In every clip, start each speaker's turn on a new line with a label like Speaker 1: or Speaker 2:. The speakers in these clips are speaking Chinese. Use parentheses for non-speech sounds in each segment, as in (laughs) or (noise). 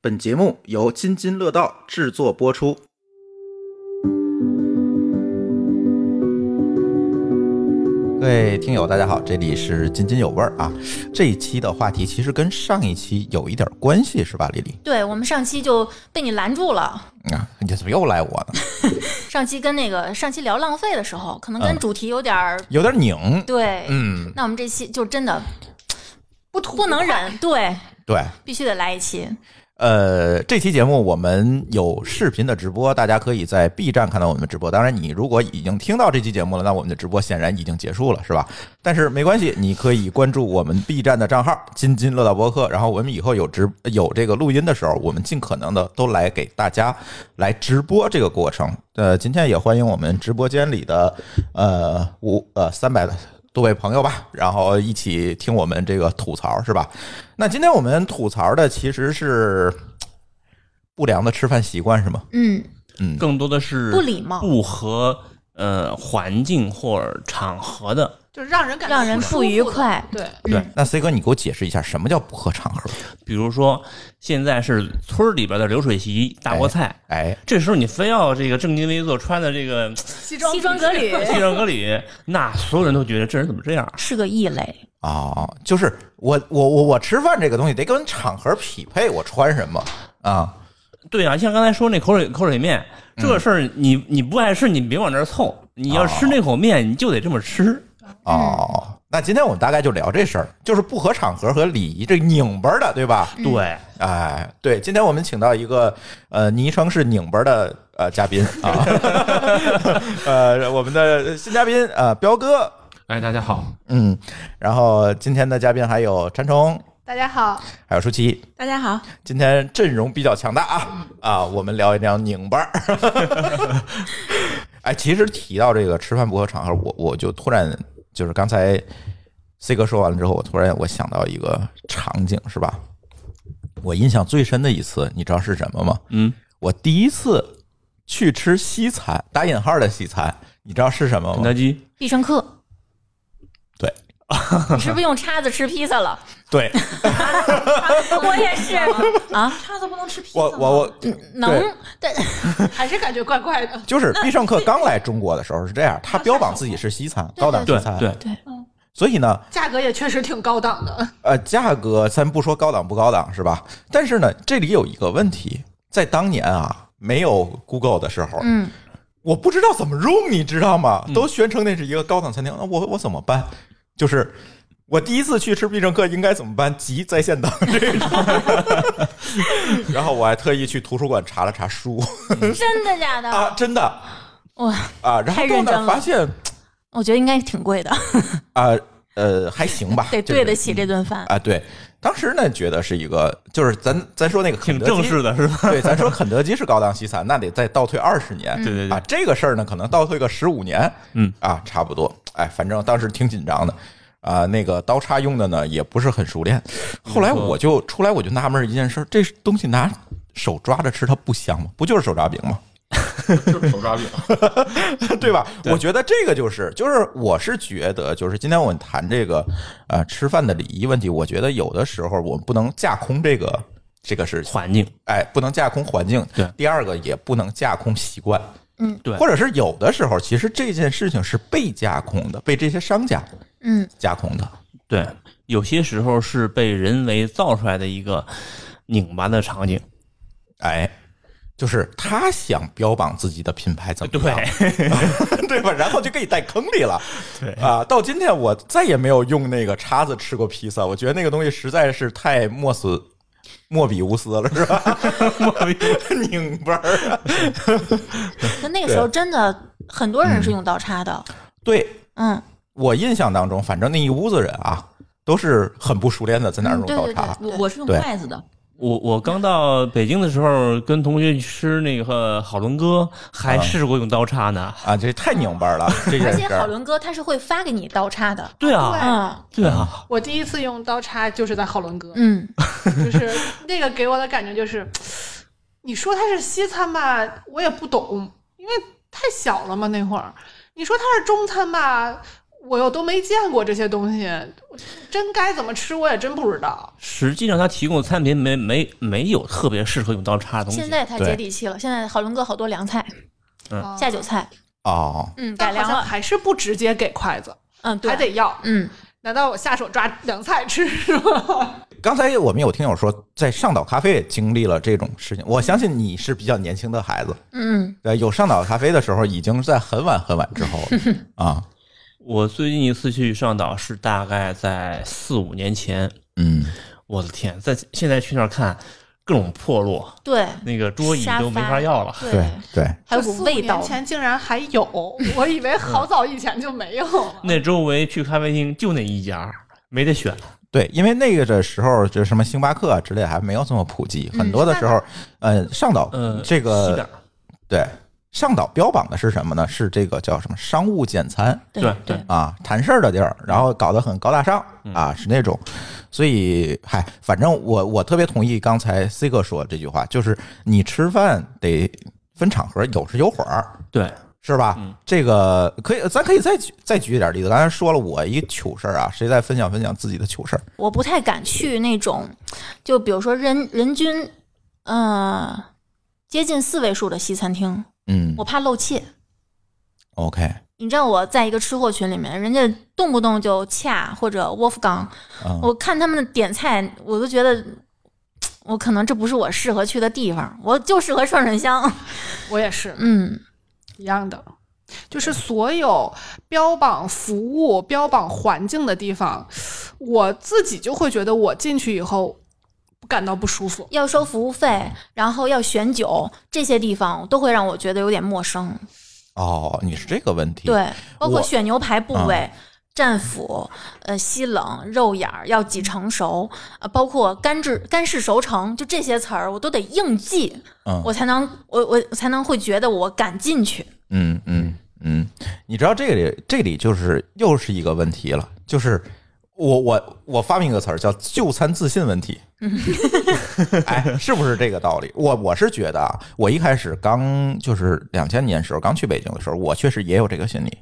Speaker 1: 本节目由津津乐道制作播出。各位听友，大家好，这里是津津有味儿啊。这一期的话题其实跟上一期有一点关系，是吧，丽丽？
Speaker 2: 对我们上期就被你拦住了。
Speaker 1: 啊，你怎么又赖我呢？
Speaker 2: 上期跟那个上期聊浪费的时候，可能
Speaker 1: 嗯
Speaker 2: 跟主题有点儿、
Speaker 1: 有点 (laughs) 拧。
Speaker 2: 对。
Speaker 1: 嗯，
Speaker 2: 那我们这期就真的不不能忍，对，
Speaker 1: 对。
Speaker 2: 必须得来一期。
Speaker 1: 呃，这期节目我们有视频的直播，大家可以在 B 站看到我们的直播。当然，你如果已经听到这期节目了，那我们的直播显然已经结束了，是吧？但是没关系，你可以关注我们 B 站的账号“津津乐道播客”，然后我们以后有直有这个录音的时候，我们尽可能的都来给大家来直播这个过程。呃，今天也欢迎我们直播间里的呃五呃三百多位朋友吧，然后一起听我们这个吐槽，是吧？那今天我们吐槽的其实是不良的吃饭习惯，是吗？
Speaker 2: 嗯，
Speaker 3: 更多的是
Speaker 2: 不礼貌
Speaker 3: 不合呃环境或者场合的。
Speaker 4: 就是让人感觉
Speaker 2: 让人
Speaker 4: 舒
Speaker 2: 不
Speaker 4: 服
Speaker 2: 愉
Speaker 4: 的
Speaker 2: 快
Speaker 4: 对，
Speaker 1: 对，那 C 哥，你给我解释一下什么叫不合场合？
Speaker 3: 比如说，现在是村儿里边的流水席、大锅菜，
Speaker 1: 哎，
Speaker 3: 这时候你非要这个正襟危坐，穿的这个西
Speaker 4: 西装
Speaker 2: 西装革履
Speaker 3: 装革
Speaker 5: (laughs)
Speaker 3: 履，那所有人都觉得这人怎么这样？
Speaker 2: 是个异类。
Speaker 1: 哦，就是我我我我吃饭这个东西得跟场合匹配，我穿什么啊？
Speaker 3: 对啊，像刚才说那口水口水面
Speaker 5: 嗯
Speaker 3: 这个事儿，你你不爱吃，你别往这儿凑。你要吃那口面，你就得这么吃。
Speaker 1: 哦，那今天我们大概就聊这事儿，就是不合场合和礼仪这拧巴儿的，对吧？
Speaker 5: 哦
Speaker 3: 对，
Speaker 1: 哎，对，今天我们请到一个呃昵称是拧巴儿的呃嘉宾啊， (laughs) 呃，我们的新嘉宾呃彪哥，
Speaker 5: 哎，大家好，
Speaker 1: 嗯，然后今天的嘉宾还有馋虫，
Speaker 4: (laughs) 大家好，
Speaker 1: 还有舒淇，
Speaker 4: 大家好，
Speaker 1: 今天阵容比较强大啊啊！我们聊一聊拧巴儿。 (laughs) 哎，其实提到这个吃饭不合场合，我我就突然就是刚才 C 哥说完了之后，我突然我想到一个场景，是吧？我印象最深的一次，你知道是什么吗？
Speaker 3: 嗯，
Speaker 1: 我第一次去吃西餐（打引号的西餐），你知道是什么
Speaker 3: 肯德
Speaker 1: 吗？
Speaker 3: 基
Speaker 2: 必胜客，
Speaker 1: 对，
Speaker 2: (laughs) 你是不是用叉子吃披萨了？
Speaker 1: 对
Speaker 2: (laughs) 我也是啊，
Speaker 4: 叉子不能吃披萨
Speaker 1: 我
Speaker 4: 吗，
Speaker 1: 我我
Speaker 2: 能，但
Speaker 4: 还是感觉怪怪的。
Speaker 1: 就是必胜客刚来中国的时候是这
Speaker 2: (laughs)
Speaker 1: 样，他标榜自己是西餐，高档西
Speaker 3: 对
Speaker 1: 餐，
Speaker 3: 对，
Speaker 1: 所以呢，
Speaker 4: 价格也确实挺高档的，
Speaker 1: 呃，价格咱不说高档不高档是吧？但是呢，这里有一个问题，在当年啊，没有 Google 的时候，
Speaker 2: 嗯，
Speaker 1: 我不知道怎么用，你知道吗？
Speaker 3: 嗯
Speaker 1: 都宣称那是一个高档餐厅，那我我怎么办？就是我第一次去吃必胜客应该怎么办？急在线等这种。 (laughs) 然后我还特意去图书馆查了查书
Speaker 2: (laughs) 真的假的？
Speaker 1: 啊，真的
Speaker 2: 啊哇，
Speaker 1: 啊，然后
Speaker 2: 太
Speaker 1: 到
Speaker 2: 认
Speaker 1: 那儿
Speaker 2: 真了
Speaker 1: 发现
Speaker 2: 我觉得应该挺贵的，
Speaker 1: 啊呃还行吧，
Speaker 2: 得
Speaker 1: 就
Speaker 2: (laughs) 对
Speaker 1: 是
Speaker 2: 得起这顿饭。
Speaker 1: 啊，对，当时呢觉得是一个，就是咱咱说那个肯
Speaker 3: 挺
Speaker 1: 德基
Speaker 3: 正式
Speaker 1: (laughs)
Speaker 3: 的是吧？
Speaker 1: 对，咱说肯德基是高档西餐，那得再倒退二十年。
Speaker 3: 对对对
Speaker 1: 啊，这个事儿呢，可能倒退个十五年，
Speaker 3: 嗯
Speaker 1: 啊，差不多。哎，反正当时挺紧张的，啊、那个刀叉用的呢也不是很熟练。
Speaker 3: 嗯
Speaker 1: 后来我就出来，我就纳闷儿一件事儿：这东西拿手抓着吃，它不香吗？不就是手抓饼吗？
Speaker 5: 就是手抓饼。
Speaker 1: 对吧？我觉得这个就是，就是我是觉得，就是今天我们谈这个呃吃饭的礼仪问题，我觉得有的时候我们不能架空这个这个事情，
Speaker 3: 环境
Speaker 1: 哎，不能架空环境。
Speaker 3: 对
Speaker 1: 第二个也不能架空习惯。
Speaker 2: 嗯，
Speaker 3: 对
Speaker 1: 或者是有的时候，其实这件事情是被架空的，被这些商家
Speaker 2: 嗯，
Speaker 1: 架空的。
Speaker 3: 对，有些时候是被人为造出来的一个拧巴的场景。
Speaker 1: 哎，就是他想标榜自己的品牌怎么样， (laughs) 对吧？然后就给你带坑里了。
Speaker 3: 对
Speaker 1: 啊，到今天我再也没有用那个叉子吃过披萨，我觉得那个东西实在是太莫斯莫比乌斯了，是吧？拧巴儿啊，
Speaker 2: 那那个时候真的很多人是用刀叉的，
Speaker 1: 对
Speaker 2: 嗯，
Speaker 1: 我印象当中，反正那一屋子人啊，都是很不熟练的在那儿弄
Speaker 2: 嗯对
Speaker 1: 倒
Speaker 2: 对
Speaker 1: 叉。
Speaker 2: 对，
Speaker 4: 我是用
Speaker 1: 对
Speaker 4: 子的，
Speaker 3: 我我刚到北京的时候，跟同学去吃那个好伦哥，还试过用刀叉呢。
Speaker 1: 啊，这太拧巴儿
Speaker 2: (laughs)
Speaker 1: 了，这
Speaker 2: 而
Speaker 1: 件
Speaker 2: 且
Speaker 1: 事
Speaker 2: 好
Speaker 1: 儿。
Speaker 2: 伦哥他是会发给你刀叉的，
Speaker 3: 对啊，
Speaker 2: 嗯
Speaker 3: 对啊，
Speaker 4: 我第一次用刀叉就是在好
Speaker 2: (laughs)
Speaker 4: 伦哥，
Speaker 2: 嗯，
Speaker 4: 就是那个给我的感觉就是，你说它是西餐吧，我也不懂，因为太小了嘛那会儿；你说它是中餐吧，我又都没见过这些东西，真该怎么吃我也真不知道。
Speaker 3: 实际上，它提供的餐品没没没有特别适合用刀叉的东西。
Speaker 2: 现在它接地气了，现在好伦哥好多凉菜、
Speaker 3: 嗯
Speaker 2: 下酒菜，
Speaker 1: 哦，
Speaker 2: 嗯，改
Speaker 4: 但好
Speaker 2: 良
Speaker 4: 像
Speaker 2: 了，
Speaker 4: 还是不直接给筷子，
Speaker 2: 嗯，对，
Speaker 4: 还得要。
Speaker 2: 嗯，
Speaker 4: 难道我下手抓凉菜吃 (laughs) 是吗？
Speaker 1: 刚才我们有听友说，在上岛咖啡也经历了这种事情。我相信你是比较年轻的孩子，
Speaker 2: 嗯
Speaker 1: 对，有上岛咖啡的时候，已经在很晚很晚之后了
Speaker 3: (laughs)
Speaker 1: 啊。
Speaker 3: 我最近一次去上岛是大概在四五年前，
Speaker 1: 嗯，
Speaker 3: 我的天，在现在去那儿看各种破落，
Speaker 2: 对
Speaker 3: 那个桌椅
Speaker 2: 沙发哦
Speaker 3: 都没法要了。
Speaker 1: 对对，
Speaker 2: 还有
Speaker 4: 这
Speaker 2: 股
Speaker 4: 四五
Speaker 2: 味
Speaker 4: 年
Speaker 2: 道，
Speaker 4: 前竟然还 (laughs) 有，我以为好早以前就没有了。
Speaker 3: 那周围去咖啡厅就那一家，没得选。
Speaker 1: 对，因为那个的时候，就什么星巴克啊之类的还没有这么普及，很多的时候，呃，上岛
Speaker 3: 呃，
Speaker 1: 这
Speaker 3: 西
Speaker 1: 个
Speaker 3: 边
Speaker 1: 对上岛标榜的是什么呢？是这个叫什么商务简餐
Speaker 2: 对
Speaker 3: 对嗯
Speaker 2: 对，
Speaker 1: 啊，谈事儿的地儿，然后搞得很高大上啊，是那种。所以，嗨，反正我我特别同意刚才 C 哥说的这句话，就是你吃饭得分场合，有时有会儿。
Speaker 3: 对，
Speaker 1: 是吧？
Speaker 3: 嗯
Speaker 1: 这个可以，咱可以再举再举一点例子。刚才说了我一糗事儿啊，谁再分享分享自己的糗事儿？
Speaker 2: 我不太敢去那种，就比如说人人均，呃，接近四位数的西餐厅，
Speaker 1: 嗯
Speaker 2: 我怕露怯。
Speaker 1: ，OK，
Speaker 2: 你知道我在一个吃货群里面，人家动不动就恰或者窝夫刚，
Speaker 1: 嗯，
Speaker 2: 我看他们的点菜，我都觉得。嘖我可能这不是我适合去的地方，我就适合涮涮香。
Speaker 4: (laughs)
Speaker 2: (laughs)
Speaker 4: 我也是
Speaker 2: 嗯，
Speaker 4: 一样的，就是所有标榜服务、标榜环境的地方，我自己就会觉得我进去以后感到不舒服。
Speaker 2: 要收服务费，然后要选酒，这些地方都会让我觉得有点陌生。
Speaker 1: 哦，你是这个问题。，
Speaker 2: 对，包括
Speaker 1: 嗯我啊
Speaker 2: 选牛排部位、战斧、呃西冷、肉眼儿要几成熟，呃，包括干制、干式熟成，就这些词儿我都得硬记，
Speaker 1: 嗯
Speaker 2: 我才能我我才能会觉得我敢进去。
Speaker 1: 嗯嗯嗯，你知道这里这里就是又是一个问题了，就是我我我发明一个词儿叫“就餐自信问
Speaker 3: (laughs)
Speaker 1: 题”，哎，是不是这个道理？我我是觉得啊，我一开始刚就是两千年时候刚去北京的时候，我确实也有这个心理。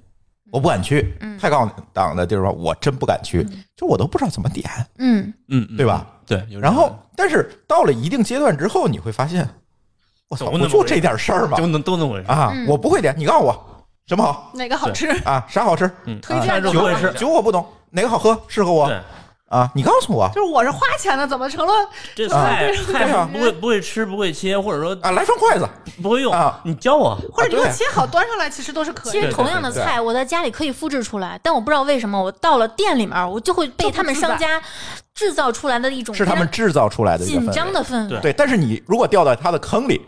Speaker 1: 我不敢去，
Speaker 3: 嗯
Speaker 1: 太高档的地方我真不敢去，就我都不知道怎么点，
Speaker 2: 嗯，
Speaker 3: 嗯，嗯
Speaker 1: 对吧？
Speaker 3: 对。有这
Speaker 1: 然
Speaker 3: 样的
Speaker 1: 后，但是到了一定阶段之后，你会发现，我操，
Speaker 3: 都那
Speaker 1: 不
Speaker 3: 么
Speaker 1: 就
Speaker 3: 回事
Speaker 1: 这点事儿吗
Speaker 3: 就？能都能回事。
Speaker 1: 啊，
Speaker 2: 嗯
Speaker 1: 我不会点，你告诉我什么好
Speaker 4: 哪个好吃？
Speaker 1: 啊？啥好吃？啊
Speaker 3: 嗯，
Speaker 4: 推荐
Speaker 3: 就
Speaker 4: 的
Speaker 3: 不
Speaker 4: 话
Speaker 3: 会是，
Speaker 1: 酒我不懂，哪个好喝适合我
Speaker 3: 对，
Speaker 1: 啊？你告诉我
Speaker 4: 就是我是花钱的，怎么成了？
Speaker 3: 这菜
Speaker 1: 对啊
Speaker 3: 菜不会不会吃，不会切，或者说
Speaker 1: 啊，来双筷子
Speaker 3: 不会用
Speaker 1: 啊，
Speaker 3: 你教我。
Speaker 4: 或者你
Speaker 1: 啊
Speaker 4: 给我
Speaker 1: 对
Speaker 4: 切好端上来，其实都是可
Speaker 2: 其
Speaker 4: 以
Speaker 2: 实
Speaker 4: 的。
Speaker 2: 同样的
Speaker 1: 对对
Speaker 2: 菜我在家里可以复制出来，但我不知道为什么我到了店里面，我就会被他们商家制造出来的一种
Speaker 1: 是他们
Speaker 2: 非
Speaker 1: 制造出来的
Speaker 2: 常
Speaker 1: 一个
Speaker 2: 紧
Speaker 1: 氛
Speaker 2: 张
Speaker 1: 围
Speaker 2: 的氛围
Speaker 3: 对。
Speaker 1: 对，但是你如果掉到他的坑里，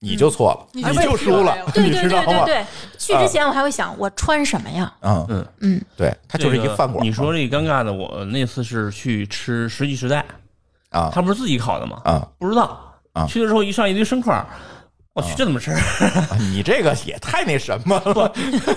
Speaker 1: 你就错了，
Speaker 2: 嗯
Speaker 4: 你
Speaker 1: 你
Speaker 4: 就被
Speaker 1: 输
Speaker 4: 踢
Speaker 1: 了
Speaker 4: 了，
Speaker 1: (laughs)
Speaker 2: 对
Speaker 1: 你
Speaker 2: 对
Speaker 1: 知
Speaker 2: 对
Speaker 1: 道
Speaker 2: 对
Speaker 1: 吗？
Speaker 2: 对，去之前我还会想我穿什么呀？
Speaker 1: 嗯，
Speaker 3: 嗯，
Speaker 2: 嗯，
Speaker 1: 对，他就是一
Speaker 3: 这个
Speaker 1: 饭馆嘛。啊
Speaker 3: 你说这个尴尬的，我那次是去吃石记时代，
Speaker 1: 啊
Speaker 3: 他不是自己烤的吗？
Speaker 1: 啊
Speaker 3: 不知道
Speaker 1: 啊
Speaker 3: 去的时候一上一堆生块儿，我去这怎么吃？ (laughs)
Speaker 1: 啊，你这个也太那什么了，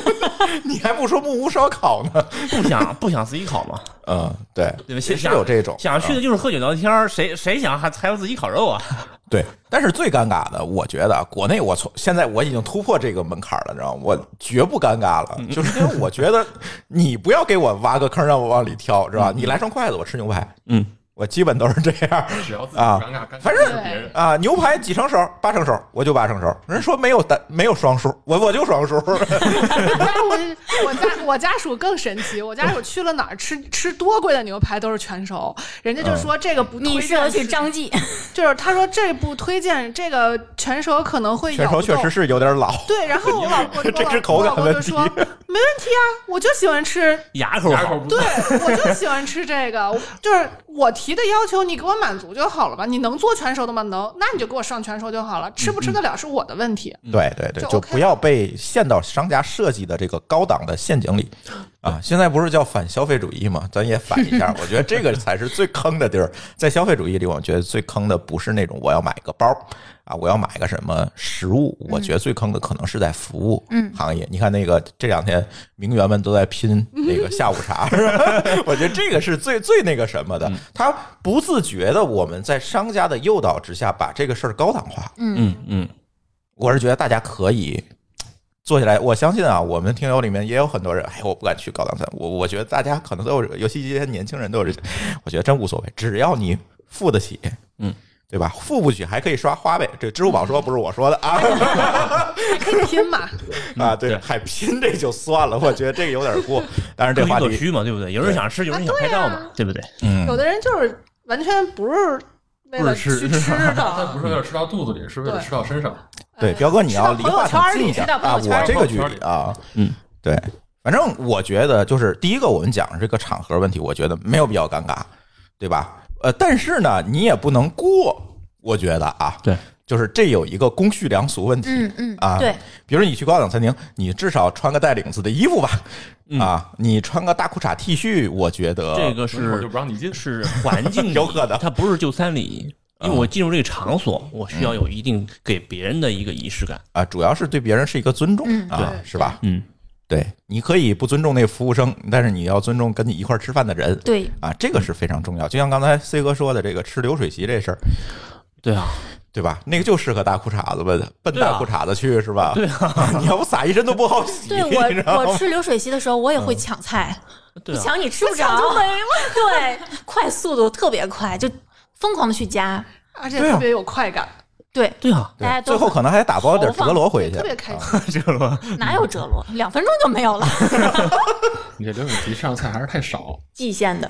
Speaker 1: (laughs) 你还不说木屋烧烤呢？
Speaker 3: 不想不想自己烤嘛？
Speaker 1: 嗯，对，
Speaker 3: 对吧？
Speaker 1: 其
Speaker 3: 想
Speaker 1: 实有这种
Speaker 3: 想去
Speaker 1: 嗯
Speaker 3: 的就是喝酒聊天儿，谁谁想还还要自己烤肉啊？
Speaker 1: 对，但是最尴尬的，我觉得国内我从现在我已经突破这个门槛了，知道吗？我绝不尴尬了，就是因为我觉得你不要给我挖个坑让我往里跳，是吧？你来双筷子，我吃牛排，
Speaker 3: 嗯，
Speaker 1: 我基本都是这样
Speaker 5: 只要自己不
Speaker 1: 啊
Speaker 5: 尴尬，尴尬
Speaker 1: 反
Speaker 5: 的
Speaker 1: 正
Speaker 5: 是别人。
Speaker 1: 啊。牛排几成熟？八成熟，我就八成熟。人说没有单没有双数，我我就双数。
Speaker 4: 我我家我家属更神奇，我家属去了哪儿吃吃多贵的牛排都是全熟，人家就
Speaker 1: 嗯
Speaker 4: 说这个不推荐
Speaker 2: 你适合去
Speaker 4: 吃
Speaker 2: 张 (laughs) 记，
Speaker 4: 就是他说这不推荐，这个全熟可能会咬
Speaker 1: 全熟
Speaker 4: 不
Speaker 1: 确
Speaker 4: 动
Speaker 1: 实是有点老，
Speaker 4: 对，然后我老
Speaker 1: (laughs)
Speaker 4: 我
Speaker 1: 这
Speaker 4: 我
Speaker 1: 是
Speaker 4: 老
Speaker 1: 口
Speaker 4: 我老
Speaker 1: 感
Speaker 4: 公就
Speaker 1: 问题
Speaker 4: 说没问题啊，我就喜欢吃，
Speaker 3: 牙口
Speaker 5: 牙口
Speaker 3: 好，
Speaker 5: 不
Speaker 4: 对我就喜欢吃这个， (laughs) 我就是我提的要求你给我满足就好了吧？你能做全熟的吗？能，那你就给我上全熟就好了，吃
Speaker 1: 嗯
Speaker 4: 不吃得了是我的问题。
Speaker 1: 对对对，
Speaker 4: 就
Speaker 1: 就
Speaker 4: OK
Speaker 1: 不要被陷到商家设计的这个高档的陷阱里啊！现在不是叫反消费主义嘛，咱也反一下。我觉得这个才是最坑的地儿，在消费主义里，我觉得最坑的不是那种我要买个包啊，我要买个什么食物，我
Speaker 4: 嗯
Speaker 1: 觉得最坑的可能是在服务
Speaker 2: 嗯
Speaker 1: 行业。你看那个这两天名媛们都在拼那个下午茶， (laughs) 我觉得这个是最最那个什么的，他不自觉的我们在商家的诱导之下把这个事儿高档化。
Speaker 2: 嗯，
Speaker 3: 嗯嗯，
Speaker 1: 我是觉得大家可以做下来，我相信啊，我们听友里面也有很多人，哎，我不敢去高档餐，我我觉得大家可能都有这个，尤其这些年轻人都有这个， (laughs) 我觉得真无所谓，只要你付得起，
Speaker 3: 嗯。
Speaker 1: 对吧？付不起还可以刷花呗，这支付宝说不是我说的啊
Speaker 4: 可以拼嘛？
Speaker 1: 啊！对，
Speaker 3: 嗯对
Speaker 1: 海拼这就算了，我觉得这个有点过。当然这
Speaker 3: 各取
Speaker 1: 话
Speaker 3: 所
Speaker 1: 题，
Speaker 3: 需嘛，对不对？有人想吃，
Speaker 1: 啊
Speaker 3: 有人想拍照嘛，对不对？
Speaker 1: 嗯，
Speaker 4: 有的人就是完全不是为了
Speaker 3: 不是吃
Speaker 4: 去吃
Speaker 5: 但不
Speaker 4: 的，嗯
Speaker 5: 是为了吃到肚子里，是为了吃到身上。
Speaker 1: 对，
Speaker 4: 哎
Speaker 1: 彪哥，你要离话筒近一点
Speaker 4: 吃到朋
Speaker 1: 啊！
Speaker 4: 友圈
Speaker 1: 我
Speaker 4: 里
Speaker 1: 这个距离啊，
Speaker 3: 嗯，
Speaker 1: 对，反正我觉得就是第一个，我们讲这个场合问题，我觉得没有必要尴尬，对吧？呃，但是呢，你也不能过，我觉得啊，
Speaker 3: 对，
Speaker 1: 就是这有一个公序良俗问题，
Speaker 2: 嗯嗯
Speaker 1: 啊
Speaker 2: 对，
Speaker 1: 比如你去高档餐厅，你至少穿个带领子的衣服吧，啊，你穿个大裤衩 T 恤，我觉得
Speaker 3: 嗯这个
Speaker 5: 门口就是不让你进，
Speaker 3: 是环境
Speaker 1: (laughs) 有可能啊
Speaker 3: 它不是就三礼。因为我进入这个场所，我需
Speaker 1: 嗯
Speaker 3: 要有一定给别人的一个仪式感。
Speaker 1: 啊，主要是对别人是一个尊重
Speaker 2: 嗯
Speaker 1: 啊，
Speaker 4: 对
Speaker 1: 是吧？
Speaker 3: 嗯，
Speaker 1: 对，你可以不尊重那服务生，但是你要尊重跟你一块儿吃饭的人，
Speaker 2: 对，
Speaker 1: 啊，这个是非常重要。就像刚才 C 哥说的，这个吃流水席这事儿，
Speaker 3: 对啊，
Speaker 1: 对吧？那个就适合大裤衩子奔奔
Speaker 3: 对啊
Speaker 1: 大裤衩子去是吧？
Speaker 3: 对
Speaker 1: 啊， (laughs) 你要不撒一身都不好洗，
Speaker 2: 对
Speaker 1: 你知道
Speaker 2: 我我
Speaker 1: 吗？嗯
Speaker 2: 吃流水席的时候，我也会抢菜，
Speaker 3: 对啊，
Speaker 2: 抢你吃不着， (laughs) 对，快速度特别快，就疯狂的去加，
Speaker 4: 而且
Speaker 1: 对啊
Speaker 4: 特别有快感，
Speaker 2: 对，
Speaker 1: (laughs)
Speaker 3: 对啊，
Speaker 1: 对
Speaker 2: 大家都
Speaker 1: 最后可能还打包点折罗回去，
Speaker 4: 特别开心。
Speaker 3: 这个吧，
Speaker 2: 哪有折罗，两分钟就没有 (laughs) 了，
Speaker 5: 你这刘永吉上菜还是太少，
Speaker 2: 蓟县的，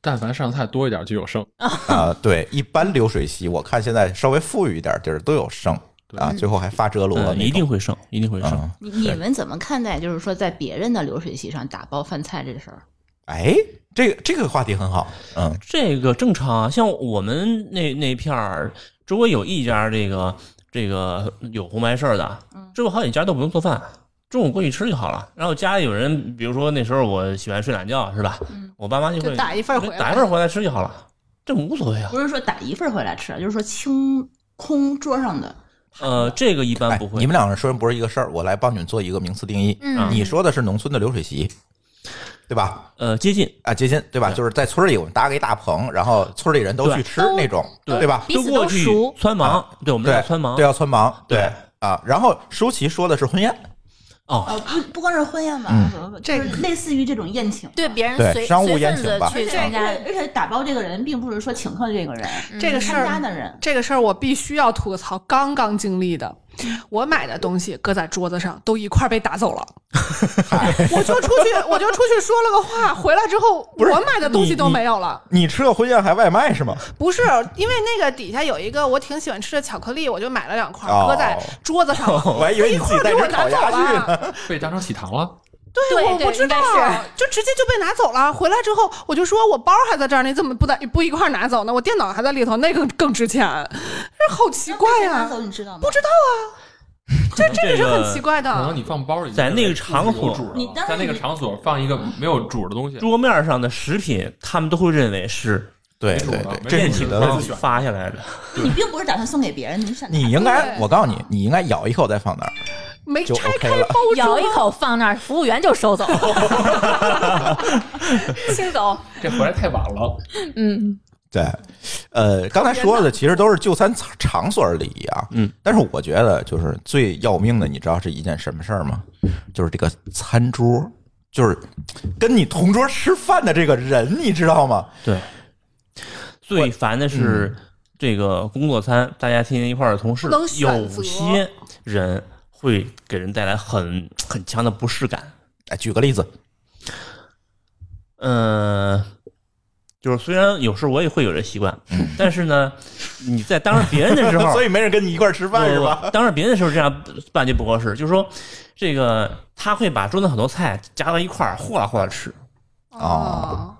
Speaker 5: 但凡上菜多一点就有剩。
Speaker 1: 啊、对，一般流水席我看现在稍微富裕一点地儿都有剩啊，最后还发折罗那种，
Speaker 3: 嗯一定会剩，一定会剩。
Speaker 1: 嗯。
Speaker 6: 你你们怎么看待就是说在别人的流水席上打包饭菜这事儿？
Speaker 1: 哎，这个这个话题很好，嗯
Speaker 3: 这个正常啊，像我们那那片儿周围有一家这个这个有红白事儿的，
Speaker 4: 嗯
Speaker 3: 周围好几家都不用做饭，中午过去吃就好了。然后家里有人，比如说那时候我喜欢睡懒觉是吧？我爸妈就会
Speaker 4: 嗯就打一份儿回来
Speaker 3: 打一份儿回来吃就好了，这无所谓啊。
Speaker 6: 不是说打一份儿回来吃，啊就是说清空桌上的。
Speaker 3: 呃，这个一般
Speaker 1: 哎
Speaker 3: 不，会。
Speaker 1: 你们两个人说的不是一个事儿，我来帮你们做一个名词定义。
Speaker 2: 嗯，
Speaker 1: 你说的是农村的流水席，对吧？
Speaker 3: 呃接近
Speaker 1: 啊，接亲对吧？
Speaker 3: 对
Speaker 1: 就是在村里我们搭个一大棚，然后村里人都去吃
Speaker 2: 对
Speaker 1: 那种，
Speaker 3: 对
Speaker 1: 对吧？
Speaker 2: 彼此
Speaker 3: 过
Speaker 2: 都
Speaker 3: 去
Speaker 2: 熟
Speaker 3: 窜盲，对我们
Speaker 1: 啊对
Speaker 3: 叫，窜盲
Speaker 1: 对，要穿盲，
Speaker 3: 对
Speaker 1: 啊。然后舒淇说的是婚宴，
Speaker 3: 哦，
Speaker 6: 呃，不不光是婚宴吧，
Speaker 4: 这
Speaker 6: 就是类似于这种宴请。
Speaker 2: 对别人
Speaker 1: 对
Speaker 2: 随
Speaker 1: 商务
Speaker 2: 随
Speaker 1: 宴
Speaker 2: 份
Speaker 1: 请
Speaker 2: 子
Speaker 1: 吧
Speaker 2: 去
Speaker 6: 而且
Speaker 2: 参加，
Speaker 6: 而且打包这个人并不是说请客的这个人，
Speaker 4: 这个事
Speaker 6: 嗯参
Speaker 4: 儿
Speaker 6: 加的人。
Speaker 4: 这个事儿我必须要吐个槽，刚刚经历的，
Speaker 6: 嗯
Speaker 4: 我买的东西搁在桌子上都一块儿被打走了，我就出去，我就出去说了个话，回来之后
Speaker 1: 不是
Speaker 4: 我买的东西
Speaker 1: 你
Speaker 4: 都没有了。
Speaker 1: 你吃个婚宴还外卖是吗？
Speaker 4: 不是，因为那个底下有一个我挺喜欢吃的巧克力，我就买了两块
Speaker 1: 哦
Speaker 4: 儿搁在桌子上
Speaker 3: 哦
Speaker 4: 了，
Speaker 1: (laughs) 我还以为你
Speaker 4: 一
Speaker 1: 自
Speaker 4: 块
Speaker 1: 己
Speaker 4: 儿
Speaker 1: 带
Speaker 3: 哎
Speaker 4: 给
Speaker 1: 只烤
Speaker 4: 我拿走
Speaker 1: 鸭去呢。
Speaker 4: 了。
Speaker 5: 被当成喜糖了，
Speaker 2: 对
Speaker 4: 我
Speaker 2: 对
Speaker 4: 不知
Speaker 2: 应
Speaker 4: 道
Speaker 2: 该是，
Speaker 4: (laughs) 就直接就被拿走了。回来之后，我就说我包还在这儿呢，你怎么不在不一块儿拿走呢？我电脑还在里头，那个更值钱，这好奇怪啊呀、
Speaker 6: 拿走你知道吗？不知
Speaker 3: 这这
Speaker 4: 这是很奇怪
Speaker 5: 可
Speaker 4: 的
Speaker 5: 能。你放包里，
Speaker 3: 在那个场所
Speaker 5: 有主儿
Speaker 6: 啊你
Speaker 5: 啊
Speaker 6: 当然
Speaker 5: 在那个
Speaker 6: 你
Speaker 5: 场所放一个没有主儿的东西，
Speaker 3: 桌面上的食品，他们都会认为是
Speaker 1: 对
Speaker 5: 没
Speaker 1: (laughs)
Speaker 5: 主
Speaker 1: 对
Speaker 5: 儿了
Speaker 1: 对，
Speaker 5: 没
Speaker 1: 这
Speaker 3: 宴
Speaker 5: 主
Speaker 1: 是
Speaker 5: 儿
Speaker 1: 你
Speaker 3: 请
Speaker 5: 了
Speaker 1: 的
Speaker 5: 自
Speaker 3: 方
Speaker 5: 己选
Speaker 3: 发下来的。
Speaker 6: 道，你并不是打算送给别人，你是想拿
Speaker 1: 你应该，
Speaker 4: 对
Speaker 1: 我告诉你，你应该咬一口再放那儿
Speaker 4: 没
Speaker 1: 就
Speaker 4: 拆
Speaker 1: OK
Speaker 4: 开
Speaker 1: 了。
Speaker 4: 包
Speaker 2: 咬
Speaker 4: 装，
Speaker 2: 一口放那儿，服务员就收走，
Speaker 3: (laughs)
Speaker 2: 清走，
Speaker 5: 这回来太晚了。
Speaker 2: 嗯，
Speaker 1: 对，呃，刚才说的其实都是就餐场场所礼仪啊，
Speaker 3: 嗯，
Speaker 1: 但是我觉得就是最要命的，你知道是一件什么事儿吗？就是这个餐桌，就是跟你同桌吃饭的这个人，你知道吗？
Speaker 3: 对，最烦的是
Speaker 1: 嗯
Speaker 3: 这个工作餐，大家天天一块儿的同事
Speaker 4: 不能，选择
Speaker 3: 有些人会给人带来很很强的不适感。
Speaker 1: 哎，举个例子，
Speaker 3: 嗯、就是虽然有时候我也会有这习惯，但是呢，你在当着别人的时候，
Speaker 1: 嗯 (laughs) 所以没人跟你一块儿吃饭是吧？
Speaker 3: (laughs) 不？不当着别人的时候这样办就不合适。就是说，这个他会把桌子很多菜夹到一块儿，和啦和啦吃。
Speaker 1: 哦，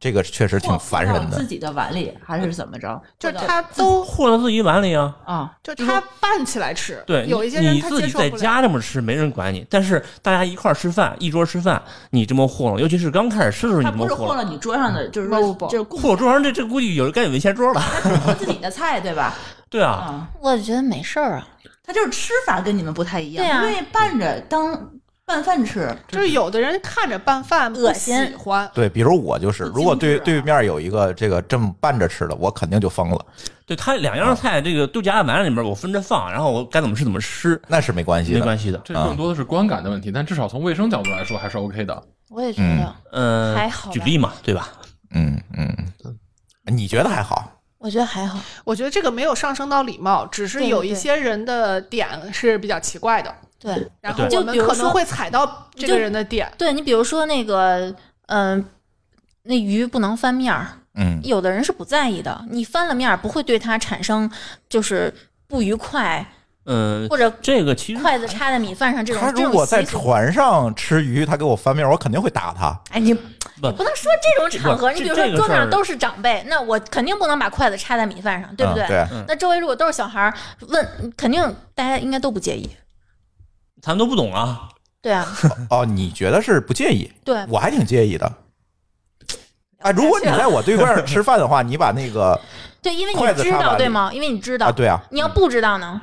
Speaker 1: 这个确实挺烦人的
Speaker 6: 自。己的碗里还是怎么着？
Speaker 4: 就是
Speaker 6: 或者
Speaker 2: (laughs)
Speaker 4: 他都
Speaker 3: 和到自己碗里啊，
Speaker 6: 啊，
Speaker 4: 就是他
Speaker 2: 嗯
Speaker 4: 拌起来吃，
Speaker 3: 对，
Speaker 4: 有一些人
Speaker 3: 你
Speaker 4: 他
Speaker 3: 自
Speaker 4: 接
Speaker 3: 己
Speaker 4: 受
Speaker 3: 在
Speaker 4: 不了。
Speaker 3: 家这么吃，没人管你。但是大家一块儿吃饭，一桌吃饭，你这么糊弄，尤其是刚开始吃的时候，你
Speaker 6: 他
Speaker 3: 这么
Speaker 6: 不是
Speaker 3: 糊
Speaker 6: 和
Speaker 3: 弄，
Speaker 6: 了你桌上的，就是
Speaker 4: 不
Speaker 6: 说
Speaker 4: 不不
Speaker 6: 就是供
Speaker 3: 糊桌上这这估计有人该有文钱桌了。
Speaker 6: 他自己的菜，对吧？
Speaker 3: 对啊，
Speaker 6: 啊，
Speaker 2: 我觉得没事儿啊，
Speaker 6: 他就是吃法跟你们不太一样，
Speaker 2: 对啊
Speaker 6: 因为拌着当拌饭吃，
Speaker 4: 就是有的人看着拌饭不
Speaker 2: 恶心
Speaker 4: 喜欢，
Speaker 1: 对，比如我就是，
Speaker 6: 不
Speaker 1: 如果
Speaker 6: 精致
Speaker 1: 对
Speaker 6: 啊
Speaker 1: 对面有一个这个这么拌着吃的，我肯定就疯了。
Speaker 3: 对它两样菜，这个都夹在碗里面，我分着放，然后我该怎么吃怎么吃，
Speaker 1: 那是没关系
Speaker 3: 没
Speaker 1: 的。
Speaker 3: 关系的。
Speaker 5: 这更多的是观感的问题，但至少从卫生角度来说还是 OK 的。
Speaker 2: 我也觉得，
Speaker 3: 嗯，
Speaker 2: 还好吧
Speaker 3: 举例嘛，对吧？
Speaker 1: 嗯嗯，你觉得还好？
Speaker 2: 我觉得还好。
Speaker 4: 我觉得这个没有上升到礼貌，只是
Speaker 2: 对
Speaker 4: 有
Speaker 2: 对
Speaker 4: 一些人的点是比较奇怪的，
Speaker 2: 对，
Speaker 4: 然后
Speaker 3: 对
Speaker 4: 我
Speaker 2: 就
Speaker 4: 们
Speaker 2: 比如
Speaker 4: 可
Speaker 2: 说
Speaker 4: 能会踩到这个
Speaker 2: 就
Speaker 4: 人的点。
Speaker 2: 对你比如说那个，嗯、那鱼不能翻面儿，
Speaker 1: 嗯
Speaker 2: 有的人是不在意的。你翻了面儿，不会对它产生就是不愉快，
Speaker 3: 嗯，
Speaker 2: 或者
Speaker 3: 这个其实
Speaker 2: 筷子插在米饭上这种。
Speaker 1: 他
Speaker 2: 这
Speaker 1: 如
Speaker 2: 种
Speaker 1: 果在
Speaker 2: 习俗
Speaker 1: 船上吃鱼，他给我翻面，我肯定会打他。
Speaker 2: 哎，你你不能说这种场合，
Speaker 3: 不
Speaker 2: 你
Speaker 3: 这
Speaker 2: 比如说
Speaker 3: 这个
Speaker 2: 桌面
Speaker 3: 事
Speaker 2: 上
Speaker 3: 儿
Speaker 2: 都是长辈，那我肯定不能把筷子插在米饭上，对不
Speaker 1: 嗯
Speaker 2: 对？
Speaker 1: 对，
Speaker 2: 那周围如果都是小孩儿，问肯定大家应该都不介意。
Speaker 3: 咱们都不懂啊，
Speaker 2: 对啊，
Speaker 1: 哦，你觉得是不介意？
Speaker 2: 对，
Speaker 1: 我还挺介意的。啊，如果你
Speaker 2: 下去了
Speaker 1: 在我对面儿吃饭的话，你把那
Speaker 2: (laughs)
Speaker 1: 个
Speaker 2: 对，因为
Speaker 1: 筷
Speaker 2: 你
Speaker 1: 子
Speaker 2: 知
Speaker 1: 插碗
Speaker 2: 道
Speaker 1: 里
Speaker 2: 对吗？因为你知道，
Speaker 1: 啊，对啊，
Speaker 2: 你要不知道呢，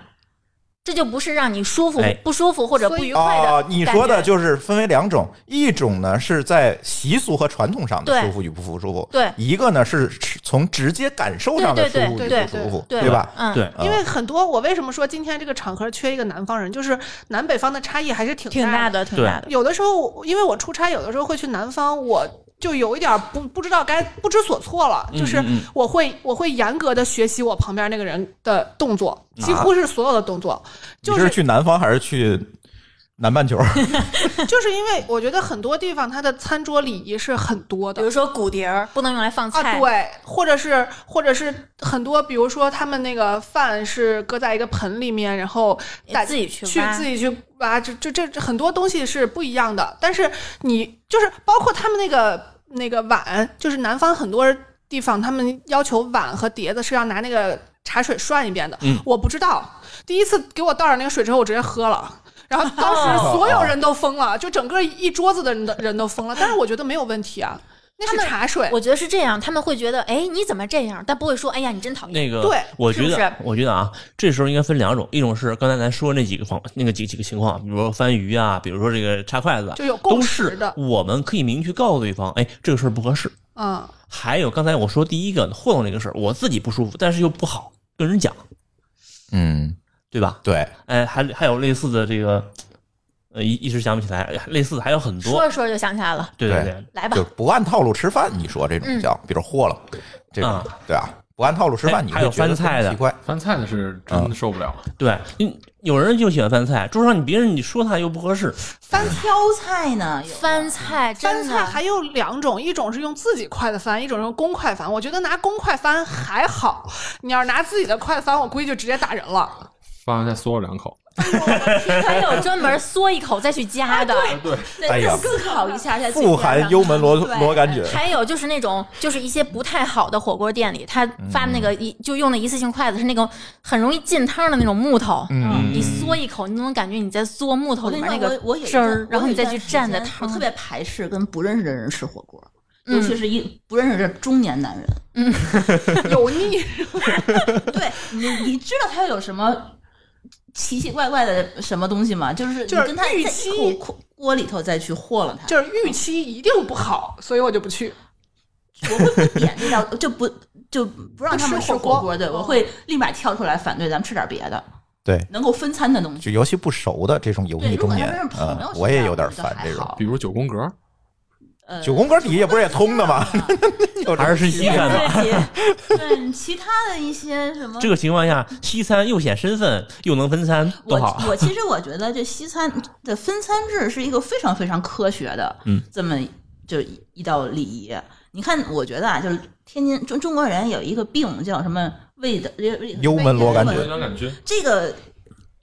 Speaker 2: 这就不是让你舒服
Speaker 3: 哎、
Speaker 2: 不舒服或者不愉快的。
Speaker 1: 哦，你说的就是分为两种，一种呢是在习俗和传统上的
Speaker 2: 对
Speaker 1: 舒服与不舒服，
Speaker 2: 对
Speaker 1: 一个呢是是从直接感受上的舒
Speaker 2: 对
Speaker 1: 服与
Speaker 4: 对
Speaker 1: 不
Speaker 4: 对
Speaker 1: 舒服，
Speaker 2: 对
Speaker 1: 吧？？
Speaker 2: 嗯，
Speaker 3: 对，
Speaker 1: 啊
Speaker 4: 因为很多，我为什么说今天这个场合缺一个南方人，就是南北方的差异还是挺
Speaker 2: 挺大
Speaker 4: 大的。
Speaker 2: 的，挺大的。
Speaker 4: 有的时候，因为我出差，有的时候会去南方，我就有一点儿不不知道该不知所措了，
Speaker 3: 嗯
Speaker 4: 就是
Speaker 3: 嗯嗯
Speaker 4: 我会我会严格的学习我旁边那个人的动作，几乎是所有的动作，就
Speaker 1: 你是去南方还是去南半球？
Speaker 4: 就是因为我觉得很多地方它的餐桌礼仪是很多
Speaker 2: 比
Speaker 4: 的
Speaker 2: 如。说骨碟儿不能用来放
Speaker 4: 啊，
Speaker 2: 菜，
Speaker 4: 对，或者是或者是很多，比如说他们那个饭是搁在一个盆里面，然后大
Speaker 2: 自己去
Speaker 4: 去
Speaker 2: 挖
Speaker 4: 自己去挖，这这这这很多东西是不一样的。但是你就是包括他们那个那个碗，就是南方很多地方他们要求碗和碟子是要拿那个茶水涮一遍的。
Speaker 3: 嗯
Speaker 4: 我不知道，第一次给我倒上那个水之后，我直接喝了。然后
Speaker 2: 哦
Speaker 4: 当时所有人都疯了，就整个一桌子的人的人都疯了。但是我觉得没有问题啊，那是
Speaker 2: 他们
Speaker 4: 茶水。
Speaker 2: 我觉得是这样，他们会觉得，哎，你怎么这样？但不会说，哎呀，你真讨厌。
Speaker 3: 那个，
Speaker 4: 对
Speaker 3: 我觉
Speaker 2: 是不
Speaker 3: 得
Speaker 2: 是，
Speaker 3: 我觉得啊，这时候应该分两种，一种是刚才咱说那几个方，那个几几个情况，比如说翻鱼啊，比如说这个插筷子啊，
Speaker 4: 就有共
Speaker 3: 都
Speaker 4: 识
Speaker 3: 是
Speaker 4: 的，
Speaker 3: 我们可以明确告诉对方，哎，这个事儿不合适。
Speaker 4: 嗯，
Speaker 3: 还有刚才我说第一个糊弄这个事儿，我自己不舒服，但是又不好跟人讲，
Speaker 1: (laughs) 嗯，
Speaker 3: 对吧？
Speaker 1: 对，
Speaker 3: 哎，还还有类似的这个，呃，一一时想不起来，哎呀类似的还有很
Speaker 2: 说
Speaker 3: 多
Speaker 2: 着，说着就想起来了，
Speaker 3: 对
Speaker 1: 对
Speaker 3: 对，
Speaker 2: 来吧
Speaker 1: 就，不按套路吃饭，你说这种
Speaker 2: 嗯
Speaker 1: 叫，比如豁了，这种
Speaker 3: 啊
Speaker 1: 对啊，不按套路吃
Speaker 3: 哎
Speaker 1: 饭，你
Speaker 3: 还有
Speaker 1: 会觉得
Speaker 3: 翻菜
Speaker 1: 很
Speaker 3: 的
Speaker 1: 奇怪。
Speaker 5: 翻菜的是
Speaker 1: 啊
Speaker 5: 真受不了，
Speaker 3: 对，嗯，有人就喜欢翻菜，桌上你别人你说他又不合适，
Speaker 6: 翻挑菜呢，有的
Speaker 2: 翻菜，
Speaker 4: 翻
Speaker 2: 真的
Speaker 4: 菜还有两种，一种是用自己筷子翻，一种是用公筷翻。我觉得拿公筷翻还好，你要是拿自己的筷子翻，我估计就直接打人了。
Speaker 5: 翻完再嗦了两口。
Speaker 2: 还有专门嗦一口再去夹的，
Speaker 5: 对，
Speaker 6: 对
Speaker 1: 哎呀
Speaker 6: 思考一下才最
Speaker 1: 富含幽门螺
Speaker 6: 对
Speaker 1: 螺杆菌，
Speaker 2: 还有就是那种，就是一些不太好的火锅店里，他发那个
Speaker 1: 嗯
Speaker 2: 一就用的一次性筷子是那个很容易进汤的那种木头，
Speaker 1: 嗯，
Speaker 2: 你嗦一口，你都能感觉你在嗦木头
Speaker 6: 我
Speaker 2: 里
Speaker 6: 跟
Speaker 2: 面
Speaker 6: 你说，
Speaker 2: 那个
Speaker 6: 我我也
Speaker 2: 汁儿，然后你再去蘸
Speaker 6: 蘸
Speaker 2: 着
Speaker 6: 的
Speaker 2: 汤。
Speaker 6: 我特别排斥跟不认识的人吃火锅，
Speaker 2: 嗯
Speaker 6: 尤其是一不认识的中年男人。 (laughs)
Speaker 4: 油腻，
Speaker 6: 对你，你知道他有什么奇奇怪怪的什么东西吗？就是
Speaker 4: 就是
Speaker 6: 你跟他在
Speaker 4: 预
Speaker 6: 一
Speaker 4: 期
Speaker 6: 口锅里头再去和了他，
Speaker 4: 就是预期一定不好，所以我就不去。
Speaker 6: 我会不点这道，就不就不让他们
Speaker 4: 不吃
Speaker 6: 吃
Speaker 4: 火锅
Speaker 6: 火锅。对，我会立马跳出来反对，咱们吃点别的，
Speaker 1: 哦对，
Speaker 6: 能够分餐的东西。
Speaker 1: 就尤其不熟的这种油
Speaker 6: 对，
Speaker 1: 腻
Speaker 6: 如
Speaker 1: 中
Speaker 6: 果他
Speaker 1: 年
Speaker 6: 们是，朋
Speaker 1: 嗯
Speaker 6: 友，是
Speaker 1: 我也
Speaker 6: 样
Speaker 1: 有点
Speaker 6: 就
Speaker 1: 烦
Speaker 6: 还
Speaker 1: 这种。
Speaker 6: 好
Speaker 5: 比。如九宫格，
Speaker 6: 呃啊
Speaker 1: 九宫格底下不是也通的吗？有
Speaker 3: 还是西餐吧。 (laughs)
Speaker 6: 对其他的一些什么
Speaker 3: 这个情况下，西餐又显身份，又能分餐，多
Speaker 6: 我
Speaker 3: 好！
Speaker 6: 我其实我觉得这西餐的分餐制是一个非常非常科学的，
Speaker 3: 嗯，
Speaker 6: 这么就一一道礼仪。你看，我觉得啊，就是天津中中国人有一个病叫什么胃的
Speaker 1: 幽门螺杆菌
Speaker 5: 有点感觉
Speaker 6: 这个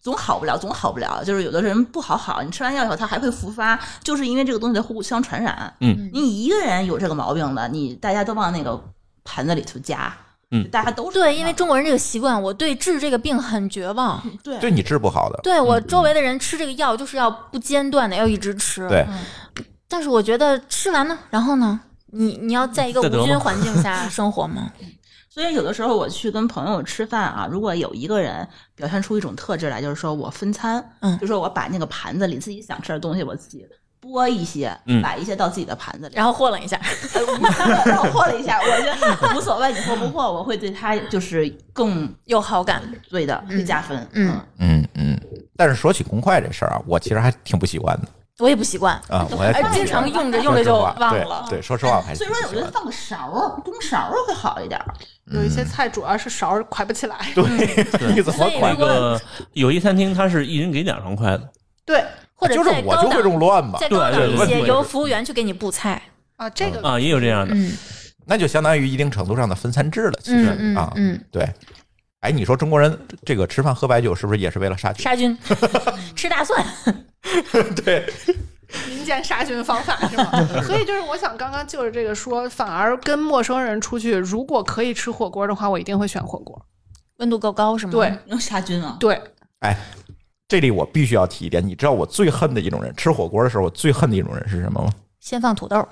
Speaker 6: 总好不了，总好不了。就是有的人不好好，你吃完药以后他还会复发，就是因为这个东西的互相传染。
Speaker 3: 嗯，
Speaker 6: 你一个人有这个毛病的，你大家都往那个盘子里头夹，
Speaker 3: 嗯
Speaker 6: 大家都是
Speaker 2: 对，因为中国人这个习惯，我对治这个病很绝望。
Speaker 6: 对
Speaker 1: 对你治不好的，
Speaker 2: 对我周围的人吃这个药就是要不间断的，要一直吃。
Speaker 1: 嗯对，
Speaker 2: 但是我觉得吃完呢，然后呢，你你要在一个
Speaker 3: 再得
Speaker 2: 无菌
Speaker 3: 吗
Speaker 2: 环境下生活吗？ (laughs)
Speaker 6: 所以有的时候我去跟朋友吃饭啊，如果有一个人表现出一种特质来，就是说我分餐，
Speaker 2: 嗯
Speaker 6: 就说我把那个盘子里自己想吃的东西我自己拨一些，
Speaker 3: 嗯
Speaker 6: 摆一些到自己的盘子里，哎
Speaker 2: 然后和了一下，
Speaker 6: 然后和了一下，我觉得无所谓，你和不和，我会对他就是更
Speaker 2: 有好感。
Speaker 6: 对的，会加分，
Speaker 2: 嗯
Speaker 1: 嗯嗯。但是说起公筷这事儿啊，我其实还挺不喜欢的
Speaker 2: 我也不习惯，
Speaker 1: 啊，我也
Speaker 2: 哎
Speaker 1: 挺，不
Speaker 2: 经
Speaker 1: 喜欢
Speaker 2: 常用着用着就
Speaker 1: 说实话
Speaker 2: 忘
Speaker 1: 对
Speaker 2: 了。
Speaker 1: 对，说实话，我还是
Speaker 6: 所以
Speaker 1: 挺
Speaker 6: 说
Speaker 1: 不
Speaker 6: 我
Speaker 1: 喜
Speaker 6: 觉
Speaker 1: 欢
Speaker 6: 得
Speaker 1: 的。
Speaker 6: 放个勺儿，弓勺儿会好一点儿。
Speaker 4: 有一些菜主要是勺儿㧟不起来。
Speaker 1: 对，你怎么
Speaker 2: 所以
Speaker 1: 筷
Speaker 3: 那？个友谊餐厅，它是一人给两双筷子，
Speaker 4: 对
Speaker 2: 或者
Speaker 1: 就是
Speaker 2: 再
Speaker 1: 我
Speaker 2: 高
Speaker 1: 就会
Speaker 2: 档
Speaker 1: 弄乱嘛
Speaker 2: 再，高档一
Speaker 3: 对对
Speaker 2: 些，
Speaker 3: 对
Speaker 2: 由服务员去给你布菜。
Speaker 4: 啊，这个
Speaker 3: 啊，也有这样的。
Speaker 2: 嗯
Speaker 1: 那就相当于一定程度上的分餐制了，其实
Speaker 2: 嗯嗯
Speaker 1: 啊，
Speaker 2: 嗯，
Speaker 1: 对。哎，你说中国人这个吃饭喝白酒是不是也是为了杀菌？(laughs)
Speaker 2: 杀菌，吃大蒜，
Speaker 1: 对，
Speaker 4: 民间杀菌方法是吗？所以就是我想刚刚就是这个说，反而跟陌生人出去，如果可以吃火锅的话，我一定会选火锅。
Speaker 2: 温度够高是吗？
Speaker 4: 对，
Speaker 6: 用杀菌啊，
Speaker 4: 对，
Speaker 1: 哎，这里我必须要提一点，你知道我最恨的一种人，吃火锅的时候我最恨的一种人是什么吗？
Speaker 2: 先放土豆，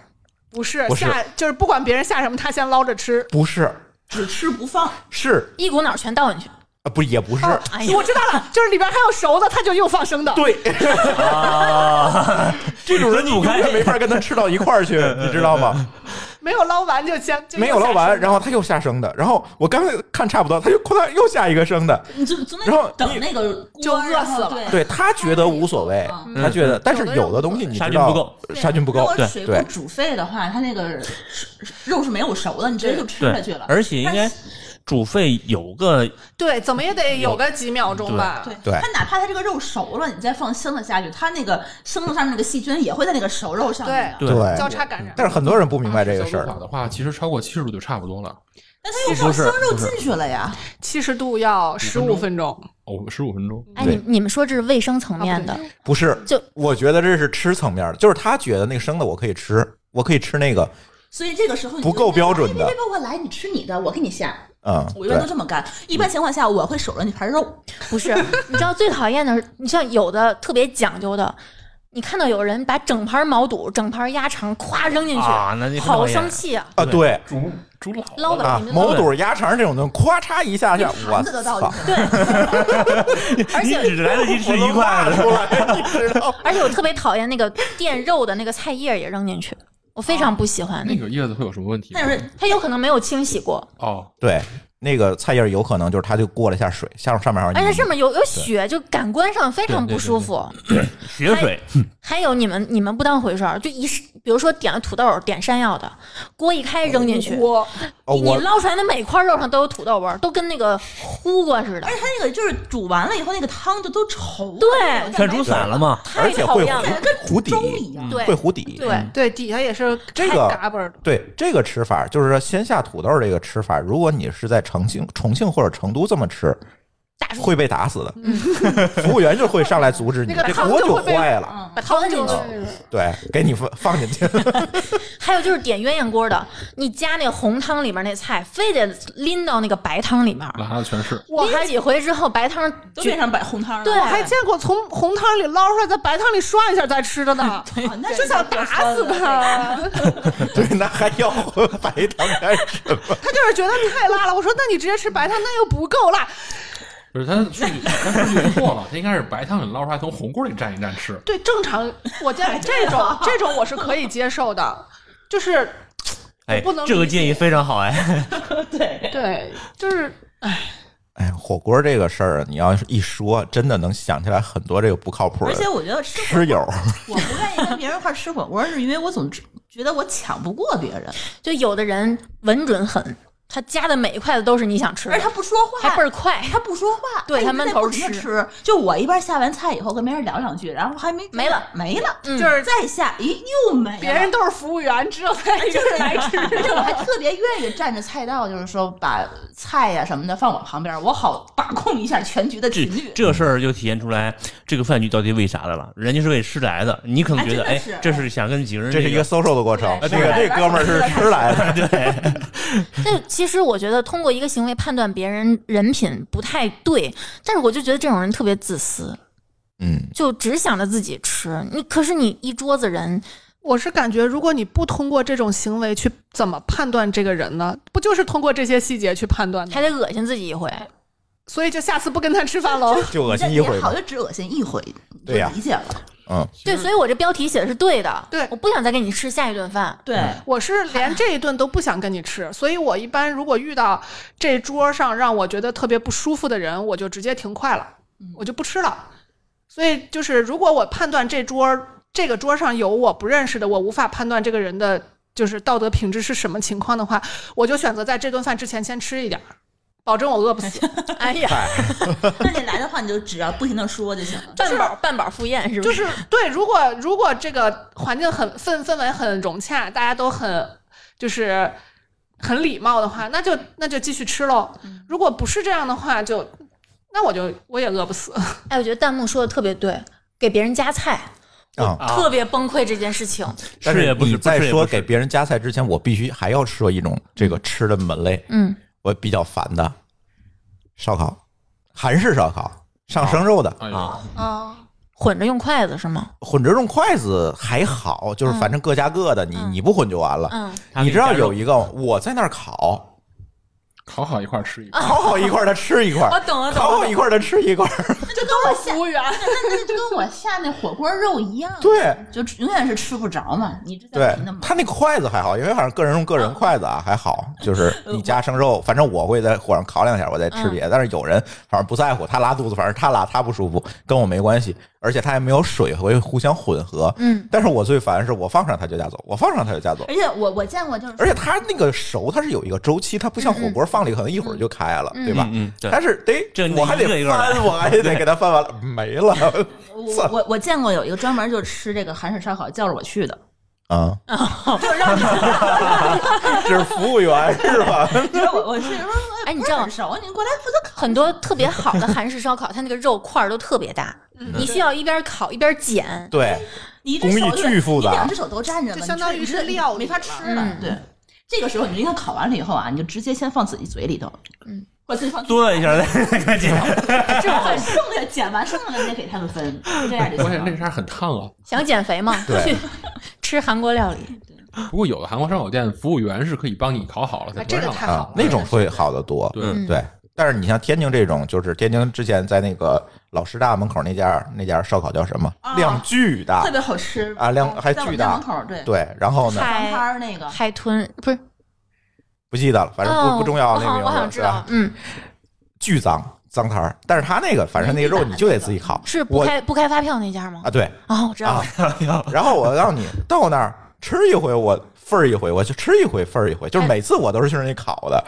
Speaker 4: 不是
Speaker 1: 不是
Speaker 4: 下就是不管别人下什么，他先捞着吃。
Speaker 1: 不是，
Speaker 6: 只吃不放。
Speaker 1: 是
Speaker 2: 一股脑全倒进去。
Speaker 1: 啊，不也不是，
Speaker 4: 哦
Speaker 2: 哎呀
Speaker 4: 我知道了，就是里边还有熟的，他就又放生的。
Speaker 1: 对， (laughs)
Speaker 3: 啊，
Speaker 1: 这种人你
Speaker 3: 分
Speaker 1: 永
Speaker 3: 不开
Speaker 1: 远 (laughs) 没法跟他吃到一块
Speaker 3: (laughs)
Speaker 1: 儿去，你知道吗？
Speaker 4: 没有捞完就先嗯就
Speaker 1: 没有捞完，然
Speaker 4: 后
Speaker 1: 后他又下生的，然后我刚才看差不多，他又哐当又下一个生的，
Speaker 6: 你就总
Speaker 1: 然后
Speaker 6: 得等那个锅
Speaker 4: 就饿死了
Speaker 6: 然后
Speaker 1: 对他觉得无所谓，
Speaker 6: 嗯
Speaker 1: 他觉得，但是有的东西你知道
Speaker 3: 杀菌不够，
Speaker 1: 杀菌不够
Speaker 6: 如，果水
Speaker 1: 对
Speaker 6: 不煮沸的话，它那个肉是没有熟的，你直接就吃下去
Speaker 3: 对
Speaker 6: 了，。
Speaker 3: 而且应该煮沸有个
Speaker 4: 对，怎么也得有个几秒钟吧。
Speaker 6: 对，
Speaker 1: 对
Speaker 6: 它哪怕它这个肉熟了，你再放生的下去，它那个生的上面那个细菌也会在那个熟肉上面的。
Speaker 3: 对
Speaker 1: 对。
Speaker 4: 交叉感染。
Speaker 1: 但是很多人不明白这个事
Speaker 5: 消毒法
Speaker 1: 儿，
Speaker 5: 的话，其实超过七十度就差不多了，
Speaker 6: 但它又
Speaker 3: 不
Speaker 6: 放
Speaker 3: 是
Speaker 6: 生肉
Speaker 3: 不是
Speaker 6: 进去了呀，
Speaker 4: 七十度要十五分钟，
Speaker 5: 哦，十五分钟。
Speaker 2: 哎，
Speaker 1: 对啊
Speaker 2: 你你们说这是卫生层面的，
Speaker 1: 不是？
Speaker 2: 就
Speaker 1: 我觉得这是吃层面的，就是他觉得那个生的我可以吃，我可以吃那个，
Speaker 6: 所以这个时候你
Speaker 1: 不
Speaker 6: 就
Speaker 1: 够
Speaker 6: 应该
Speaker 1: 标准
Speaker 6: 哎
Speaker 1: 的
Speaker 6: 别别别，我来，你吃你的，我给你下。
Speaker 1: 嗯，
Speaker 6: 我一般
Speaker 1: 对
Speaker 6: 都这么干。一般情况下，我会守着那盘肉，
Speaker 2: 不是？你知道最讨厌的是，你像有的特别讲究的，你看到有人把整盘毛肚、整盘鸭肠咵扔进去，
Speaker 3: 啊，那你
Speaker 2: 好生气啊！
Speaker 1: 啊，对
Speaker 5: 猪猪老
Speaker 2: 捞
Speaker 5: 了
Speaker 2: 吧
Speaker 1: 啊
Speaker 2: 你，们
Speaker 1: 毛肚、鸭肠这种东西，咵嚓一下下，我
Speaker 6: 盘子都倒
Speaker 1: 操
Speaker 6: 进去了。
Speaker 2: 而
Speaker 3: 你
Speaker 2: 且
Speaker 3: 只来得及吃一块
Speaker 1: 我
Speaker 3: 的，
Speaker 1: 都骂出来，你知道吗？
Speaker 2: 而且我特别讨厌那个垫肉的那个菜叶也扔进去，我非常不喜
Speaker 1: 哦
Speaker 2: 欢。
Speaker 5: 那个叶子会有什么问题吗？
Speaker 6: 嗯但是
Speaker 2: 它有可能没有清洗过，
Speaker 5: 哦，
Speaker 1: 对，那个菜叶儿有可能就是它就过了一下水，下上面还有
Speaker 2: 而且
Speaker 1: 泥
Speaker 2: 上面有有血，就感官上非常不舒服。
Speaker 3: 血水
Speaker 2: 还有你们你们不当回事儿，就一是比如说点了土豆，点山药的，锅一开扔进去，
Speaker 4: 我
Speaker 1: 哦，
Speaker 2: 你
Speaker 1: 我
Speaker 2: 捞出来的每块肉上都有土豆味儿，都跟那个糊瓜似的
Speaker 6: 而，且它那个就是煮完了以后，那个汤就都稠了，
Speaker 2: 对
Speaker 3: 全煮散了嘛。
Speaker 1: 而
Speaker 2: 太
Speaker 1: 且
Speaker 2: 讨
Speaker 1: 会
Speaker 2: 厌了。
Speaker 1: 糊嗯糊底，
Speaker 6: 粥一样。
Speaker 2: 对
Speaker 1: 会糊底，
Speaker 2: 对，
Speaker 4: 对底下也是
Speaker 1: 这
Speaker 4: 开
Speaker 1: 个
Speaker 4: 嘎巴儿的。
Speaker 1: 对这个吃法，就是说先下土豆这个吃法，如果你是在重庆、重庆或者成都这么吃，
Speaker 2: 打嗯出
Speaker 1: 会被打死的。 (laughs) 服务员就会上来阻止你，
Speaker 4: 那个
Speaker 1: 这
Speaker 4: 汤
Speaker 1: 锅
Speaker 4: 就
Speaker 1: 就
Speaker 4: 会被
Speaker 1: 坏了。
Speaker 4: 哎
Speaker 2: 把汤进去，
Speaker 1: 对，给你放放进 (laughs) 去，
Speaker 2: 还有就是点鸳鸯锅的，你加那个红汤里面那菜，非得拎到那个白汤里面，
Speaker 5: 拉的全是。
Speaker 4: 我
Speaker 2: 拎
Speaker 4: 还
Speaker 2: 几回之后白汤就
Speaker 6: 都变成白红汤了。
Speaker 2: 对
Speaker 4: 我还哎见过从红汤里捞出来，在白汤里涮一下再吃的 (laughs) 呢。哎
Speaker 6: 啊那
Speaker 4: 就想打死他， (laughs)
Speaker 1: 对，那还要喝白汤干什么？
Speaker 4: 他就是觉得太辣了。我说，那你直接吃白汤，那又不够辣。
Speaker 5: (laughs) 不是，他 (laughs) 数据他数据错了，他应该是白汤里捞出来，从红锅里蘸一蘸吃。
Speaker 4: 对，正常，我见哎这 (laughs) 种这种我是可以接受的，就是
Speaker 3: 哎
Speaker 4: 不能，
Speaker 3: 这个
Speaker 4: 理解
Speaker 3: 建议非常好哎。
Speaker 6: 对，
Speaker 4: 对，就是
Speaker 1: 哎，火锅这个事儿，你要是一说，真的能想起来很多这个不靠谱
Speaker 6: 而且
Speaker 1: 的
Speaker 6: 我觉得吃火
Speaker 1: 吃友。
Speaker 6: 我不愿意跟别人一块儿吃火锅，是因为我总觉得我抢不过别人，
Speaker 2: 就有的人稳准狠，他夹的每一筷子都是你想吃的
Speaker 6: 而且，他不说话，
Speaker 2: 还倍儿快，
Speaker 6: 他不说话，
Speaker 2: 对他
Speaker 6: 他一直在
Speaker 2: 闷头
Speaker 6: 不停地吃。就我一般下完菜以后跟别人聊两句，然后还没
Speaker 2: 没了
Speaker 6: 没了，
Speaker 2: 嗯
Speaker 6: 就是再下，咦，又没了。
Speaker 4: 别人都是服务员，只有他一个人来吃。 (laughs)
Speaker 6: 而且我还特别愿意占着菜道，就是说把菜呀、什么的放我旁边，我好把控一下全局的
Speaker 3: 这
Speaker 6: 频率。
Speaker 3: 这事儿就体现出来这个饭局到底为啥的了。人家是为吃来的，你可能觉得
Speaker 6: 哎
Speaker 3: 哎
Speaker 6: 真的是，
Speaker 3: 这是想跟几个人
Speaker 1: 这是一个 social 的过程，
Speaker 6: 对
Speaker 1: 这个这哥们儿是吃来
Speaker 6: (laughs)
Speaker 1: 的，
Speaker 3: (laughs)
Speaker 2: 这其实我觉得通过一个行为判断别人人品不太对，但是我就觉得这种人特别自私，
Speaker 1: 嗯，
Speaker 2: 就只想着自己吃。你可是你一桌子人，
Speaker 4: 我是感觉，如果你不通过这种行为去怎么判断这个人呢？不就是通过这些细节去判断的
Speaker 2: 还
Speaker 4: 吗？
Speaker 2: 得恶心自己一回。
Speaker 4: 所以就下次不跟他吃饭喽。
Speaker 1: 就恶
Speaker 6: 你在
Speaker 1: 心一回
Speaker 6: 也好，
Speaker 1: 嘛。
Speaker 6: 就只恶心一回，你就
Speaker 1: 对呀
Speaker 6: 理解了。
Speaker 1: 嗯，
Speaker 2: 对，所以我这标题写的是对的。
Speaker 4: 对
Speaker 2: 我不想再跟你吃下一顿饭。
Speaker 6: 对，
Speaker 1: 嗯
Speaker 4: 我是连这一顿都不想跟你吃，所以我一般如果遇到这桌上让我觉得特别不舒服的人，我就直接停筷了，我就不吃了。所以就是，如果我判断这桌这个桌上有我不认识的，我无法判断这个人的就是道德品质是什么情况的话，我就选择在这顿饭之前先吃一点儿，保证我饿不死。
Speaker 2: 哎呀，
Speaker 6: 那你来的话，你就只要不停的说就行了。
Speaker 2: (laughs) 半饱半饱赴宴是不？
Speaker 4: (laughs) 就是是对，如果如果这个环境很氛氛围很融洽，大家都很就是很礼貌的话，那就那就继续吃喽。如果不是这样的话，就那我就我也饿不死。
Speaker 2: 哎，我觉得弹幕说的特别对，给别人夹菜，
Speaker 1: 啊、
Speaker 2: 特别崩溃这件事情。
Speaker 1: 但
Speaker 3: 是也不是
Speaker 1: 你在
Speaker 3: 不是也
Speaker 1: 说
Speaker 3: 不是
Speaker 1: 给别人夹菜之前，我必须还要说一种这个吃的门类，
Speaker 2: 嗯，
Speaker 1: 我比较烦的烧烤，韩式烧烤，上生肉的，
Speaker 5: 哎呀，
Speaker 3: 啊，
Speaker 6: 嗯
Speaker 4: 啊，
Speaker 2: 混着用筷子是吗？
Speaker 1: 混着用筷子还好，
Speaker 6: 嗯
Speaker 1: 就是反正各夹各的，你
Speaker 2: 嗯
Speaker 1: 你不混就完了。
Speaker 2: 嗯，
Speaker 3: 他
Speaker 1: 你
Speaker 3: 给
Speaker 1: 知道
Speaker 3: 加肉
Speaker 1: 有一个我在那儿烤，
Speaker 2: (laughs)
Speaker 5: 烤好一块儿吃一块儿，
Speaker 1: 烤好一块儿他吃一块儿，
Speaker 2: 哦懂了嗯
Speaker 1: 烤好一块儿他吃一块儿，
Speaker 6: 就跟我下，
Speaker 4: 服务员，
Speaker 6: 那那就跟我下那火锅肉一样，
Speaker 1: 对。
Speaker 2: 嗯
Speaker 6: 就永远是吃不着嘛。你这在
Speaker 1: 对
Speaker 6: 凭的嘛？
Speaker 1: 他那筷子还好，因为好像个人用个
Speaker 2: 嗯
Speaker 1: 人筷子啊还好，
Speaker 2: (laughs)
Speaker 1: 就是你夹生肉，反正我会在火上烤两下，我再吃
Speaker 2: 嗯
Speaker 1: 别的。但是有人好像不在乎，他拉肚子，反正他拉他不舒服，跟我没关系，而且他也没有水会互相混合。
Speaker 2: 嗯，
Speaker 1: 但是我最烦的是我放上他就夹走，我放上他就夹走，
Speaker 6: 而且我我见过，就是
Speaker 1: 而且它那个熟它是有一个周期，它不像火锅放里可能一会儿就开了，对吧？
Speaker 3: 嗯嗯对
Speaker 1: 它是得
Speaker 3: 这你
Speaker 1: 我还得
Speaker 3: 一个一个来
Speaker 1: 翻，我还得给它翻完了，没了
Speaker 6: 我我我见过有一个专门就吃这个韩式烧烤叫着我去的， (laughs)
Speaker 1: 啊！ (laughs) 这是服务员是吧？
Speaker 6: 就是我我是
Speaker 4: (laughs)
Speaker 6: 说，
Speaker 2: 哎你
Speaker 6: 不
Speaker 2: 知
Speaker 6: 是
Speaker 2: 道
Speaker 6: 很熟，你过来负责烤。
Speaker 2: 很多特别好的韩式烧烤，它那个肉块儿都特别大，
Speaker 1: 嗯
Speaker 2: 你需要一边烤一边剪。
Speaker 1: 对，
Speaker 6: 你一只
Speaker 1: 工艺
Speaker 6: 手就
Speaker 1: 巨复杂
Speaker 6: 你两只手都占着呢，
Speaker 4: 就相当于
Speaker 6: 你
Speaker 4: 是
Speaker 6: 这你这
Speaker 4: 料理
Speaker 6: 没法
Speaker 4: 了
Speaker 6: 吃了
Speaker 2: 嗯。
Speaker 6: 对，这个时候你就应该烤完了以后啊，你就直接先放自己嘴里头，
Speaker 2: 嗯，
Speaker 6: 或者自己放
Speaker 3: 嘬一下再再剪。
Speaker 1: 嗯
Speaker 6: 这很剩下捡完剩下的再给他们分，这样就
Speaker 5: 关键那
Speaker 6: 行了。
Speaker 5: 啥很烫啊。
Speaker 2: (laughs) 想减肥吗？
Speaker 1: 对
Speaker 2: 去吃韩国料理。
Speaker 5: 不过有的韩国烧烤店服务员是可以帮你烤好了再
Speaker 4: 啊
Speaker 5: 端
Speaker 4: 这个
Speaker 5: 上来
Speaker 4: 太
Speaker 5: 的。
Speaker 1: 啊，那种会好得多。
Speaker 5: 对，
Speaker 3: 嗯
Speaker 1: 对，但是你像天津这种，就是天津之前在那个老师大门口那家那家烧烤叫什么？
Speaker 6: 啊
Speaker 1: 量巨大
Speaker 6: 特别好吃嗯
Speaker 1: 啊，量还
Speaker 6: 在我
Speaker 1: 巨
Speaker 6: 们家
Speaker 1: 大
Speaker 6: 门。口对，
Speaker 1: 对，然后呢，
Speaker 2: 嗨
Speaker 6: 摊儿那个
Speaker 2: 海豚不是，
Speaker 1: 不记得了，反正
Speaker 2: 哦
Speaker 1: 不不重要
Speaker 2: 我
Speaker 1: 那个
Speaker 2: 好
Speaker 1: 名
Speaker 2: 我好
Speaker 1: 字
Speaker 2: 像
Speaker 1: 是
Speaker 2: 知
Speaker 1: 吧
Speaker 2: 道，？嗯，
Speaker 1: 巨脏脏摊儿，但是他那个反正那个肉你就得自己烤，
Speaker 2: 嗯 (laughs) 是不
Speaker 1: 我
Speaker 2: 开不开发票那家吗
Speaker 1: 啊？对，啊
Speaker 2: 哦，我知道了。
Speaker 1: 然后我告诉你，到那儿吃一回我份儿一回，我就吃一回份儿一回，
Speaker 2: 哎
Speaker 1: 就是每次我都是去那里烤的，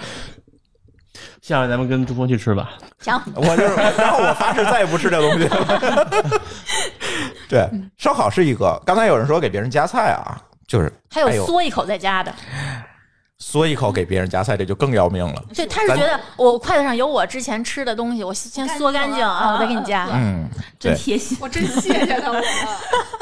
Speaker 3: 下回咱们跟朱峰去吃吧。
Speaker 2: 行，
Speaker 1: 我就是，然后我发誓再也不吃这东西了。 (laughs) 对，
Speaker 2: 嗯
Speaker 1: 烧烤是一个，刚才有人说给别人夹菜啊，就是
Speaker 2: 还
Speaker 1: 哎呦
Speaker 2: 有嗦一口再加的，
Speaker 1: 嗦一口给别人夹菜，这就更要命了。
Speaker 2: 对，他是觉得我筷子上有我之前吃的东西，我先
Speaker 6: 干净
Speaker 2: 嗦干净啊，
Speaker 6: 了
Speaker 2: 我再给你加。
Speaker 1: 嗯，
Speaker 6: 真
Speaker 1: 对，
Speaker 6: 贴心。
Speaker 4: (laughs) 我真谢谢他
Speaker 3: (laughs)
Speaker 4: 们。啊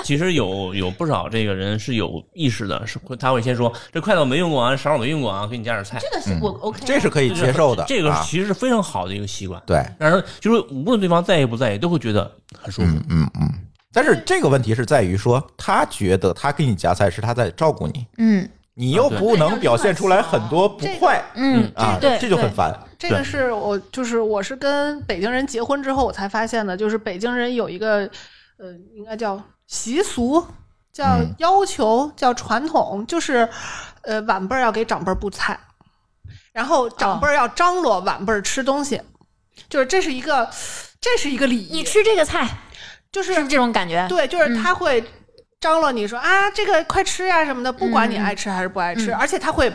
Speaker 3: 其实有有不少这个人是有意识的，是会他会先说这筷子我没用过啊，勺我没用过啊，给你加点菜
Speaker 6: 这。个是
Speaker 1: 嗯
Speaker 6: 我 OK，
Speaker 1: 这是可以接受的。
Speaker 3: 这个
Speaker 1: 啊
Speaker 3: 其实是非常好的一个习惯，
Speaker 1: 对，
Speaker 3: 让人就是无论对方在意不在意，都会觉得很舒服。
Speaker 1: 嗯嗯嗯。但是这个问题是在于说，他觉得他给你夹菜是他在照顾你，
Speaker 2: 嗯
Speaker 1: 你又不能表现出来很多不快
Speaker 2: 嗯
Speaker 1: 啊，
Speaker 2: 对，
Speaker 1: 这就很
Speaker 2: 对
Speaker 1: 烦。
Speaker 4: 这个是我就是我是跟北京人结婚之后我才发现的，就是北京人有一个呃，应该叫习俗，叫
Speaker 1: 嗯
Speaker 4: 要求，叫传统，就是呃晚辈儿要给长辈儿布菜，然后长
Speaker 2: 哦
Speaker 4: 辈儿要张罗晚辈儿吃东西，就是这是一个这是一个礼仪，
Speaker 2: 你吃这个菜
Speaker 4: 就是
Speaker 2: 是不是这种感觉？
Speaker 4: 对，就是
Speaker 2: 嗯
Speaker 4: 他会张罗你说、啊，这个快吃呀、什么的，不管你爱吃还是不爱吃，
Speaker 2: 嗯
Speaker 4: 而且他会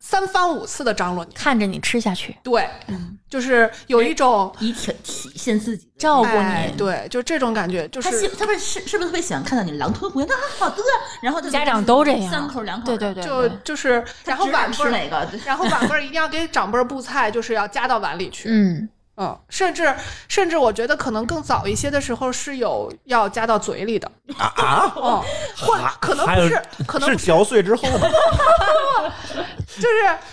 Speaker 4: 三番五次的张罗你。
Speaker 2: 看着你吃下去，
Speaker 4: 对，
Speaker 2: 嗯
Speaker 4: 就是有一种
Speaker 6: 以体体现自己的
Speaker 2: 照顾
Speaker 4: 哎
Speaker 2: 你，，
Speaker 4: 对，就这种感觉，就
Speaker 6: 他
Speaker 4: 是
Speaker 6: 喜他不是是是不是特别喜欢看到你狼吞虎咽，那好的，然后就
Speaker 2: 家长都这样
Speaker 6: 三口两口
Speaker 2: 对
Speaker 6: 的，
Speaker 2: 对对，
Speaker 4: 就
Speaker 2: 对
Speaker 4: 就是，
Speaker 6: 他
Speaker 4: 然后
Speaker 6: 只敢
Speaker 4: 晚辈
Speaker 6: 吃
Speaker 4: 儿，
Speaker 6: 哪个？对
Speaker 4: 然后晚辈儿一定要给长辈儿布菜，就是要夹到碗里去。
Speaker 2: 嗯
Speaker 4: 嗯，甚至甚至我觉得可能更早一些的时候是有要夹到嘴里的 (laughs) 啊啊，或可能
Speaker 3: 还
Speaker 4: 不
Speaker 3: 有
Speaker 4: 是，可能
Speaker 1: 是
Speaker 4: 不
Speaker 1: 嚼碎之后吗？
Speaker 4: 就是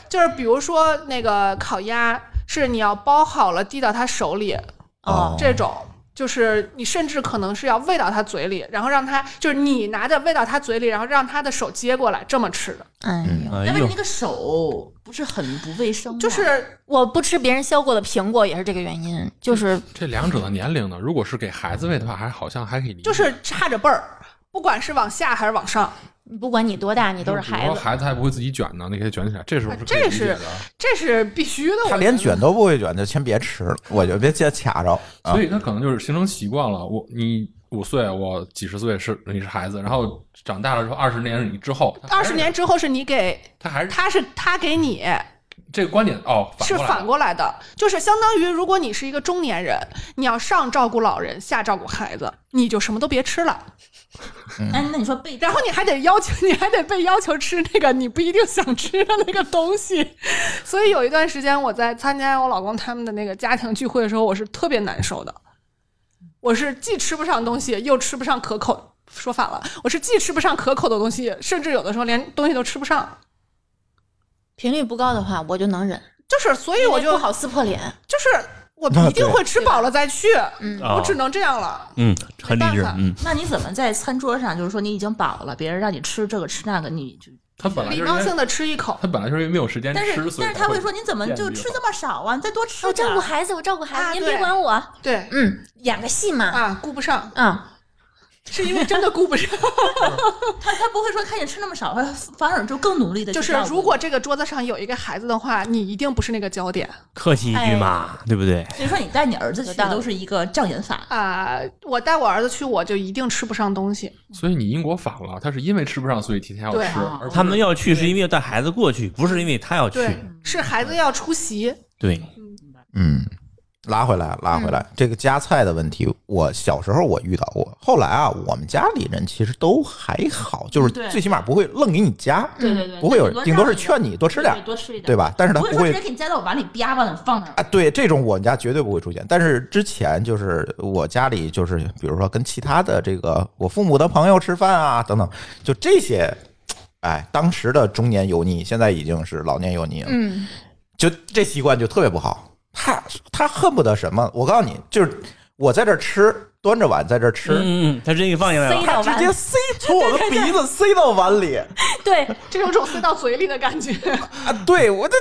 Speaker 4: 就是，比如说那个烤鸭，是你要包好了递到他手里
Speaker 2: 嗯
Speaker 1: 哦
Speaker 4: 这种，就是你甚至可能是要喂到他嘴里，然后让他就是你拿着喂到他嘴里，然后让他的手接过来这么吃的，
Speaker 2: 哎
Speaker 1: 嗯
Speaker 2: 呦，
Speaker 3: 哎
Speaker 6: 要不然
Speaker 3: 呦
Speaker 6: 你那，个手不是很不卫生吗？
Speaker 4: 就是
Speaker 2: 我不吃别人削过的苹果也是这个原因，就是
Speaker 5: 这两者的年龄呢？如果是给孩子喂的话，还好像还可以理解。
Speaker 4: 就是差着辈儿，不管是往下还是往上，
Speaker 2: 不管你多大，你都是
Speaker 5: 比
Speaker 2: 孩
Speaker 5: 如
Speaker 2: 子
Speaker 5: 说。孩子还不会自己卷呢，你给他卷起来，这时候
Speaker 4: 啊
Speaker 5: 是可以理解的。
Speaker 4: 这是必须的。
Speaker 1: 他
Speaker 4: 我
Speaker 1: 连
Speaker 4: 觉得
Speaker 1: 卷都不会卷，就先别吃了，我就别接卡着。啊
Speaker 5: 所以他可能就是形成习惯了。我你五岁，我几十岁是你是孩子，然后长大了之后二十年你之后，他还
Speaker 4: 二
Speaker 5: 是
Speaker 4: 十年之后是你给，
Speaker 5: 他还是
Speaker 4: 他是他给你，
Speaker 5: 这个观点哦，
Speaker 4: 是
Speaker 5: 过来
Speaker 4: 反
Speaker 5: 了
Speaker 4: 过来的，就是相当于如果你是一个中年人，你要上照顾老人，下照顾孩子，你就什么都别吃了，
Speaker 6: 哎，那你说被
Speaker 4: 然后你还得要求，你还得被要求吃那个你不一定想吃的那个东西。所以有一段时间我在参加我老公他们的那个家庭聚会的时候，我是特别难受的，我是既吃不上东西，又吃不上可口。说反了，我是既吃不上可口的东西，甚至有的时候连东西都吃不上，
Speaker 2: 频率不高的话，我就能忍，
Speaker 4: 就是所以我
Speaker 2: 因为
Speaker 4: 就
Speaker 2: 不好撕破脸。
Speaker 4: 就是我
Speaker 1: 那
Speaker 4: 一定
Speaker 1: 对
Speaker 4: 会吃饱了再去，
Speaker 2: 嗯，
Speaker 3: 啊
Speaker 4: 我只能这样了。
Speaker 3: 嗯，很理
Speaker 4: 没
Speaker 3: 智
Speaker 4: 办，法
Speaker 3: 嗯，
Speaker 6: 那你怎么在餐桌上，就是说你已经饱了，别人让你吃这个吃那个，你就
Speaker 5: 他本来
Speaker 4: 礼
Speaker 5: 就是
Speaker 4: 貌性的吃一口，
Speaker 5: 他本来就是因为没有时间
Speaker 6: 但是
Speaker 5: 吃，所以
Speaker 6: 但是他会
Speaker 5: 会
Speaker 6: 说你怎么
Speaker 5: 变
Speaker 6: 就
Speaker 5: 得
Speaker 6: 吃
Speaker 5: 越
Speaker 6: 这么少啊？你再多吃
Speaker 2: 哦我
Speaker 6: 点
Speaker 2: 照顾
Speaker 6: 儿。
Speaker 2: 孩子，我照顾孩子，
Speaker 4: 啊
Speaker 2: 您
Speaker 4: 对
Speaker 2: 别管我。
Speaker 4: 对
Speaker 2: 嗯，演个戏嘛。
Speaker 4: 啊，顾不上，
Speaker 2: 嗯，
Speaker 4: 是因为真的顾不上。
Speaker 6: 他他不会说看你吃那么少，会反而就更努力的。
Speaker 4: 就是如果这个桌子上有一个孩子的话，你一定不是那个焦点
Speaker 3: 客气一句嘛，对不对？
Speaker 6: 所以说你带你儿子去
Speaker 2: 有道理
Speaker 6: 都是一个障眼法。
Speaker 4: 啊、我带我儿子去，我就一定吃不上东西。
Speaker 5: 所以你因果反了，他是因为吃不上，所以提前要
Speaker 4: 对
Speaker 5: 吃，
Speaker 6: 啊
Speaker 5: 而不是
Speaker 3: 他们要去是因为要带孩子过去，不是因为他要去。
Speaker 4: 对，是孩子要出席，
Speaker 3: 对，
Speaker 1: 嗯，拉回来，拉回来。这个夹菜的问题，我小时候我遇到过，后来啊，我们家里人其实都还好，就是
Speaker 6: 对
Speaker 1: 最起码不会愣给你夹，
Speaker 6: 对对对
Speaker 1: 嗯不会有
Speaker 6: 顶
Speaker 1: 顶
Speaker 6: 多，
Speaker 1: 多是
Speaker 6: 让你的
Speaker 1: 劝你多吃点儿
Speaker 6: 对，多吃一点，
Speaker 1: 对？吧？但是他
Speaker 6: 不会
Speaker 1: 不
Speaker 6: 说直
Speaker 1: 会
Speaker 6: 接给你夹到我碗里吧吧的放那儿
Speaker 1: (laughs) 啊，对这种我们家绝对不会出现。但是之前就是我家里就是，比如说跟其他的这个我父母的朋友吃饭啊等等，就这些，哎，当时的中年油腻，现在已经是老年油腻了，
Speaker 2: 嗯，
Speaker 1: 就这习惯就特别不好。他他恨不得什么？我告诉你，就是我在这儿吃，端着碗在这儿吃。
Speaker 3: 嗯嗯，他直接给放进来
Speaker 2: 塞
Speaker 3: 了。
Speaker 1: 他
Speaker 2: 到
Speaker 1: 直
Speaker 2: 碗
Speaker 1: 接
Speaker 2: 里，
Speaker 1: 塞从我的鼻子塞到碗里啊！
Speaker 2: 对，
Speaker 4: 这有种塞到嘴里的感觉。
Speaker 1: 对我
Speaker 2: (laughs)
Speaker 1: 这，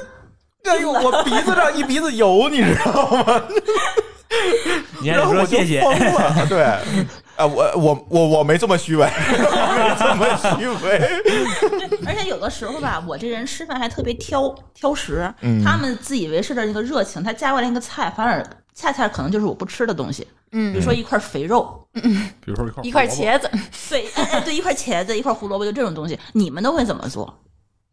Speaker 1: 哎呦，我鼻子上一鼻子油，你知道吗？
Speaker 3: 你
Speaker 1: 然
Speaker 3: 还得
Speaker 1: 后
Speaker 3: 说
Speaker 1: 我就
Speaker 3: 谢谢，
Speaker 1: 疯
Speaker 3: (laughs)
Speaker 1: 了，对，啊，我我我我没这么虚伪， (laughs) 没这么虚伪，
Speaker 6: 对，而且有的时候吧，我这人吃饭还特别挑挑食，
Speaker 1: 嗯
Speaker 6: 他们自以为是的那个热情，他夹过来那个菜，反而恰恰可能就是我不吃的东西，比
Speaker 2: 嗯
Speaker 6: 如，说一块肥肉，
Speaker 5: 比如说一块
Speaker 2: 一块
Speaker 5: 胡萝卜
Speaker 2: 茄子，
Speaker 6: (laughs) 对，哎哎，对，一块茄子，一块胡萝卜，就这种东西，你们都会怎么做？
Speaker 1: 嗯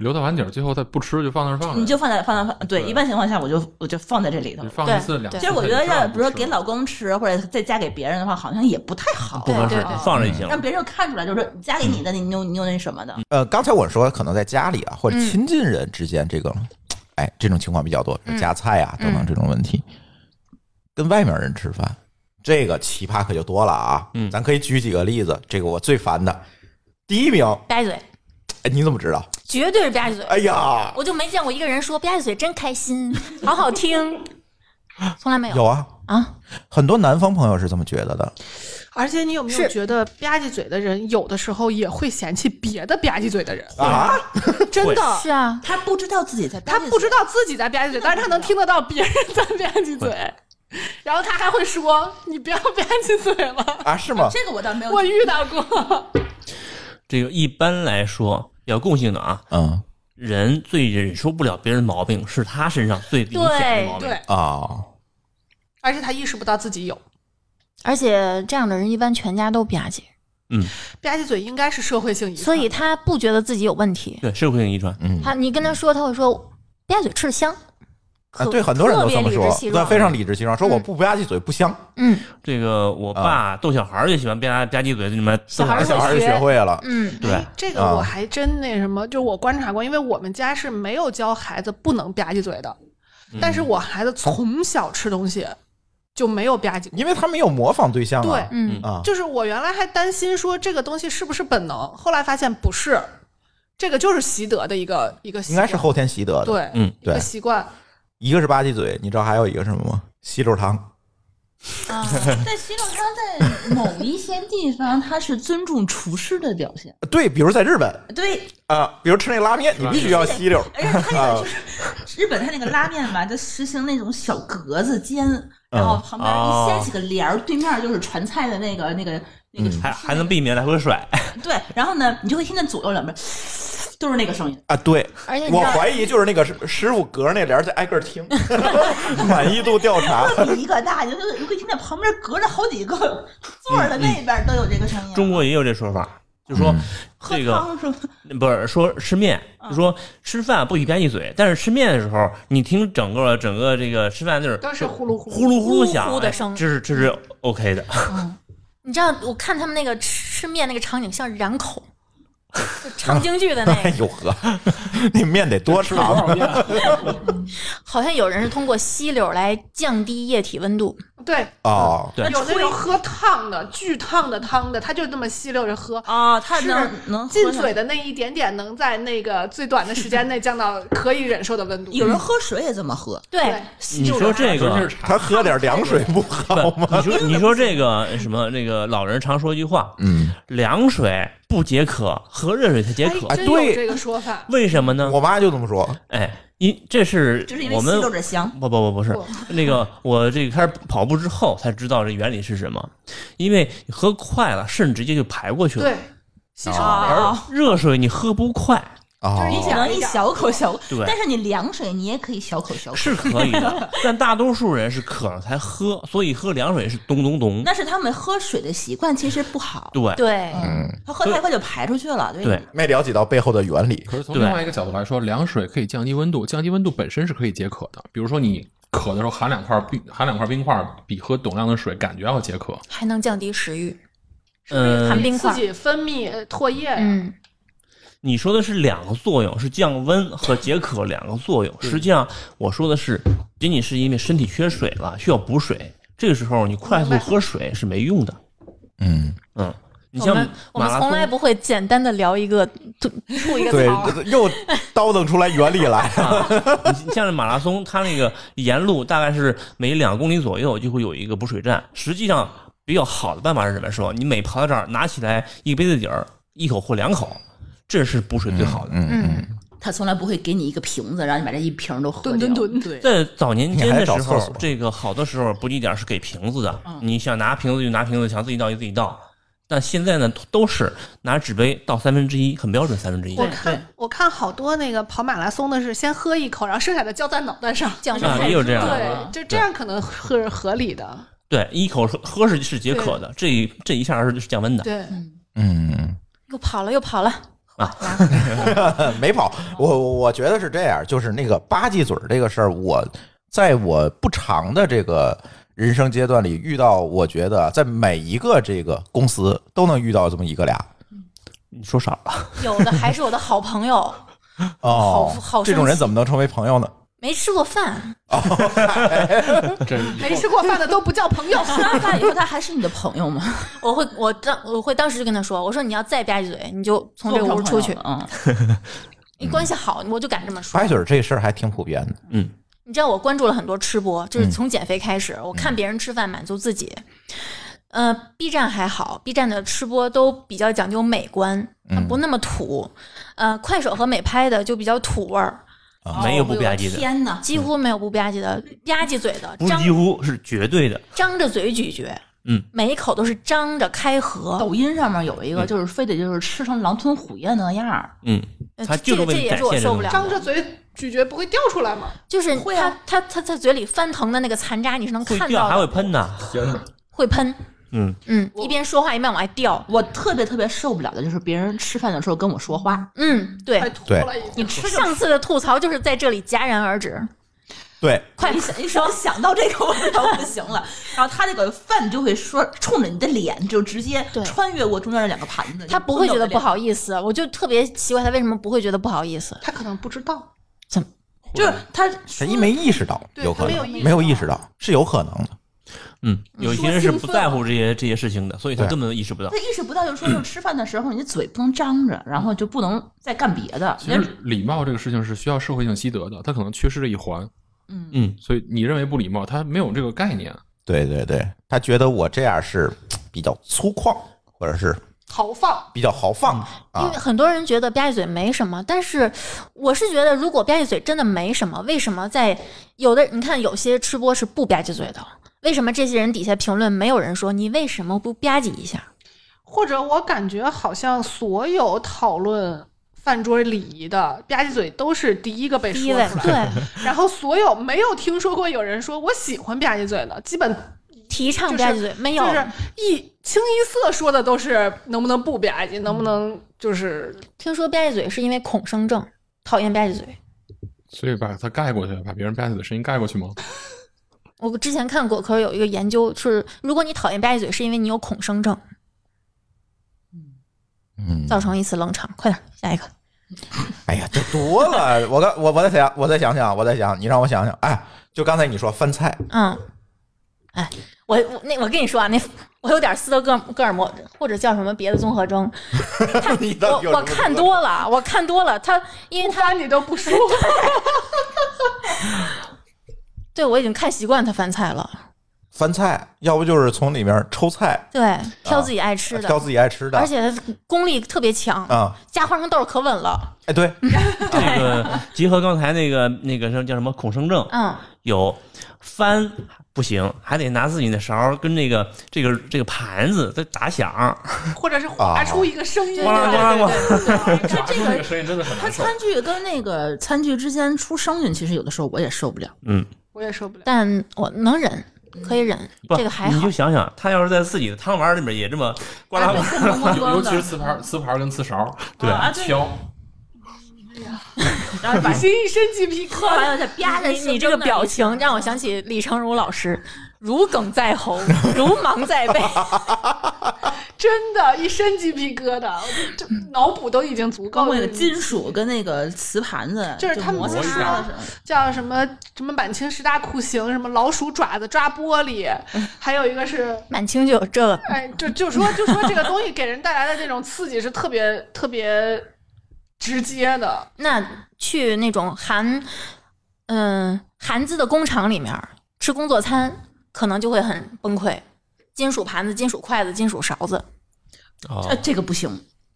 Speaker 5: 留到碗底儿，最后他不吃就放那儿放着，
Speaker 6: 你就放在放在对，
Speaker 1: 嗯
Speaker 5: 对
Speaker 6: 一般情况下我就我就放在这里头
Speaker 5: 你。放一次
Speaker 2: 对
Speaker 5: 两次。
Speaker 6: 其实我觉得
Speaker 5: 他
Speaker 6: 让，
Speaker 5: 就
Speaker 6: 比
Speaker 5: 知道
Speaker 6: 如说
Speaker 5: 不吃
Speaker 6: 给老公吃，或者再夹给别人的话，好像也不太好
Speaker 3: 不，
Speaker 6: 哎
Speaker 3: 合
Speaker 2: 对对
Speaker 3: 适
Speaker 2: 对，
Speaker 3: 放着就行了
Speaker 6: 让。别人看出来就是夹给你的，你你又你又那什么的。
Speaker 1: 呃，刚才我说可能在家里啊，或者
Speaker 2: 嗯
Speaker 1: 亲近人之间这个，哎，这种情况比较多，
Speaker 2: 嗯
Speaker 1: 夹菜啊等等这种问题，跟外面人吃饭，这个奇葩可就多了啊。
Speaker 3: 嗯
Speaker 1: 咱可以举几个例子，这个我最烦的，第一名，
Speaker 2: 吧唧嘴，
Speaker 1: 哎，你怎么知道？
Speaker 2: 绝对是吧唧嘴。
Speaker 1: 哎呀，
Speaker 2: 我就没见过一个人说吧唧嘴真开心，好好听，从来没有
Speaker 1: 有啊，
Speaker 2: 啊。
Speaker 1: 很多南方朋友是这么觉得的，
Speaker 4: (laughs) 而且你有没有
Speaker 2: 是
Speaker 4: 觉得吧唧嘴的人，有的时候也会嫌弃别的吧唧嘴的人？
Speaker 1: 啊，
Speaker 4: 真的，
Speaker 2: 是啊，
Speaker 6: 他不知道自己在，
Speaker 4: 他不知道自己在吧唧嘴，但是他能听得到别人在吧唧嘴，然后他还会说：“你不要吧唧嘴了。
Speaker 1: 啊是吗？
Speaker 6: 这个我倒没”有
Speaker 4: 我遇到过。
Speaker 3: 这个一般来说比较共性的啊，
Speaker 1: 嗯
Speaker 3: 人最忍受不了别人的毛病是他身上最明显的毛病。
Speaker 4: 对，
Speaker 1: 啊，
Speaker 4: 而且他意识不到自己有
Speaker 2: 而且这样的人一般全家都吧唧，
Speaker 4: 吧唧嘴，应该是社会性遗传。
Speaker 2: 所以他不觉得自己有问题。
Speaker 3: 对，社会性遗传。
Speaker 1: 嗯，
Speaker 2: 他你跟他说，他会说吧唧嘴吃得香。
Speaker 1: 啊，
Speaker 2: 可
Speaker 1: 对，很多人都这么
Speaker 2: 特别
Speaker 1: 说
Speaker 2: 理直气，
Speaker 1: 对，
Speaker 2: 壮
Speaker 1: 非常理直气壮，说我
Speaker 2: 嗯
Speaker 1: 不吧唧嘴不香，
Speaker 2: 嗯
Speaker 3: 这个我爸逗小孩儿就喜欢吧唧吧唧嘴，你们
Speaker 2: 小孩儿
Speaker 1: 而
Speaker 2: 会
Speaker 1: 哎小孩儿就学会了，
Speaker 2: 嗯，
Speaker 3: 对
Speaker 4: 哎，这个
Speaker 1: 啊
Speaker 4: 我还真那什么，就是我观察过，因为我们家是没有教孩子不能吧唧嘴的，但是我孩子从小吃东西就没有吧唧过。
Speaker 1: 因为他没有模仿对象啊，
Speaker 2: 嗯
Speaker 1: 啊，
Speaker 4: 就是我原来还担心说这个东西是不是本能，后来发现不是，这个就是习得的一个一个习
Speaker 1: 应
Speaker 4: 惯，
Speaker 1: 该是后天习得的。
Speaker 4: 对，
Speaker 3: 嗯
Speaker 4: 一个
Speaker 1: 对
Speaker 4: 习惯。
Speaker 1: 一个是吧唧嘴，你知道还有一个是什么吗？吸溜糖，
Speaker 2: 啊啊，
Speaker 6: 但西洛它在某一些地方，它是尊重厨师的表现。
Speaker 1: 对，比如在日本
Speaker 6: 对，
Speaker 1: 啊，比如吃那拉面，你必须要吸溜
Speaker 6: 而且它那
Speaker 1: 啊
Speaker 6: 个 (laughs) 就是日本，它那个拉面嘛，就实行那种小格子间，然后旁边一掀起个帘儿，对面就是传菜的那个那个那个厨师
Speaker 3: 还还能避免来回甩。
Speaker 6: 对，然后呢，你就会听见左右两边都是那个声音。
Speaker 1: 啊。对，
Speaker 2: 而且你
Speaker 1: 我
Speaker 2: 知道
Speaker 1: 怀疑就是那个师
Speaker 2: (laughs)
Speaker 1: 师傅隔着那帘儿在挨个儿听， (laughs) 满意度调查。
Speaker 6: 比一个大，你就你会听见旁边隔着好几个 (laughs) 座儿的那边都有这个声音。
Speaker 3: 中国也有这说法，就说
Speaker 6: 喝
Speaker 3: 这个
Speaker 6: 汤是吗？
Speaker 3: 不是说吃面，就说吃饭不许吧唧嘴，但是吃面的时候，你听整个整个这个吃饭就是
Speaker 4: 都是呼噜呼
Speaker 3: 呼噜呼噜响
Speaker 2: 呼呼的声
Speaker 3: 哎这是这是 OK 的。
Speaker 2: 你知道我看他们那个吃面那个场景像
Speaker 1: (laughs)
Speaker 2: 染口，就唱京剧的那
Speaker 1: 哎
Speaker 2: 个，
Speaker 1: 呦呵，那面得多长？
Speaker 2: 好像有人是通过吸溜来降低液体温度。
Speaker 4: 对，
Speaker 1: 哦，
Speaker 3: 对
Speaker 4: 有那种喝烫的、巨烫的汤的，他就那么吸溜着喝。
Speaker 6: 啊，他
Speaker 4: 是
Speaker 6: 能能喝
Speaker 4: 进
Speaker 6: 上
Speaker 4: 嘴的那一点点，能在那个最短的时间内降到可以忍受的 (laughs) 温度。
Speaker 6: 有人喝水也这么喝，
Speaker 2: 对，
Speaker 4: 吸
Speaker 3: 你
Speaker 4: 溜着
Speaker 3: 说这
Speaker 5: 尤其
Speaker 3: 个
Speaker 5: 是，茶
Speaker 1: 他喝点凉水不好吗？
Speaker 3: (laughs) 不，你说你说这个什么？那个老人常说一句话：
Speaker 1: 嗯，
Speaker 3: 凉水不解渴，喝热水才解渴
Speaker 4: 哎。真
Speaker 1: 对
Speaker 4: 有这个
Speaker 3: (laughs)
Speaker 4: 说法。
Speaker 3: 为什么呢？
Speaker 1: 我妈就这么说。
Speaker 3: 哎，因这是
Speaker 6: 就是因为
Speaker 3: 我
Speaker 6: 吸
Speaker 3: 们
Speaker 6: 溜着香。
Speaker 3: 不不不不是那个，我这个开始跑步之后才知道这原理是什么，因为你喝快了，肾直接就排过去了
Speaker 4: 对，，
Speaker 6: 哦啊
Speaker 4: 吸收
Speaker 2: 哦
Speaker 3: 而热水你喝不快
Speaker 1: 哦，
Speaker 4: 就是一
Speaker 6: 只
Speaker 4: 点
Speaker 6: 能一小口小口，
Speaker 3: 对
Speaker 6: 但是你凉水你也可以小口小口，
Speaker 3: 是可以
Speaker 6: (laughs)
Speaker 3: 的，但大多数人是渴了才喝，所以喝凉水是咚咚咚。
Speaker 6: 那是他们喝水的习惯其实不好，
Speaker 3: 对，
Speaker 2: 对，
Speaker 6: 嗯，他喝太快就排出去了，对
Speaker 3: 对
Speaker 1: 没了解到背后的原
Speaker 4: (laughs)
Speaker 1: 理。
Speaker 5: 可是从
Speaker 3: 对
Speaker 5: 另外一个角度来说，凉水可以降低温度，降低温度本身是可以解渴的。比如说你渴的时候含两块冰，含两块冰块，比喝等量的水感觉要解
Speaker 6: (laughs)
Speaker 5: 渴。
Speaker 2: 还能降低食欲。
Speaker 3: 嗯，
Speaker 2: 含冰块
Speaker 4: 自己分泌呃唾液呀。
Speaker 2: 嗯，
Speaker 3: 你说的是两个作用，是降温和解渴两个作用。实际上，我说的是仅仅是因为身体缺水了，需要补水。这个时候你快速喝水是没用的。
Speaker 1: 嗯，
Speaker 3: 嗯，你
Speaker 2: 我
Speaker 3: 像
Speaker 2: 们我们
Speaker 3: 马拉
Speaker 2: 从
Speaker 3: 松
Speaker 2: 来不会简单的聊一个吐一个
Speaker 1: (laughs) 对
Speaker 4: 啊
Speaker 2: 槽儿。，
Speaker 1: 又叨腾出来原理
Speaker 4: (laughs)
Speaker 1: 来。
Speaker 3: 啊， (laughs) 你像是马拉松，它那个沿路大概是每两公里左右就会有一个补水站。实际上，比较好的办法是什么？说你每跑到这儿，拿起来一杯子底儿，一口或两口，这是补水最好的。
Speaker 1: 嗯，
Speaker 2: 嗯，
Speaker 6: 他从来不会给你一个瓶子，让你把这一瓶都喝掉。
Speaker 4: 吨吨吨
Speaker 6: 对，
Speaker 3: 在早年间的时
Speaker 1: 你还找厕
Speaker 3: 候
Speaker 1: 所，嗯
Speaker 3: 这个好多时候补给点是给瓶子的，你想拿瓶子就拿瓶子，想自己倒就自己倒。但现在呢，都是拿纸杯倒三分之一，很标准三分之一。
Speaker 4: 我
Speaker 6: 对
Speaker 4: 看我看好多那个跑马拉松的是先喝一口，然后剩下的浇在脑袋上。
Speaker 2: 降
Speaker 3: 啊，也有这样的。
Speaker 4: 对，就这样可能是合理的。
Speaker 3: 对，一口喝喝是是解渴的，这一这一下是是降温的。
Speaker 4: 对，
Speaker 1: 嗯，
Speaker 2: 又跑了又跑了，
Speaker 4: 嗯
Speaker 1: (laughs) 没跑。我我我觉得是这样，就是那个吧唧嘴儿这个事儿，我在我不长的这个人生阶段里遇到，我觉得在每一个这个公司都能遇到这么一个俩。
Speaker 3: 你说少了，
Speaker 2: 有的还是我的好朋友，
Speaker 1: 哦
Speaker 2: 好好，
Speaker 1: 这种
Speaker 2: 生
Speaker 1: 人
Speaker 2: 气
Speaker 1: 怎么能成为朋友呢？
Speaker 2: 没吃过饭，
Speaker 5: 这以后
Speaker 4: 没吃过饭的都不叫朋友。
Speaker 6: 吃完饭以后他还是你的朋友吗？
Speaker 2: 我会我当我会当时就跟他说，我说你要再吧唧嘴，你就从这个屋出去。
Speaker 6: 嗯，
Speaker 2: 你关系好，我就敢这么说
Speaker 1: 吧。唧嘴儿这事儿还挺普遍的。
Speaker 3: 嗯。
Speaker 2: 你知道我关注了很多吃播，就是从减肥开始，
Speaker 3: 嗯
Speaker 2: 我看别人吃饭满足自己。呃，B 站还好，B 站的吃播都比较讲究美观，呃
Speaker 1: 嗯
Speaker 2: 不那么土。呃，快手和美拍的就比较土味儿，哦
Speaker 3: 没有不吧唧的。
Speaker 6: 天哪！
Speaker 2: 几乎没有不吧唧的，吧唧嘴的，
Speaker 3: 不是
Speaker 2: 张
Speaker 3: 几乎是绝对的。
Speaker 2: 张着嘴咀嚼，
Speaker 3: 嗯，
Speaker 2: 每一口都是张着开合。
Speaker 6: 抖音上面有一个，就是非得就是吃成狼吞虎咽的那样儿，
Speaker 3: 嗯，
Speaker 2: 呃
Speaker 3: 他
Speaker 2: 这
Speaker 3: 就是
Speaker 2: 个
Speaker 3: 为
Speaker 2: 这
Speaker 3: 你
Speaker 2: 也
Speaker 3: 展
Speaker 2: 是我
Speaker 3: 现这
Speaker 2: 受
Speaker 3: 种
Speaker 2: 不了的，
Speaker 4: 张着嘴咀嚼不会掉出来吗？
Speaker 2: 就是
Speaker 6: 会
Speaker 2: 他
Speaker 6: 啊
Speaker 2: 他他在嘴里翻腾的那个残渣，你是能
Speaker 3: 会
Speaker 2: 看
Speaker 3: 掉
Speaker 2: 到
Speaker 3: 还
Speaker 2: 的，
Speaker 3: 会喷呐。
Speaker 2: 会喷，
Speaker 3: 嗯，
Speaker 2: 嗯，一边说话一边往外掉，
Speaker 6: 我特别特别受不了的就是别人吃饭的时候跟我说话，
Speaker 2: 嗯，
Speaker 4: 快
Speaker 2: 对。
Speaker 4: 吐了已经。
Speaker 6: 吃
Speaker 2: 上次的吐槽就是在这里戛然而止，
Speaker 1: 对，
Speaker 2: 快
Speaker 6: 一想一说想到这个我就不行了，然后他那个饭就会说冲着你的脸就直接
Speaker 2: 对
Speaker 6: 穿越过中间的两个盘子，
Speaker 2: 他不会觉得不
Speaker 6: 就
Speaker 2: 好意思，我就特别奇怪他为什么不会觉得不好意思。
Speaker 4: 他可能不知道，
Speaker 6: 冲着我的脸，就是他
Speaker 1: 他
Speaker 6: 说
Speaker 1: 一没意识到，
Speaker 4: 对
Speaker 1: 有可
Speaker 4: 他
Speaker 1: 能
Speaker 4: 没有意识到
Speaker 1: 没有意识到是有可能的。
Speaker 3: 嗯，有些人是不在乎这些这些事情的，所以他
Speaker 1: 对
Speaker 3: 根本意识不
Speaker 2: (laughs)
Speaker 3: 到
Speaker 6: 他。意识不到，就是说，就是吃饭的时候，你的嘴不能张着，然后就不能再干别的。
Speaker 5: 其实礼貌这个事情是需要社会性习得的，它可能缺失了一环，
Speaker 6: 嗯，
Speaker 3: 嗯，
Speaker 5: 所以你认为不礼貌，它没有这个概念。
Speaker 1: 对对对，他觉得我这样是比较粗犷，或者是
Speaker 4: 豪放。
Speaker 1: 比较豪放
Speaker 2: 因
Speaker 1: 啊
Speaker 2: 为。很多人觉得吧唧嘴没什么，但是我是觉得，如果吧唧嘴真的没什么，为什么在有的你看有些吃播是不吧唧嘴的？为什么这些人底下评论没有人说你为什么不吧唧一下？
Speaker 4: 或者我感觉好像所有讨论饭桌礼仪的吧唧嘴都是第一个被
Speaker 2: 第
Speaker 4: 说
Speaker 2: 一
Speaker 4: 出
Speaker 2: 位
Speaker 4: 来的，
Speaker 2: 对
Speaker 4: 然后所有没有听说过有人说我喜欢吧唧嘴的，基本
Speaker 2: 提倡
Speaker 4: 就是
Speaker 2: 吧唧嘴没有，
Speaker 4: 就是一清一色说的都是能不能不吧唧，能不能就是
Speaker 2: 听说吧唧嘴是因为恐生症，讨厌吧唧嘴。
Speaker 5: 所以把它盖过去，把别人吧唧的声音盖过去 (laughs) 吗？
Speaker 2: 我之前看果壳有一个研究是，如果你讨厌吧唧嘴，是因为你有恐生症，
Speaker 1: 嗯，
Speaker 2: 造成一次冷场。快点，下一个。
Speaker 1: 哎呀，这多了，我刚我我再想，我再想想，我再想，你让我想想，哎，就刚才你说翻菜，
Speaker 2: 嗯，哎，我我那我跟你说啊，那我有点斯德哥哥尔摩或者叫什么别的综合征，
Speaker 1: (laughs) 你到
Speaker 2: 我
Speaker 1: 底有
Speaker 2: 我
Speaker 1: 什么
Speaker 2: 看
Speaker 1: 资格
Speaker 2: 多了，我看多了，他因为
Speaker 4: 不
Speaker 2: 他
Speaker 4: 翻你都
Speaker 2: (laughs)
Speaker 4: 不说，
Speaker 2: 对我已经看习惯他翻菜了，
Speaker 1: 翻菜，要不就是从里面抽菜，
Speaker 2: 对，挑自己爱吃
Speaker 1: 啊
Speaker 2: 的，
Speaker 1: 挑自己爱吃的，
Speaker 2: 而且他功力特别强，
Speaker 1: 啊，
Speaker 2: 加花生豆可稳了，
Speaker 1: 哎，对，
Speaker 2: 嗯
Speaker 3: 这个结合刚才那个那个什叫什么恐生症，
Speaker 2: 嗯，
Speaker 3: 有翻不行，还得拿自己的勺儿跟那个这个这个盘子在打响，
Speaker 4: 或者是划出一个声音
Speaker 3: 咣啷
Speaker 4: 来。
Speaker 3: 咣啷咣。
Speaker 6: 就这个
Speaker 5: 声音真的很
Speaker 6: 它餐具跟那个餐具之间出声音，其实有的时候我也受不了。
Speaker 3: 嗯，
Speaker 4: 我也受不了。
Speaker 2: 但我能忍，可以忍，
Speaker 3: 不，
Speaker 2: 这个还
Speaker 3: 你
Speaker 2: 好
Speaker 3: 就，想想，他要是在自己的汤碗里面也这么呱啦呱啦，
Speaker 5: 尤尤其是瓷盘、瓷盘跟瓷勺，
Speaker 3: 对
Speaker 6: 啊对
Speaker 5: 挑。
Speaker 6: 然后把
Speaker 4: 心一身鸡皮
Speaker 6: 喝
Speaker 4: 疙
Speaker 6: 完
Speaker 4: 瘩，
Speaker 6: 了再吧
Speaker 2: 你
Speaker 6: 唧。
Speaker 2: 你这个表情让我想起李成儒老师， (laughs) 如鲠在喉，如芒在 (laughs) 背。
Speaker 4: 真的，一身鸡皮疙瘩，我就这脑补都已经足
Speaker 6: 包
Speaker 4: 够
Speaker 6: 括
Speaker 4: 了。
Speaker 6: 那个金属跟那个瓷盘子，
Speaker 4: 就是
Speaker 6: 就
Speaker 4: 他
Speaker 6: 摩
Speaker 4: 们
Speaker 6: 擦
Speaker 4: 不
Speaker 6: 的
Speaker 4: 是
Speaker 6: 时候，
Speaker 4: 叫什么什么满清十大酷刑，什么老鼠爪子抓玻璃，还有一个是，
Speaker 2: 满清就有这个，
Speaker 4: 哎，就就说就说这个东西给人带来的这种刺激是特别特别直接的。
Speaker 2: 那去那种韩，嗯、韩资的工厂里面吃工作餐，可能就会很崩溃。金属盘子、金属筷子、金属勺子，
Speaker 6: 这这个不行。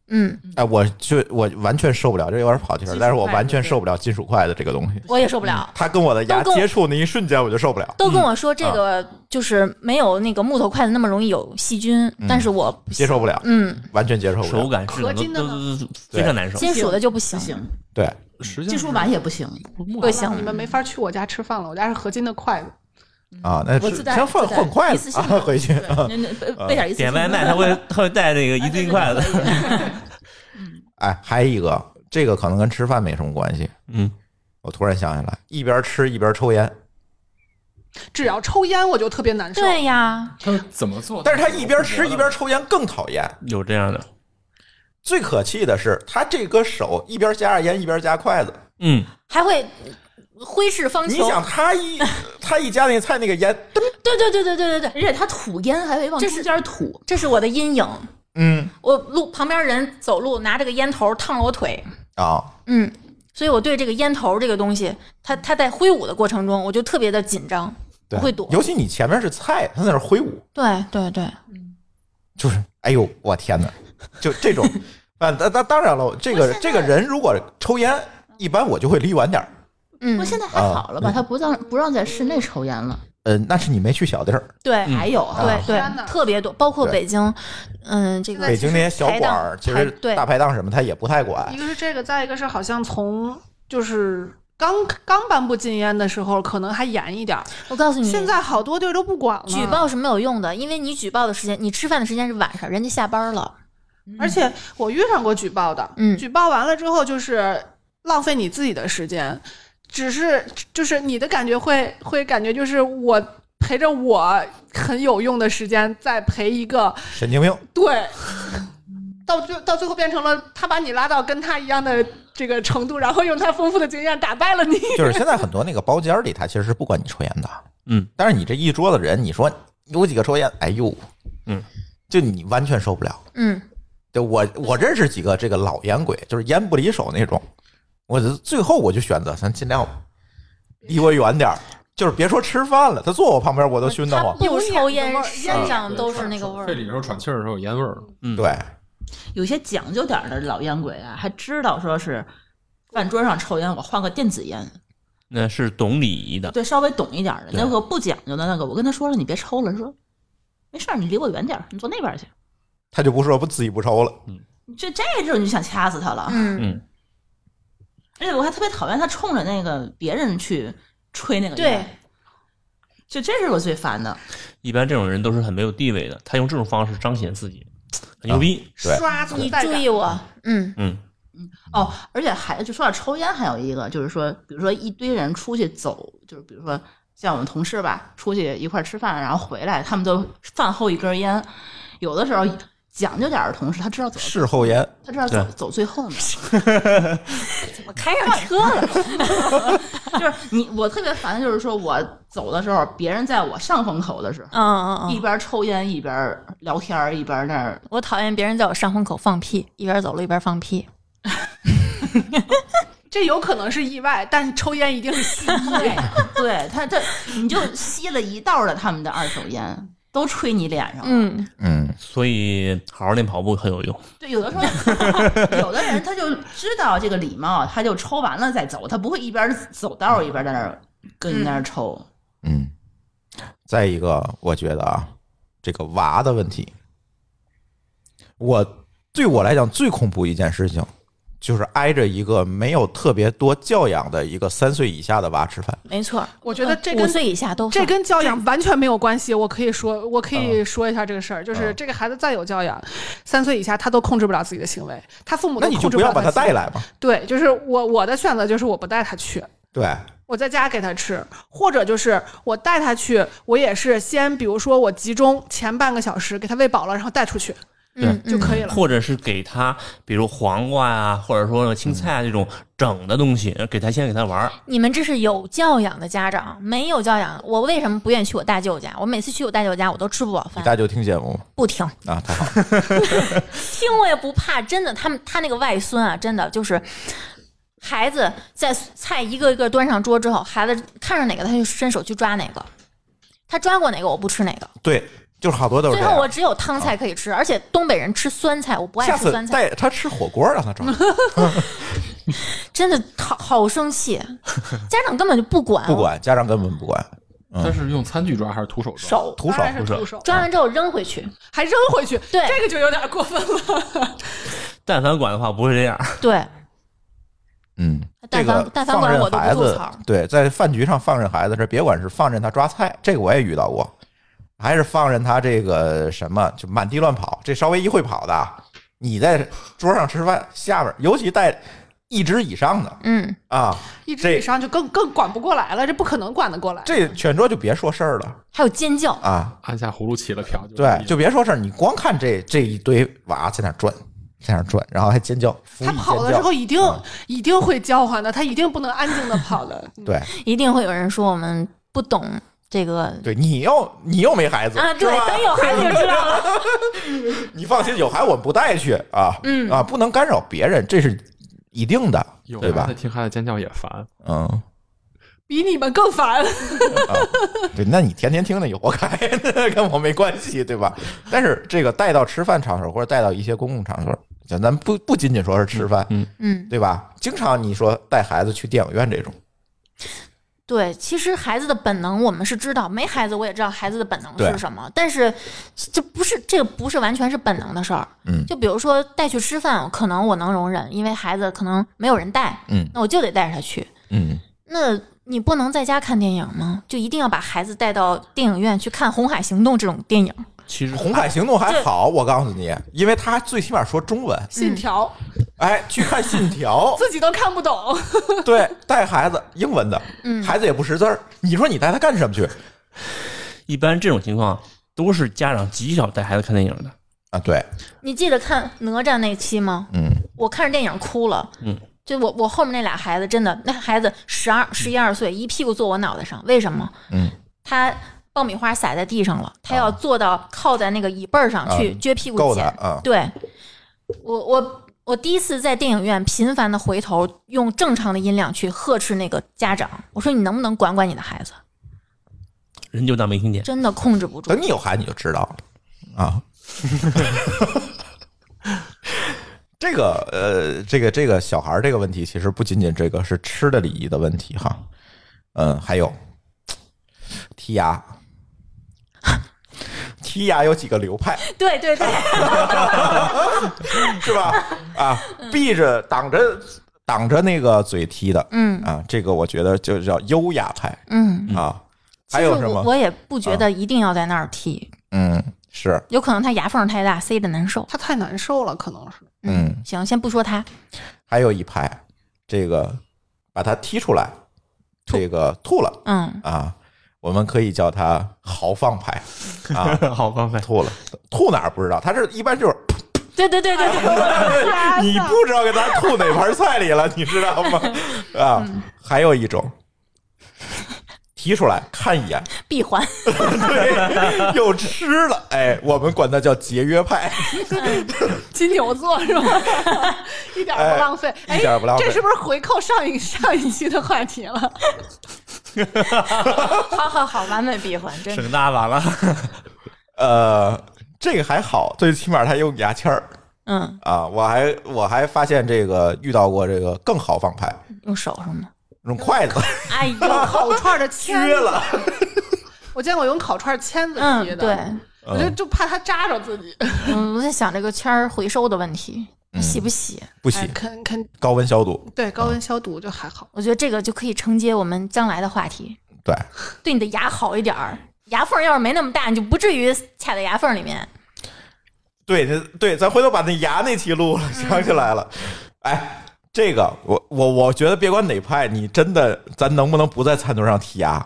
Speaker 2: 嗯，
Speaker 1: 哎，我就我完全受不了，这有点跑题
Speaker 6: 金
Speaker 1: 了
Speaker 6: 属，
Speaker 1: 但是我
Speaker 6: 筷
Speaker 1: 完
Speaker 6: 子
Speaker 1: 全
Speaker 6: 对
Speaker 1: 受不了金属筷子这个东西，
Speaker 2: 我也受不了。
Speaker 1: 它跟我的牙
Speaker 2: 嗯都跟我
Speaker 1: 接触那一瞬间我就受不了，
Speaker 2: 都跟我说这个就是没有那个木头筷子那么容易有细菌，但是我不
Speaker 1: 接
Speaker 2: 行
Speaker 1: 受不了，
Speaker 2: 嗯，
Speaker 1: 完全接受不
Speaker 3: 手
Speaker 1: 了。
Speaker 3: 感是
Speaker 4: 合金的
Speaker 3: 都
Speaker 4: 呢
Speaker 3: 都都非常难受。
Speaker 2: 金属的就不行
Speaker 6: 不，行，
Speaker 1: 对，
Speaker 5: 实际
Speaker 6: 金
Speaker 5: 上
Speaker 6: 属
Speaker 5: 是
Speaker 6: 碗也不行。
Speaker 5: 木
Speaker 2: 不
Speaker 5: 头
Speaker 2: 行
Speaker 4: 你。们没法去我家吃饭了，我家是合金的筷子。
Speaker 1: 啊，那
Speaker 6: 我
Speaker 1: 是
Speaker 6: 自带
Speaker 1: 先换
Speaker 6: 自带
Speaker 1: 换筷
Speaker 6: 一
Speaker 1: 子
Speaker 6: 次性
Speaker 1: 啊，
Speaker 6: 的
Speaker 1: 回去
Speaker 6: 对，那那备备点一次性
Speaker 3: 点外
Speaker 6: 的
Speaker 3: 卖，他会他会带那个一
Speaker 6: 啊
Speaker 3: 次
Speaker 6: 对
Speaker 3: 性
Speaker 6: 对
Speaker 3: 筷子，
Speaker 6: 对
Speaker 1: 哎，还有一个，这个可能跟吃饭没什么关系。
Speaker 3: 嗯，
Speaker 1: 我突然想起来，一边吃一边抽烟，
Speaker 4: 只要抽烟我就特别难受。
Speaker 2: 对呀，
Speaker 5: 他怎么做？
Speaker 1: 但是他一边吃一边抽烟更讨厌。
Speaker 3: 有这样的，
Speaker 1: 最可气的是，他这个手一边夹着烟一边夹筷子。
Speaker 3: 嗯，
Speaker 2: 还会挥斥方
Speaker 1: 你
Speaker 2: 遒。
Speaker 1: 想，他
Speaker 6: (laughs)
Speaker 1: 一他一夹那菜那个烟，噔
Speaker 2: 对对对对对对对，
Speaker 6: 而且他吐烟还会往
Speaker 2: 这
Speaker 6: 中
Speaker 2: 是
Speaker 6: 间吐，
Speaker 2: 这是我的阴影。
Speaker 1: 嗯
Speaker 2: 我路旁边人走路拿着个烟头烫了我腿，
Speaker 1: 啊，
Speaker 2: 嗯，所以我对这个烟头这个东西，它它在挥舞的过程中，我就特别的紧张，
Speaker 1: 对，
Speaker 2: 不会躲。
Speaker 1: 尤其你前面是菜，他在那儿挥舞，
Speaker 2: 对对对，
Speaker 1: 就是哎呦，我天哪，就这
Speaker 6: (laughs)
Speaker 1: 种。啊，当当当然了，这
Speaker 6: 我
Speaker 1: 个
Speaker 6: 现在
Speaker 1: 这个人如果抽烟，一般我就会离远点儿。
Speaker 6: 不
Speaker 2: 嗯
Speaker 6: 过，现在还好了吧？他不让不让在室内抽烟了。
Speaker 1: 嗯、那是你没去小地儿，
Speaker 2: 对
Speaker 3: 嗯
Speaker 6: 还有啊，
Speaker 2: 对
Speaker 4: 天哪
Speaker 2: 对，特别多，包括
Speaker 1: 对
Speaker 2: 北京，嗯，这个
Speaker 1: 北京那些小
Speaker 2: 排
Speaker 1: 馆
Speaker 2: 档
Speaker 1: 儿，其
Speaker 2: 排
Speaker 1: 实
Speaker 2: 对
Speaker 1: 大排档什么他也不太管
Speaker 2: (laughs)
Speaker 4: 一。个是这个，再一个是好像从就是刚刚颁布禁烟的时候，可能还严一点儿，
Speaker 2: 我告诉你，
Speaker 4: 现在好多地儿都不管了。
Speaker 2: 嗯举报是没有用的，因为你举报的时间，你吃饭的时间是晚上，人家下班了。
Speaker 4: 而且我遇上过举报的，
Speaker 2: 嗯
Speaker 4: 举报完了之后就是浪费你自己的时间，只是就是你的感觉会会感觉就是我陪着我很有用的时间在陪一个
Speaker 1: 神经病，
Speaker 4: 对， (laughs) 到最到最后变成了他把你拉到跟他一样的这个程度，然后用他丰富的经验打败了你。
Speaker 1: 就是现在很多那个包间儿里，他其实是不管你抽烟的。
Speaker 3: 嗯，
Speaker 1: 但是你这一桌子人，你说有几个抽烟？哎呦，
Speaker 3: 嗯，
Speaker 1: 就你完全受不了。
Speaker 2: 嗯，
Speaker 1: 对我我认识几个这个老烟鬼，就是烟不离手那种。我就最后我就选择，咱尽量离我远点儿。就是别说吃饭了，他坐我旁边我都熏得
Speaker 2: 他
Speaker 1: 慌。
Speaker 2: 不嗯抽
Speaker 4: 有
Speaker 2: 烟，
Speaker 4: 点
Speaker 2: 身上都是那个味
Speaker 5: 肺
Speaker 2: 儿。
Speaker 5: 里头喘气儿的时候有烟味儿，
Speaker 3: 嗯，
Speaker 1: 对，
Speaker 6: 有些讲究点儿的老烟鬼啊，还知道说是饭桌上抽烟，我换个电子烟，
Speaker 3: 那是懂礼仪的。
Speaker 6: 对，稍微懂一点儿的
Speaker 3: 对
Speaker 6: 那个不讲究的那个，我跟他说了，你别抽了，说没事儿，你离我远点儿，你坐那边儿去。
Speaker 1: 他就不说不自己不抽了。
Speaker 6: 你这这种你就想掐死他了，
Speaker 2: 嗯，
Speaker 3: 嗯，
Speaker 6: 而且我还特别讨厌他冲着那个别人去吹那个
Speaker 2: 对
Speaker 6: 烟，就这是我最烦的。
Speaker 3: 一般这种人都是很没有地位的，他用这种方式彰显自己，很牛逼。
Speaker 1: 对
Speaker 4: 刷
Speaker 2: 你
Speaker 4: 存在
Speaker 2: 注
Speaker 4: 感
Speaker 2: 意我，嗯，
Speaker 3: 嗯，
Speaker 6: 哦，而且还就说到抽烟，还有一个就是说，比如说一堆人出去走，就是比如说像我们同事吧，出去一块儿吃饭，然后回来，他们都饭后一根烟，有的时候讲究点儿的同事，他知道走，
Speaker 1: 事后言，
Speaker 6: 他知道走
Speaker 3: 对
Speaker 6: 走最
Speaker 2: (laughs)
Speaker 6: 后呢。
Speaker 2: 我开上车了，
Speaker 6: (laughs) 就是你，我特别烦，就是说我走的时候，别人在我上风口的时候，
Speaker 2: 嗯嗯
Speaker 6: 一
Speaker 2: 嗯，
Speaker 6: 边抽烟一边聊天儿，一边那儿
Speaker 2: 我讨厌别人在我上风口放屁，一边走路一边放屁。
Speaker 4: 这有可能是意外，但是抽烟一定是蓄意。
Speaker 6: 对他这你就吸了一道儿的他们的二手烟，都吹你脸上了。
Speaker 2: 嗯，
Speaker 1: 嗯，
Speaker 3: 所以好好练跑步很有用。
Speaker 6: 对，有的时候 (laughs) 有的人他就知道这个礼貌，他就抽完了再走，他不会一边走道儿一边在那儿跟你那儿抽。
Speaker 1: 嗯，再一个，我觉得啊，这个娃的问题，我对我来讲最恐怖一件事情，就是挨着一个没有特别多教养的一个三岁以下的娃吃饭。
Speaker 2: 没错儿，
Speaker 4: 我觉得这
Speaker 2: 五
Speaker 4: 跟
Speaker 2: 岁以下
Speaker 1: 哦
Speaker 2: 都
Speaker 4: 这
Speaker 2: 放
Speaker 4: 跟教养完全没有关系。我可以说，我可以说一下这个事儿，
Speaker 1: 哦
Speaker 4: 就是这个孩子再有教养，三岁以下他都控制不了自己的行为，他父母
Speaker 1: 那
Speaker 4: 都
Speaker 1: 你就
Speaker 4: 控制
Speaker 1: 不要
Speaker 4: 了
Speaker 1: 把他
Speaker 4: 的行
Speaker 1: 带
Speaker 4: 为。
Speaker 1: 来嘛。
Speaker 4: 对，就是我我的选择就是我不带他去，
Speaker 1: 对，
Speaker 4: 我在家给他吃，或者就是我带他去，我也是先比如说我集中前半个小时给他喂饱了，然后带出去
Speaker 2: 嗯
Speaker 4: 就可
Speaker 2: 以。
Speaker 4: 以了。
Speaker 3: 或者是给他，比如黄瓜呀、或者说青菜啊这种整的东西，给他先给他玩儿。
Speaker 2: 嗯你们这是有教养的家长，没有教养，我为什么不愿意去我大舅家？我每次去我大舅家，我都吃不饱
Speaker 1: 你
Speaker 2: 饭，
Speaker 1: 大舅听节目吗
Speaker 2: 不听，
Speaker 1: 啊，太好了，
Speaker 2: 听我也不怕，真的，他们他那个外孙啊，真的就是。孩子在菜一个一个端上桌之后，孩子看上哪个他就伸手去抓哪个，他抓过哪个我不吃哪个。
Speaker 1: 对，就是好多都是
Speaker 2: 最
Speaker 1: 这
Speaker 2: 后我
Speaker 1: 样。
Speaker 2: 只有汤菜可以吃，而且东北人吃酸菜，我不爱
Speaker 1: 下
Speaker 2: 吃
Speaker 1: 次
Speaker 2: 酸菜，
Speaker 1: 带他吃火锅，让他找
Speaker 2: 真的好好生
Speaker 1: (laughs)
Speaker 2: 气，家长根本就不管，
Speaker 1: 不管，家长根本不管，嗯
Speaker 5: 他是用餐具抓还是徒手抓？
Speaker 2: 手
Speaker 1: 徒手
Speaker 4: 当然是
Speaker 3: 徒手
Speaker 4: 徒手，
Speaker 2: 抓完之后扔回去，
Speaker 4: 还扔回去，
Speaker 2: 对
Speaker 4: 这个就有点过分了。 (laughs)
Speaker 3: 但凡管的话，不会这样。
Speaker 2: 对，
Speaker 1: 嗯，
Speaker 2: 但
Speaker 1: 这
Speaker 2: 凡
Speaker 1: 个
Speaker 2: 但凡
Speaker 1: 放
Speaker 2: 管
Speaker 1: 任
Speaker 2: 我都
Speaker 1: 孩
Speaker 2: 不
Speaker 1: 子
Speaker 2: 吐槽，
Speaker 1: 对，在饭局上放任孩子，这别管是放任他抓菜，这个我也遇到过，还是放任他这个什么就满地乱跑，这稍微一会跑的，你在桌上吃饭，下边尤其带一只以上的
Speaker 2: 嗯，
Speaker 1: 啊，
Speaker 4: 一只
Speaker 1: 这
Speaker 4: 以上就更更管不过来了，这不可能管得过来。
Speaker 1: 这全桌就别说事儿了
Speaker 2: 还有尖叫，
Speaker 1: 啊，
Speaker 5: 按下葫芦起了瓢就
Speaker 1: 对，就别说事儿，你光看这这一堆娃在那转，在那转，然后还尖叫，服
Speaker 4: 他
Speaker 1: 役
Speaker 4: 跑
Speaker 1: 尖
Speaker 4: 的时
Speaker 1: 叫
Speaker 4: 候一定、
Speaker 1: 嗯
Speaker 4: 一定会叫唤的，他一定不能安静的跑的。嗯
Speaker 1: 对
Speaker 2: 一定会有人说我们不懂这个
Speaker 1: 对，你又你又没孩子
Speaker 2: 啊，对
Speaker 1: 是吧，
Speaker 2: 等有孩子就知道了，
Speaker 1: (laughs) 你放心，有孩我们不带去啊，
Speaker 2: 嗯
Speaker 1: 啊，不能干扰别人，这是一定的，
Speaker 5: 有
Speaker 1: 对
Speaker 5: 孩
Speaker 1: 吧
Speaker 5: 子？听孩子尖叫也烦，
Speaker 1: 嗯，
Speaker 4: 比你们更烦。
Speaker 1: 对，那你天天听那有活该， (laughs) 跟我没关系，对
Speaker 5: (laughs)
Speaker 1: 吧？但是这个带到吃饭场所或者带到一些公共场所，咱咱不不仅仅说是吃饭，
Speaker 2: 嗯，
Speaker 1: 对吧？经常你说带孩子去电影院这种，
Speaker 2: 对，其实孩子的本能我们是知道，没孩子我也知道孩子的本能
Speaker 1: 对
Speaker 2: 是什么，但是这不是这个不是完全是本能的事儿，
Speaker 1: 嗯
Speaker 2: 就比如说带去吃饭，可能我能容忍，因为孩子可能没有人带，
Speaker 1: 嗯
Speaker 2: 那我就得带着他去，
Speaker 1: 嗯，
Speaker 2: 那你不能在家看电影吗？就一定要把孩子带到电影院去看《红海行动》这种电影？
Speaker 3: 其实
Speaker 1: 嗯《红海行动》还好，我告诉你，因为他最起码说中文，
Speaker 4: 信条、
Speaker 1: 哎，去看《信
Speaker 2: (laughs)
Speaker 1: 条》
Speaker 4: 自己都看不懂，
Speaker 1: (laughs) 对，带孩子英文的，
Speaker 2: 嗯
Speaker 1: 孩子也不识字儿，你说你带他干什么去
Speaker 3: 一般这种情况都是家长极小带孩子看电影的。
Speaker 1: 啊？对，
Speaker 2: 你记得看哪吒那期吗？
Speaker 1: 嗯。
Speaker 2: 我看着电影哭了。
Speaker 3: 嗯，
Speaker 2: 就我我后面那俩孩子真的，那孩子十二十一二岁，一屁股坐我脑袋上，为什么？
Speaker 1: 嗯，
Speaker 2: 他爆米花撒在地上了，他要坐到靠在那个椅背儿上
Speaker 1: 啊
Speaker 2: 去撅屁股
Speaker 1: 够
Speaker 2: 捡。
Speaker 1: 他啊！
Speaker 2: 对，我我我第一次在电影院频繁的回头，用正常的音量去呵斥那个家长，我说你能不能管管你的孩子？
Speaker 3: 人就当没听见。
Speaker 2: 真的控制不住
Speaker 1: 等。你有孩子你就知道了啊。 (laughs) 这个呃，这个这个小孩儿这个问题，其实不仅仅这个是吃的礼仪的问题哈，嗯，还有剔牙，剔牙有几个流派
Speaker 2: 对对
Speaker 1: 啊
Speaker 2: 对，
Speaker 1: 是吧？啊，闭着挡着挡着那个嘴剔的
Speaker 2: 嗯
Speaker 1: 啊，这个我觉得就叫优雅派
Speaker 2: 嗯。
Speaker 1: 啊。还有
Speaker 2: 其
Speaker 1: 什
Speaker 2: 实我
Speaker 1: 么？啊
Speaker 2: 我也不觉得一定要在那儿剃，
Speaker 1: 嗯，是
Speaker 2: 有可能他牙缝太大，塞着难受。
Speaker 4: 他太难受了，可能是
Speaker 1: 嗯，
Speaker 2: 行，先不说他，
Speaker 1: 还有一派，这个把它踢出来，这个吐了
Speaker 2: 嗯，
Speaker 1: 啊，我们可以叫它豪放派啊，
Speaker 3: (laughs) 好方法，
Speaker 1: 吐了，吐哪儿不知道，它是一般就是
Speaker 2: 对对对对对，啊
Speaker 1: 你不知道给咱吐哪盘菜里了，你知道吗？啊，
Speaker 2: 嗯
Speaker 1: 还有一种。提出来看一眼，
Speaker 2: 闭环，
Speaker 1: 对，又吃了，哎，我们管它叫节约派，
Speaker 4: 金牛座是吧？ (laughs) 一点儿不浪费，
Speaker 1: 一
Speaker 4: 哎，
Speaker 1: 点儿不浪费
Speaker 4: 这是不是回扣上一上一期的话题了？ (laughs)
Speaker 2: 好好好，完美闭环，真
Speaker 3: 省大发了。 (laughs)
Speaker 1: 呃，这个还好，最起码它用牙签儿
Speaker 2: 嗯，
Speaker 1: 啊。我还我还发现这个遇到过这个更豪放派，
Speaker 2: 用手是吗？
Speaker 1: 用筷子
Speaker 2: 哎呦，
Speaker 4: 烤串的签
Speaker 1: 撅
Speaker 4: 子，
Speaker 1: 了，
Speaker 4: (laughs) 我见过用烤串签子
Speaker 2: 嗯
Speaker 4: 贴，的，
Speaker 2: 对，
Speaker 4: 我就就怕它扎着自己，
Speaker 2: 嗯，我在想这个圈儿回收的问题，
Speaker 1: 嗯
Speaker 2: 洗不洗？
Speaker 1: 不
Speaker 4: 哎
Speaker 1: 洗，
Speaker 4: 肯肯
Speaker 1: 高温消毒，
Speaker 4: 对高温消毒就还好。
Speaker 2: 我觉得这个就可以承接我们将来的话题，
Speaker 1: 对，
Speaker 2: 对你的牙好一点儿。牙缝要是没那么大，你就不至于卡在牙缝里面。
Speaker 1: 对，这对，咱回头把那牙那期录了， (laughs) 想起来了。哎，这个我我我觉得别管哪派，你真的咱能不能不在餐桌上剔牙？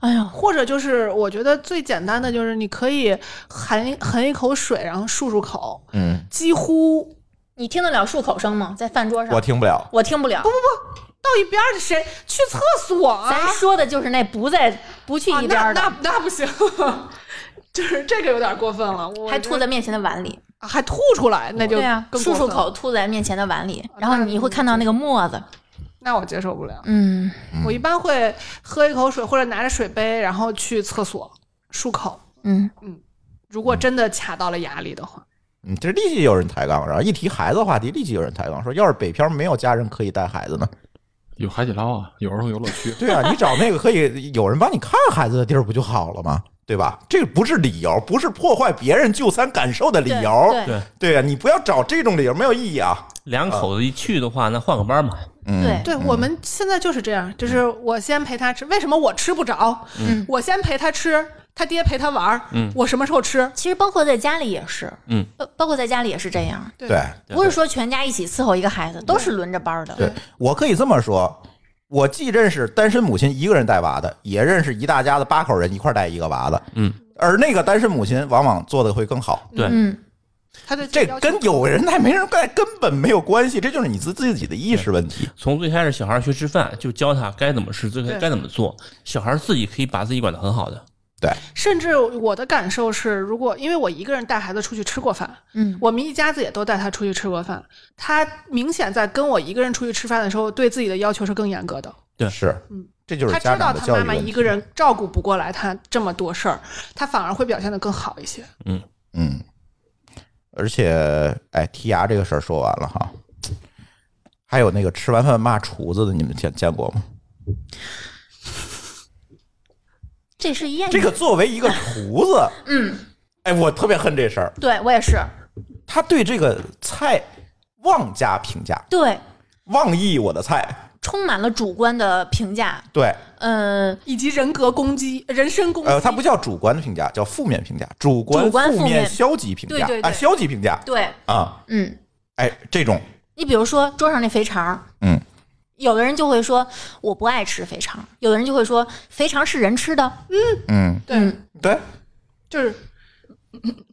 Speaker 2: 哎呦，
Speaker 4: 或者就是，我觉得最简单的就是，你可以含一含一口水，然后漱漱口，
Speaker 1: 嗯，
Speaker 4: 几乎
Speaker 2: 你听得了漱口声吗？在饭桌上，
Speaker 1: 我听不了。
Speaker 2: 我听不了。
Speaker 4: 到一边儿去，谁去厕所啊？
Speaker 2: 咱说的就是那不在不去
Speaker 4: 啊
Speaker 2: 一边儿的，
Speaker 4: 那那那不行， (laughs) 就是这个有点过分了。我
Speaker 2: 还吐在面前的碗里。
Speaker 4: 啊还吐出来，那就
Speaker 2: 对啊呀、
Speaker 4: 更
Speaker 2: 漱
Speaker 4: 过分
Speaker 2: 漱口，吐在面前的碗里，
Speaker 4: 那
Speaker 2: 然后你会看到哦那个沫子。
Speaker 4: 那我接受不了。
Speaker 2: 嗯，
Speaker 4: 我一般会喝一口水，或者拿着水杯，然后去厕所漱口。
Speaker 2: 嗯，
Speaker 4: 如果真的卡到了牙里的话，
Speaker 1: 嗯，这立即有人抬杠，然后一提孩子话题，立即有人抬杠，说要是北漂没有家人可以带孩子呢？，
Speaker 5: 有海底捞啊，有儿童游乐
Speaker 2: (laughs)
Speaker 5: 区
Speaker 1: 对
Speaker 4: (laughs)
Speaker 1: 啊，你找那个可以有人帮你看孩子的地儿不就好了吗？对吧？这不是理由，不是破坏别人就餐感受的理
Speaker 2: 对
Speaker 1: 由。
Speaker 2: 对
Speaker 3: 对
Speaker 1: 对啊，你不要找这种理由，没有意义啊。
Speaker 3: 两口子一去的话，那换个班吧。
Speaker 1: 嗯，
Speaker 2: 对
Speaker 4: 对、我们现在就是这样，就是我先陪他吃，为什么我吃不着？
Speaker 2: 嗯
Speaker 4: 我先陪他吃，他爹陪他玩儿。
Speaker 3: 嗯
Speaker 4: 我什么时候吃？
Speaker 2: 其实包括在家里也是，
Speaker 3: 嗯
Speaker 2: 呃，包括在家里也是这样，
Speaker 4: 对
Speaker 1: 对
Speaker 2: 不是说全家一起伺候一个孩子，都是轮着班儿的。嗯
Speaker 1: 对，我可以这么说，我既认识单身母亲一个人带娃的，也认识一大家子八口人一块儿带一个娃的。
Speaker 3: 嗯，
Speaker 1: 而那个单身母亲往往做的会更好。
Speaker 3: 对
Speaker 2: 嗯，
Speaker 4: 他对
Speaker 1: 这
Speaker 4: 个要求
Speaker 1: 跟有人带没人带根本没有关系，这就是你自自己的意识问题。
Speaker 3: 从最开始小孩学吃饭，就教他该怎么吃，最
Speaker 4: 对
Speaker 3: 该怎么做。小孩自己可以把自己管得很好的。
Speaker 4: 甚至我的感受是，如果因为我一个人带孩子出去吃过饭，
Speaker 2: 嗯，
Speaker 4: 我们一家子也都带他出去吃过饭，他明显在跟我一个人出去吃饭的时候，对自己的要求是更严格的。
Speaker 3: 对
Speaker 1: 是，这就是
Speaker 4: 嗯他知
Speaker 1: 家
Speaker 4: 道
Speaker 1: 长的
Speaker 4: 他
Speaker 1: 教育
Speaker 4: 妈妈
Speaker 1: 问
Speaker 4: 一
Speaker 1: 题。
Speaker 4: 个人照顾不过来他这么多事儿，他反而会表现得更好一些。
Speaker 1: 嗯，而且，哎，剔牙这个事儿说完了哈，还有那个吃完饭骂厨子的，你们见见过吗？
Speaker 2: 这是谚语。
Speaker 1: 这个作为一个厨子，
Speaker 2: 嗯，
Speaker 1: 哎，我特别恨这事儿。
Speaker 2: 对我也是，
Speaker 1: 他对这个菜妄加评价，
Speaker 2: 对，
Speaker 1: 妄议我的菜。
Speaker 2: 充满了主观的评价。
Speaker 1: 对，
Speaker 2: 嗯、
Speaker 4: 以及人格攻击、人身攻击，
Speaker 1: 呃，它不叫主观的评价，叫负面评价，主观、
Speaker 2: 主观
Speaker 1: 负
Speaker 2: 负面
Speaker 1: 消极评价
Speaker 2: 对对
Speaker 1: 啊，
Speaker 2: 对
Speaker 1: 消极评价
Speaker 2: 对，
Speaker 1: 啊，
Speaker 2: 嗯，
Speaker 1: 哎，这种，
Speaker 2: 你比如说桌上那肥肠，
Speaker 1: 嗯，
Speaker 2: 有的人就会说我不爱吃肥肠，有的人就会说肥肠是人吃的，
Speaker 1: 嗯，
Speaker 4: 对
Speaker 2: 嗯
Speaker 1: 对，
Speaker 4: 就是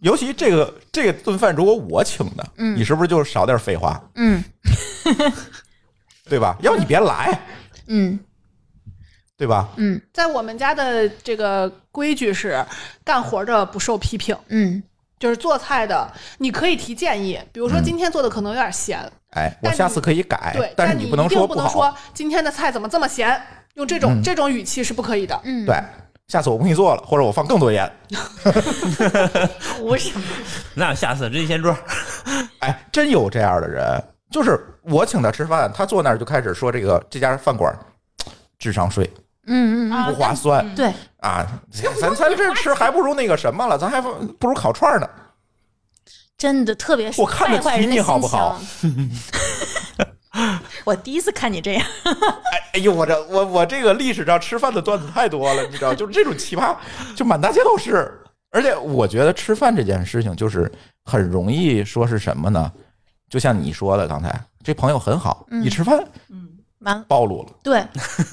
Speaker 1: 尤其这个这个顿饭如果我请的，
Speaker 2: 嗯
Speaker 1: 你是不是就少点废话，
Speaker 2: 嗯
Speaker 1: 对吧？ (laughs) 要不你别来，
Speaker 2: 嗯
Speaker 1: 对吧？
Speaker 2: 嗯
Speaker 4: 在我们家的这个规矩是，干活的不受批评，
Speaker 2: 嗯，
Speaker 4: 就是做菜的你可以提建议，比如说
Speaker 1: 嗯
Speaker 4: 今天做的可能有点咸，
Speaker 1: 哎，我
Speaker 4: 但
Speaker 1: 下
Speaker 4: 你
Speaker 1: 次可以改，
Speaker 4: 对，
Speaker 1: 但是
Speaker 4: 你
Speaker 1: 不能
Speaker 4: 一定
Speaker 1: 说
Speaker 4: 不
Speaker 1: 好，嗯
Speaker 4: 能说今天的菜怎么这么咸，用这种、这种语气是不可以的。
Speaker 2: 嗯
Speaker 1: 对，下次我不给你做了，或者我放更多盐。
Speaker 6: 图什么？
Speaker 3: 那下次扔一掀桌，
Speaker 1: 哎，真有这样的人，就是我请他吃饭，他坐那儿就开始说这个这家饭馆儿智商税
Speaker 2: 嗯嗯嗯，
Speaker 6: 啊
Speaker 1: 不划算
Speaker 2: 对，
Speaker 1: 啊，咱咱这吃还不如那个什么了，咱还不不如烤串儿呢。
Speaker 2: 真的特别是
Speaker 1: 我看着
Speaker 2: 败坏人
Speaker 1: 起
Speaker 2: 的
Speaker 1: 你
Speaker 2: 心
Speaker 1: 好不好
Speaker 2: 情？ (laughs) 我第一次看你这样，
Speaker 1: 哎哎呦，我这我我这个历史上吃饭的段子太多了，你知道，就是这种奇葩，就满大街都是。而且我觉得吃饭这件事情就是很容易说是什么呢？就像你说的刚才，这朋友很好，
Speaker 2: 嗯
Speaker 1: 一吃饭
Speaker 6: 嗯， (laughs)
Speaker 2: 完
Speaker 1: 暴露
Speaker 2: (laughs)
Speaker 1: 了，
Speaker 2: 对，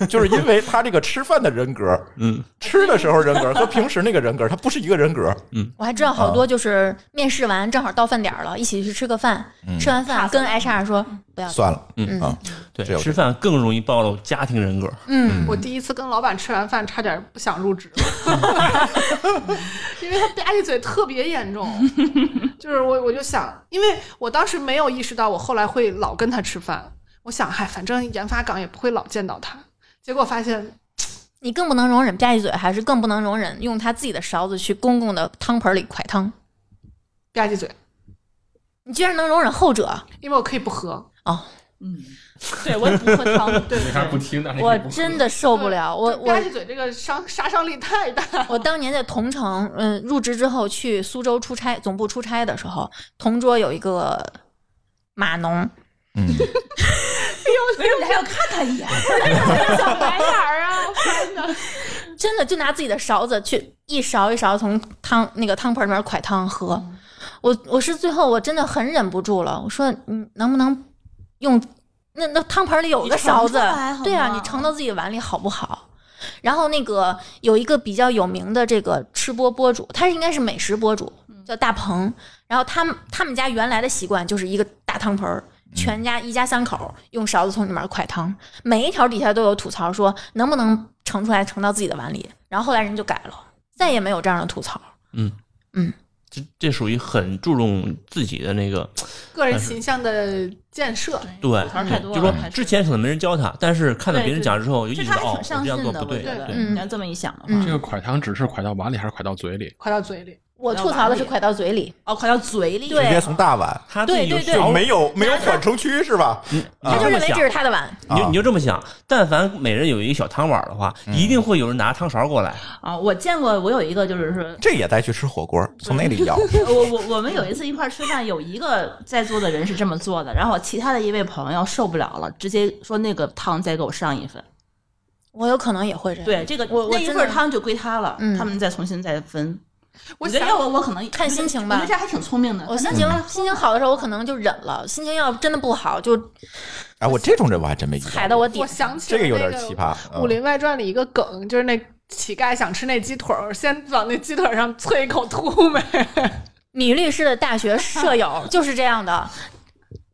Speaker 1: 就是因为他这个吃饭的人格，
Speaker 3: 嗯，
Speaker 1: 吃的时候人格和平时那个人格，他不是一个人格。
Speaker 2: 我还知道好
Speaker 1: 嗯
Speaker 2: 多就是面试完正好到饭点儿了，一起去吃个饭，
Speaker 1: 嗯
Speaker 2: 吃完饭
Speaker 6: 怕死
Speaker 2: 跟
Speaker 6: 了
Speaker 2: HR 说不要，
Speaker 1: 算了，
Speaker 3: 嗯
Speaker 1: 啊
Speaker 2: 嗯
Speaker 3: 对
Speaker 1: 这，有
Speaker 3: 吃饭更容易暴露家庭人格。
Speaker 2: 嗯，
Speaker 4: 我第一次跟老板吃完饭，差点不想入职了，
Speaker 1: (laughs)
Speaker 4: (laughs) 因为他吧唧嘴特别严重。就是我我就想，因为我当时没有意识到我后来会老跟他吃饭，我想嗨，反正研发岗也不会老见到他。结果发现，
Speaker 2: 你更不能容忍吧唧嘴，还是更不能容忍用他自己的勺子去公共的汤盆里蒯汤？
Speaker 4: 吧唧嘴，
Speaker 2: 你居然能容忍后者？
Speaker 4: 因为我可以不喝，
Speaker 6: 嗯，对我也不
Speaker 1: (laughs)
Speaker 6: 喝汤，对
Speaker 5: 没啥不听的，
Speaker 2: 我真的受不了，我
Speaker 4: 吧
Speaker 6: (laughs)
Speaker 2: 我
Speaker 4: 唧嘴这个伤杀伤力太大。
Speaker 2: 我当年在同城，嗯，入职之后去苏州出差，总部出差的时候，同桌有一个码农， (laughs) 哎
Speaker 1: 嗯，
Speaker 6: 没准你还要看他一眼。
Speaker 4: 小白眼儿啊！天哪，
Speaker 2: 真的就拿自己的勺子去一勺一勺从汤那个汤盆里面蒯汤喝。
Speaker 6: 嗯
Speaker 2: 我我是最后我真的很忍不住了，我说你能不能用那那汤盆里有个勺子
Speaker 6: 你盛出来好吗，
Speaker 2: 对啊，你盛到自己碗里好不好？然后那个有一个比较有名的这个吃播博主，他应该是美食博主，
Speaker 6: 嗯
Speaker 2: 叫大鹏。然后他们他们家原来的习惯就是一个大汤盆儿，全家一家三口儿用勺子从里面蒯汤，每一条底下都有吐槽说能不能盛出来盛到自己的碗里。然后后来人就改了，再也没有这样的吐槽。
Speaker 3: 这这属于很注重自己的那个，
Speaker 4: 个人形象的建设，
Speaker 3: 对，
Speaker 6: 词儿太多
Speaker 3: 就说
Speaker 6: 了，还是
Speaker 3: 之前可能没人教他，但是看到
Speaker 6: 对
Speaker 3: 别人
Speaker 6: 对
Speaker 3: 讲之后，就意
Speaker 6: 这
Speaker 3: 识
Speaker 6: 他
Speaker 3: 到
Speaker 6: 还
Speaker 3: 哦，
Speaker 6: 挺
Speaker 3: 我
Speaker 6: 上
Speaker 3: 这样
Speaker 6: 心
Speaker 3: 做
Speaker 6: 的，
Speaker 3: 不
Speaker 6: 我觉
Speaker 3: 对的
Speaker 6: 得。
Speaker 3: 对，
Speaker 2: 嗯
Speaker 6: 你要这么一想的话，
Speaker 2: 嗯
Speaker 5: 这个蒯汤只是蒯到碗里还是蒯到嘴里？
Speaker 4: 快到嘴里。
Speaker 2: 我吐槽的是蒯到嘴里，
Speaker 6: 哦，快到嘴里，
Speaker 1: 直
Speaker 2: 对
Speaker 1: 接从大碗
Speaker 3: 他自
Speaker 2: 对
Speaker 3: 己就
Speaker 2: 对对
Speaker 3: 小
Speaker 1: 就
Speaker 3: 米
Speaker 1: 没有没有缓冲区是吧？
Speaker 4: 啊
Speaker 2: 他就
Speaker 3: 这么
Speaker 2: 认为
Speaker 3: 想
Speaker 2: 这是他的碗。
Speaker 3: 你就
Speaker 1: 啊
Speaker 3: 你就这么想，但凡每人有一个小汤碗的话，
Speaker 2: 嗯
Speaker 3: 一定会有人拿汤勺过来。
Speaker 6: 啊，我见过，我有一个就是说， (laughs) 呃
Speaker 1: 这也带去吃火锅，从那里要。
Speaker 6: 我我我们有一次一块儿吃饭，有一个在座的人是这么做的，然后我其他的一位朋友受不了了，直接说那个汤再给我上一份。
Speaker 2: 我有可能也会这样。
Speaker 6: 对，这个
Speaker 2: 我我
Speaker 6: 那一
Speaker 2: 真
Speaker 6: 份
Speaker 2: 的
Speaker 6: 汤就归他了，
Speaker 2: 嗯
Speaker 6: 他们再重新再分。
Speaker 4: 我
Speaker 6: 觉得
Speaker 4: 想
Speaker 6: 要我我可能
Speaker 2: 看心情吧
Speaker 6: 我觉得这还挺聪明的。
Speaker 2: 我嗯
Speaker 6: 反
Speaker 2: 心
Speaker 6: 正
Speaker 2: 情
Speaker 4: 嗯
Speaker 2: 心情好的时候，我可能就忍了；心情要真的不好，就
Speaker 1: 哎，我这种人我还真没遇
Speaker 2: 踩
Speaker 1: 到
Speaker 2: 到
Speaker 1: 过，
Speaker 2: 我底
Speaker 4: 我。想起
Speaker 1: 这
Speaker 4: 了
Speaker 1: 个有
Speaker 4: 那
Speaker 1: 点奇葩。
Speaker 4: 《
Speaker 1: 嗯
Speaker 4: 武林外传》里一个梗，就是那乞丐想吃那鸡腿儿，先往那鸡腿儿上啐一口吐沫。
Speaker 2: 米律师的大学舍
Speaker 4: (laughs)
Speaker 2: 友就是这样的，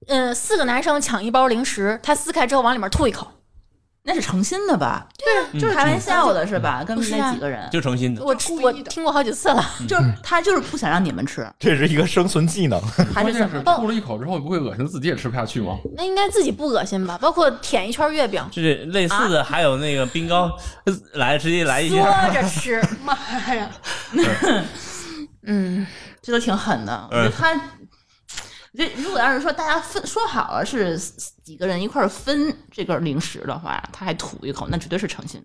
Speaker 2: 嗯，四个男生抢一包零食，他撕开之后往里面吐一口。
Speaker 6: 那是诚心的吧？
Speaker 2: 啊
Speaker 3: 嗯
Speaker 6: 就是开玩笑的是吧？跟
Speaker 2: 不是啊
Speaker 6: 那几个人，
Speaker 3: 就诚嗯心的，
Speaker 2: 我
Speaker 4: 就是故
Speaker 2: 我
Speaker 4: 意的
Speaker 2: 听过好几次了，
Speaker 6: 就是他就是不想让你们吃，
Speaker 1: (laughs) 这是一个生存技能。
Speaker 3: 嗯
Speaker 2: 啊
Speaker 6: 还
Speaker 5: 关
Speaker 6: 是
Speaker 5: 键
Speaker 6: 怎
Speaker 5: 是
Speaker 6: 么？
Speaker 5: 吐了一口之后，不会恶心自己也吃不下去吗？
Speaker 2: 那应该自己不恶心吧？包括舔一圈月饼，
Speaker 3: 就是类似
Speaker 6: 啊
Speaker 3: 的，还有那个冰糕，呃来直接来一
Speaker 2: 缩
Speaker 3: 下，
Speaker 2: 着
Speaker 6: (laughs)
Speaker 2: 吃，
Speaker 4: 妈呀！
Speaker 2: 嗯，
Speaker 6: 这都挺狠的。我
Speaker 3: 嗯
Speaker 6: 觉得他，我觉得如果要是说大家分说好了是几个人一块儿分这个零食的话，他还吐一口，那绝对是诚心。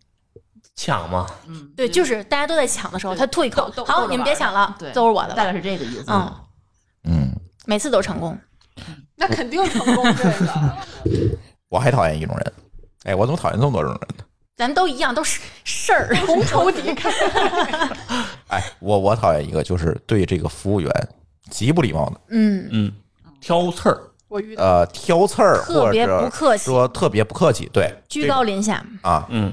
Speaker 3: 抢嘛。
Speaker 6: 嗯，
Speaker 2: 对，就是大家都在抢的时候，
Speaker 6: 对
Speaker 2: 他吐一口
Speaker 6: 逗，逗
Speaker 2: 好，
Speaker 6: 着
Speaker 2: 你们
Speaker 6: 玩
Speaker 2: 别
Speaker 6: 儿
Speaker 2: 抢了
Speaker 6: 对，
Speaker 2: 都是我的
Speaker 6: 大
Speaker 2: 了，
Speaker 6: 概是这个意思。
Speaker 2: 嗯，
Speaker 1: 嗯，
Speaker 2: 每次都成功。
Speaker 4: 那肯定成功这个。
Speaker 1: (laughs) 我还讨厌一种人。哎，我怎么讨厌这么多种人？
Speaker 2: 咱们都一样，都是事儿，
Speaker 4: 同
Speaker 2: (laughs)
Speaker 4: 仇敌忾，
Speaker 1: 哎，我我讨厌一个就是对这个服务员极不礼貌的，
Speaker 2: 嗯，
Speaker 3: 嗯，挑刺儿，
Speaker 4: 我遇到
Speaker 1: 呃，挑刺儿
Speaker 2: 特
Speaker 1: 或
Speaker 2: 别不
Speaker 1: 者
Speaker 2: 客气，
Speaker 1: 说特别不客气，对，
Speaker 2: 居高临下，
Speaker 1: 这种啊。
Speaker 3: 嗯，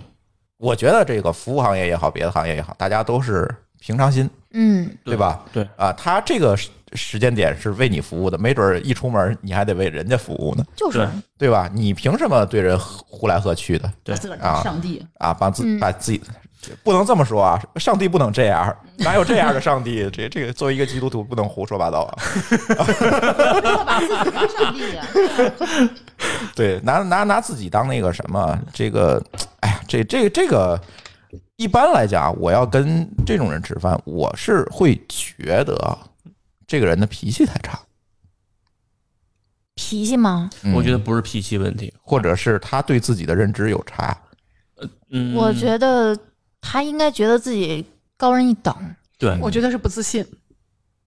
Speaker 1: 我觉得这个服务行业也好，别的行业也好，大家都是平常心，
Speaker 2: 嗯，
Speaker 1: 对吧？
Speaker 3: 对
Speaker 1: 啊，他这个时时间点是为你服务的，没准儿一出门你还得为人家服务呢，
Speaker 2: 就是
Speaker 3: 对
Speaker 1: 对吧？你凭什么对人呼来喝去的
Speaker 3: 对
Speaker 6: 自个儿当上
Speaker 2: (laughs)
Speaker 6: 帝，
Speaker 1: 啊？把自
Speaker 2: 嗯
Speaker 1: 把自己。不能这么说啊！上帝不能这
Speaker 4: (laughs)
Speaker 1: 样，哪有这样的上帝？这这个作为一个基督徒，不能胡说八道啊！
Speaker 6: 不要把自己当上帝啊！
Speaker 1: 对，拿拿拿自己当那个什么，这个，哎呀，这这这个一般来讲，我要跟这种人吃饭，我是会觉得这个人的脾气太差，
Speaker 2: 脾气吗？
Speaker 3: 我觉得
Speaker 1: 嗯，
Speaker 3: 不是脾气问题，
Speaker 1: 或者是他对自己的认知有差。
Speaker 3: 嗯，
Speaker 2: 我觉得他应该觉得自己高人一等，
Speaker 3: 对，
Speaker 4: 我觉得是不自信，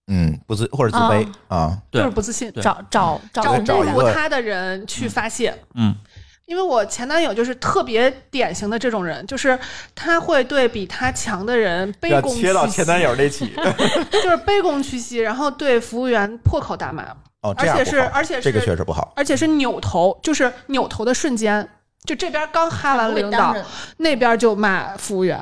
Speaker 1: 嗯，不自或者自卑啊，
Speaker 3: 对
Speaker 4: 就是不自信，
Speaker 3: 对
Speaker 2: 找找
Speaker 4: 找
Speaker 2: 找
Speaker 1: 嗯找
Speaker 4: 侮
Speaker 1: 一
Speaker 2: 人
Speaker 1: 个
Speaker 4: 辱他的人去发泄。
Speaker 3: 嗯，
Speaker 4: 因为我前男友就是特别典型的这种人，就是他会对比他强的人卑躬屈膝，
Speaker 1: 友那
Speaker 4: (laughs)
Speaker 1: 起
Speaker 4: 就是卑躬屈膝，然后对服务员破口大骂，
Speaker 1: 哦，这
Speaker 4: 而
Speaker 1: 样
Speaker 4: 且
Speaker 1: 不
Speaker 4: 是
Speaker 1: 好
Speaker 4: 而且
Speaker 1: 这个
Speaker 4: 是
Speaker 1: 确实不好。
Speaker 4: 而且是扭头，就是扭头的瞬间，就这边刚哈完领导，那边就骂服务员。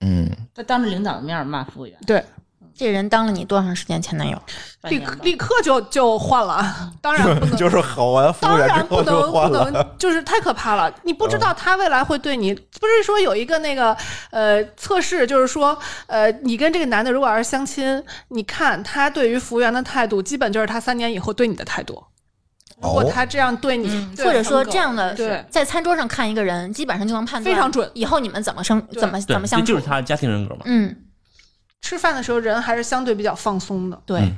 Speaker 1: 嗯，
Speaker 6: 他当着领导的面骂服务员，
Speaker 4: 对，
Speaker 2: 这人当了你多长时间前男友？
Speaker 6: 半
Speaker 4: 立
Speaker 6: 年吧
Speaker 4: 立刻就就换了啊，当然 (laughs) 不能，
Speaker 1: (laughs) 就是吼完服务
Speaker 4: 当
Speaker 1: 员之
Speaker 4: 然不
Speaker 1: 后就
Speaker 4: 能
Speaker 1: 换
Speaker 4: 不
Speaker 1: 了。
Speaker 4: 能，就是太可怕了。你不知道他未来会对你，不是说有一个那个呃测试，就是说呃你跟这个男的如果要是相亲，你看他对于服务员的态度，基本就是他三年以后对你的态度。如果
Speaker 1: 哦
Speaker 4: 他这样对你，
Speaker 6: 嗯
Speaker 4: 对
Speaker 2: 或者说
Speaker 6: 成狗
Speaker 2: 这样的
Speaker 4: 对，
Speaker 2: 在餐桌上看一个人，基本上就能判断
Speaker 4: 非常准
Speaker 2: 以后你们怎么生
Speaker 4: 对
Speaker 2: 怎么
Speaker 3: 对
Speaker 2: 怎么相
Speaker 3: 这
Speaker 2: 处。
Speaker 3: 就是他的家庭人格嘛。
Speaker 2: 嗯，
Speaker 4: 吃饭的时候人还是相对比较放松的。
Speaker 2: 对，
Speaker 3: 嗯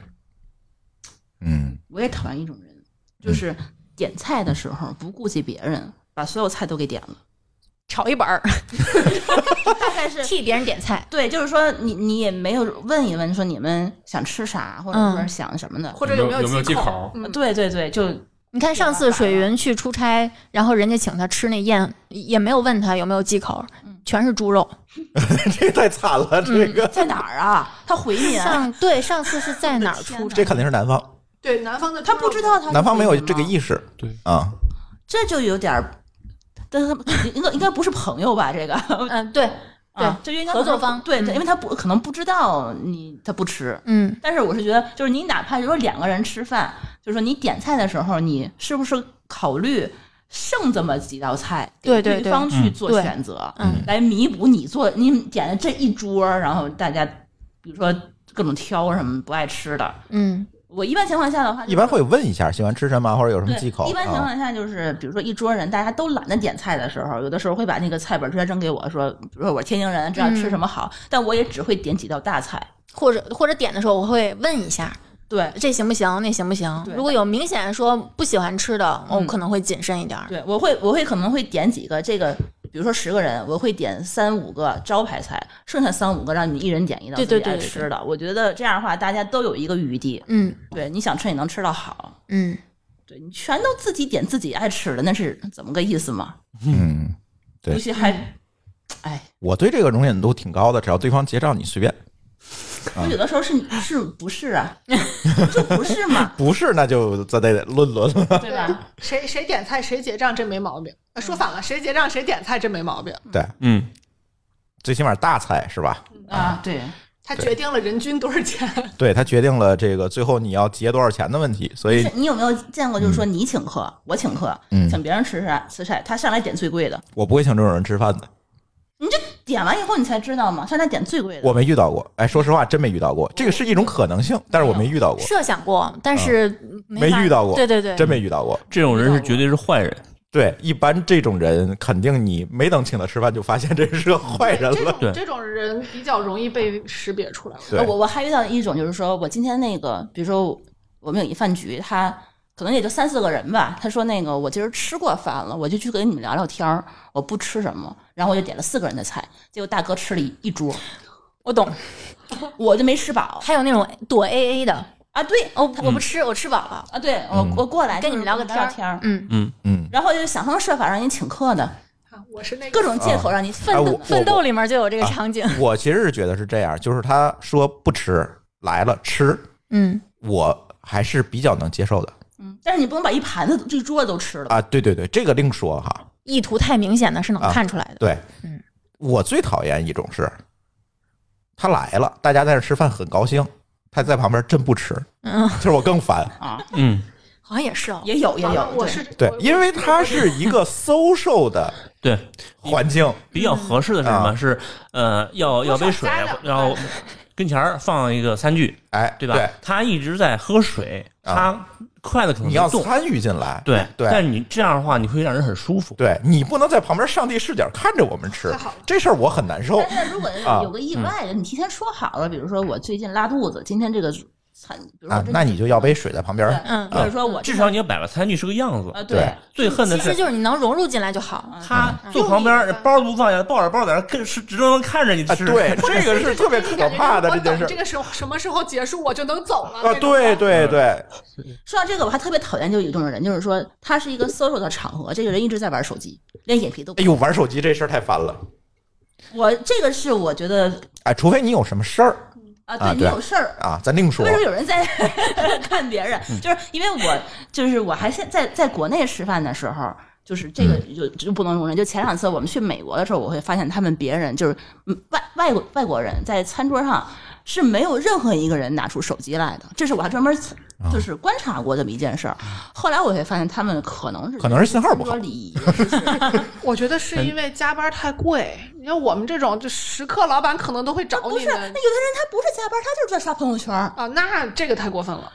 Speaker 1: 嗯，
Speaker 6: 我也讨厌一种人，就是点菜的时候不顾及别人，把所有菜都给点了，
Speaker 2: 炒一本儿，
Speaker 6: 大概是。
Speaker 2: 替别人点菜。
Speaker 6: (laughs) 对，就是说你你也没有问一问，说你们想吃啥，嗯或者说想什么的。
Speaker 4: 或者有没
Speaker 5: 有没有
Speaker 4: 忌
Speaker 5: 忌口？
Speaker 4: 嗯，
Speaker 6: 对对对，就
Speaker 2: 你看上次水云去出差，然后人家请他吃那宴，也没有问他有没有忌口，
Speaker 6: 嗯
Speaker 2: 全是猪肉。
Speaker 1: (laughs) 这太惨了，这个
Speaker 6: (laughs) 在哪儿啊？他回你啊， (laughs)
Speaker 2: 上对上次是在哪儿
Speaker 6: 我
Speaker 2: 出
Speaker 6: 的天
Speaker 2: 差？
Speaker 1: 这肯定是南方，
Speaker 4: 对南方的
Speaker 6: 他不知道他
Speaker 1: 南方没有这个
Speaker 6: 识，
Speaker 1: 意识。
Speaker 5: 对
Speaker 1: 啊，
Speaker 6: 这就有点儿，但他应该应该不是朋友吧？这个
Speaker 2: 嗯，对，
Speaker 6: (laughs)
Speaker 2: 对
Speaker 6: 啊这就应该
Speaker 2: 合作
Speaker 6: 可能
Speaker 2: 方
Speaker 6: 对，
Speaker 2: 嗯
Speaker 6: 因为他不可能不知道你他不吃，
Speaker 2: 嗯，
Speaker 6: 但是我是觉得，就是你哪怕就说两个人吃饭，就是说你点菜的时候，你是不是考虑剩这么几道菜，
Speaker 2: 对对
Speaker 6: 给
Speaker 2: 对
Speaker 6: 对方去做
Speaker 2: 对
Speaker 6: 选择，
Speaker 2: 嗯
Speaker 6: 来弥补你做你点的这一桌，然后大家比如说各种挑什么不爱吃的。
Speaker 2: 嗯，
Speaker 6: 我一般情况下的话，
Speaker 1: 一般会问一下喜欢吃什么或者有什么
Speaker 6: 对，
Speaker 1: 忌口
Speaker 6: 一般情
Speaker 1: 啊。
Speaker 6: 况下就是，比如说一桌人，大家都懒得点菜的时候，有的时候会把那个菜本直接扔给我说，比如说我是天津人，知道
Speaker 2: 嗯
Speaker 6: 吃什么好，但我也只会点几道大菜。
Speaker 2: 或者或者点的时候我会问一下，
Speaker 6: 对，
Speaker 2: 这行不行，那行不行？
Speaker 6: 对
Speaker 2: 如果有明显说不喜欢吃的，我
Speaker 6: 嗯
Speaker 2: 可能会谨慎一点儿。
Speaker 6: 对，我会我会可能会点几个这个，比如说十个人，我会点三五个招牌菜，剩下三五个让你一人点一道
Speaker 2: 对
Speaker 6: 自己
Speaker 2: 对对
Speaker 6: 爱
Speaker 2: 对
Speaker 6: 吃的。我觉得这样的话，大家都有一个余地，
Speaker 2: 嗯
Speaker 6: 对，你想吃也能吃到好。
Speaker 2: 嗯，
Speaker 6: 对你全都自己点自己爱吃的，那是怎么个意思嘛？
Speaker 1: 嗯，对
Speaker 6: 尤其还，哎，
Speaker 1: 我对这个容忍度挺高的，只要对方结账你随便，
Speaker 6: 我有的时候是是不是啊？ (laughs) 就不是
Speaker 2: (laughs)
Speaker 6: 嘛，
Speaker 1: 不是那就咱得论论了。
Speaker 6: 对吧？
Speaker 4: 谁谁点菜谁结账，这没毛病。呃说反了，谁结账谁点菜，这没毛病。
Speaker 1: 对，
Speaker 3: 嗯，
Speaker 1: 最起码大菜是吧？
Speaker 6: 啊，对，
Speaker 4: 他
Speaker 1: 对
Speaker 4: 决定了人均多少钱。
Speaker 1: 对，它决定了这个最后你要结多少钱的问题，所以
Speaker 6: 是你有没有见过，就是说你请客，我请客，
Speaker 1: 嗯
Speaker 6: 请别人吃啥吃菜，他上来点最贵的，
Speaker 1: 我不会请这种人吃饭的，
Speaker 6: 点完以后你才知道嘛，上来点最贵的，
Speaker 1: 我没遇到过。哎，说实话，真没遇到过，这个是一种可能性，但是我没遇到过，
Speaker 2: 设想过，但是
Speaker 1: 没
Speaker 2: 法
Speaker 1: 遇到过
Speaker 2: 对对对，
Speaker 1: 真没遇到过。
Speaker 3: 这种人是绝对是坏人，
Speaker 1: 对，一般这种人肯定你没等请他吃饭就发现这是个坏人
Speaker 4: 这
Speaker 1: 了。
Speaker 3: 对
Speaker 4: 种这种人比较容易被识别出来。我觉得
Speaker 1: 对
Speaker 6: 呃我我还遇到一种，就是说我今天那个，比如说我们有一饭局，他可能也就三四个人吧，他说那个我今儿吃过饭了，我就去跟你们聊聊天儿，我不吃什么，然后我就点了四个人的菜，结果大哥吃了一一桌，
Speaker 2: 我懂。
Speaker 6: 我就没吃饱
Speaker 2: 还有那种躲 AA 的，
Speaker 6: 啊，对
Speaker 2: 哦，我不吃，我吃饱了。
Speaker 6: 啊，对我
Speaker 1: 嗯
Speaker 6: 我过来
Speaker 2: 跟你们聊个
Speaker 6: 就是
Speaker 2: 天儿
Speaker 6: 天儿，
Speaker 2: 嗯，
Speaker 1: 嗯，
Speaker 6: 然后就想方设法让你请客的，
Speaker 4: 啊，我是那个
Speaker 6: 各种借口让你奋
Speaker 1: 哎
Speaker 6: 斗
Speaker 1: 我
Speaker 2: 奋斗里面就有这个场景。
Speaker 1: 我其实是觉得是这样，就是他说不吃来了吃，
Speaker 2: 嗯，
Speaker 1: 我还是比较能接受的
Speaker 6: 嗯，但是你不能把一盘子这一桌子都吃了吧。
Speaker 1: 啊。对对对，这个另说哈。
Speaker 2: 意图太明显的是能
Speaker 1: 啊
Speaker 2: 看出来的。
Speaker 1: 对，
Speaker 2: 嗯
Speaker 1: 我最讨厌一种是，他来了，大家在这吃饭很高兴，他在旁边真不吃，
Speaker 2: 嗯，
Speaker 1: 就是我更烦。
Speaker 6: 啊，
Speaker 3: 嗯，
Speaker 2: 好像也是哦。
Speaker 6: 也有也有
Speaker 4: 啊，我
Speaker 6: 对
Speaker 4: 是
Speaker 1: 对
Speaker 4: 我，
Speaker 1: 因为它是一个 social 的
Speaker 3: 对，
Speaker 1: 环境，嗯
Speaker 3: 比较合适的是什么？是呃，要要杯水
Speaker 2: 嗯
Speaker 4: 多少加，点
Speaker 3: 然后跟前儿放一个餐具，
Speaker 1: 哎，
Speaker 3: 对吧？他一直在喝水，
Speaker 1: 啊
Speaker 3: 他筷子可能
Speaker 1: 你要
Speaker 3: 不动，
Speaker 1: 参与进来，
Speaker 3: 对
Speaker 1: 对
Speaker 3: 但是你这样的话，你会让人很舒服。
Speaker 1: 对你不能在旁边上帝视角看着我们吃
Speaker 4: 太好了，
Speaker 1: 这事儿我很难受。
Speaker 6: 但是如果是
Speaker 1: 啊
Speaker 6: 有个意外的，你提前说好了，比如说我最近拉肚子，今天这个餐，比如说
Speaker 1: 啊
Speaker 6: 真，的
Speaker 1: 那你就要杯水在旁边
Speaker 6: 对
Speaker 1: 儿。
Speaker 2: 嗯
Speaker 6: 或者说我
Speaker 3: 至少你要摆了餐具是个样子。
Speaker 6: 啊
Speaker 1: 对
Speaker 6: 对，
Speaker 3: 最恨的
Speaker 2: 呃其实
Speaker 3: 是
Speaker 2: 就是你能融入进来就嗯好。
Speaker 3: 他坐旁边儿，包都不放下，抱着包在那儿看，是只能看着你
Speaker 1: 啊，
Speaker 3: 吃。
Speaker 1: 对，这个是特别可
Speaker 4: (laughs)
Speaker 1: 怕的
Speaker 4: 我
Speaker 1: 这件
Speaker 4: 等
Speaker 1: 事
Speaker 4: 这。个时候什么时候结束我就能走了
Speaker 1: 啊，对对对，
Speaker 6: 说到这个，我还特别讨厌就有一种人，就是说他是一个 social 的场合，这个人一直在玩手机，连眼皮都不
Speaker 1: 哎。呦，玩手机这事儿太烦了。
Speaker 6: 我这个是我觉得
Speaker 1: 哎，除非你有什么事儿
Speaker 6: 啊，
Speaker 1: 啊
Speaker 6: 对你
Speaker 1: 对
Speaker 6: 有事儿。
Speaker 1: 啊，咱另说嗯
Speaker 6: 为。什么有人
Speaker 1: (laughs)
Speaker 6: 在看别人？就是因为我，就是我还现在在国内吃饭的时候，就是这个
Speaker 1: 嗯
Speaker 6: 就就不能容忍。就前两次我们去美国的时候，我会发现他们别人就是嗯外外国外国人在餐桌上是没有任何一个人拿出手机来的，这是我还专门
Speaker 1: 啊
Speaker 6: 就是观察过这么一件事儿。后来我会发现他们可能是
Speaker 1: 可能是信号不好
Speaker 6: 说礼仪 (laughs)
Speaker 4: 我觉得是因为加班太贵，你看我们这种就食客老板可能都会找
Speaker 6: 不
Speaker 4: 你
Speaker 6: 是，那有的
Speaker 4: 们
Speaker 6: 人他不是加班，他就是在刷朋友圈，
Speaker 4: 啊，那这个太过分了。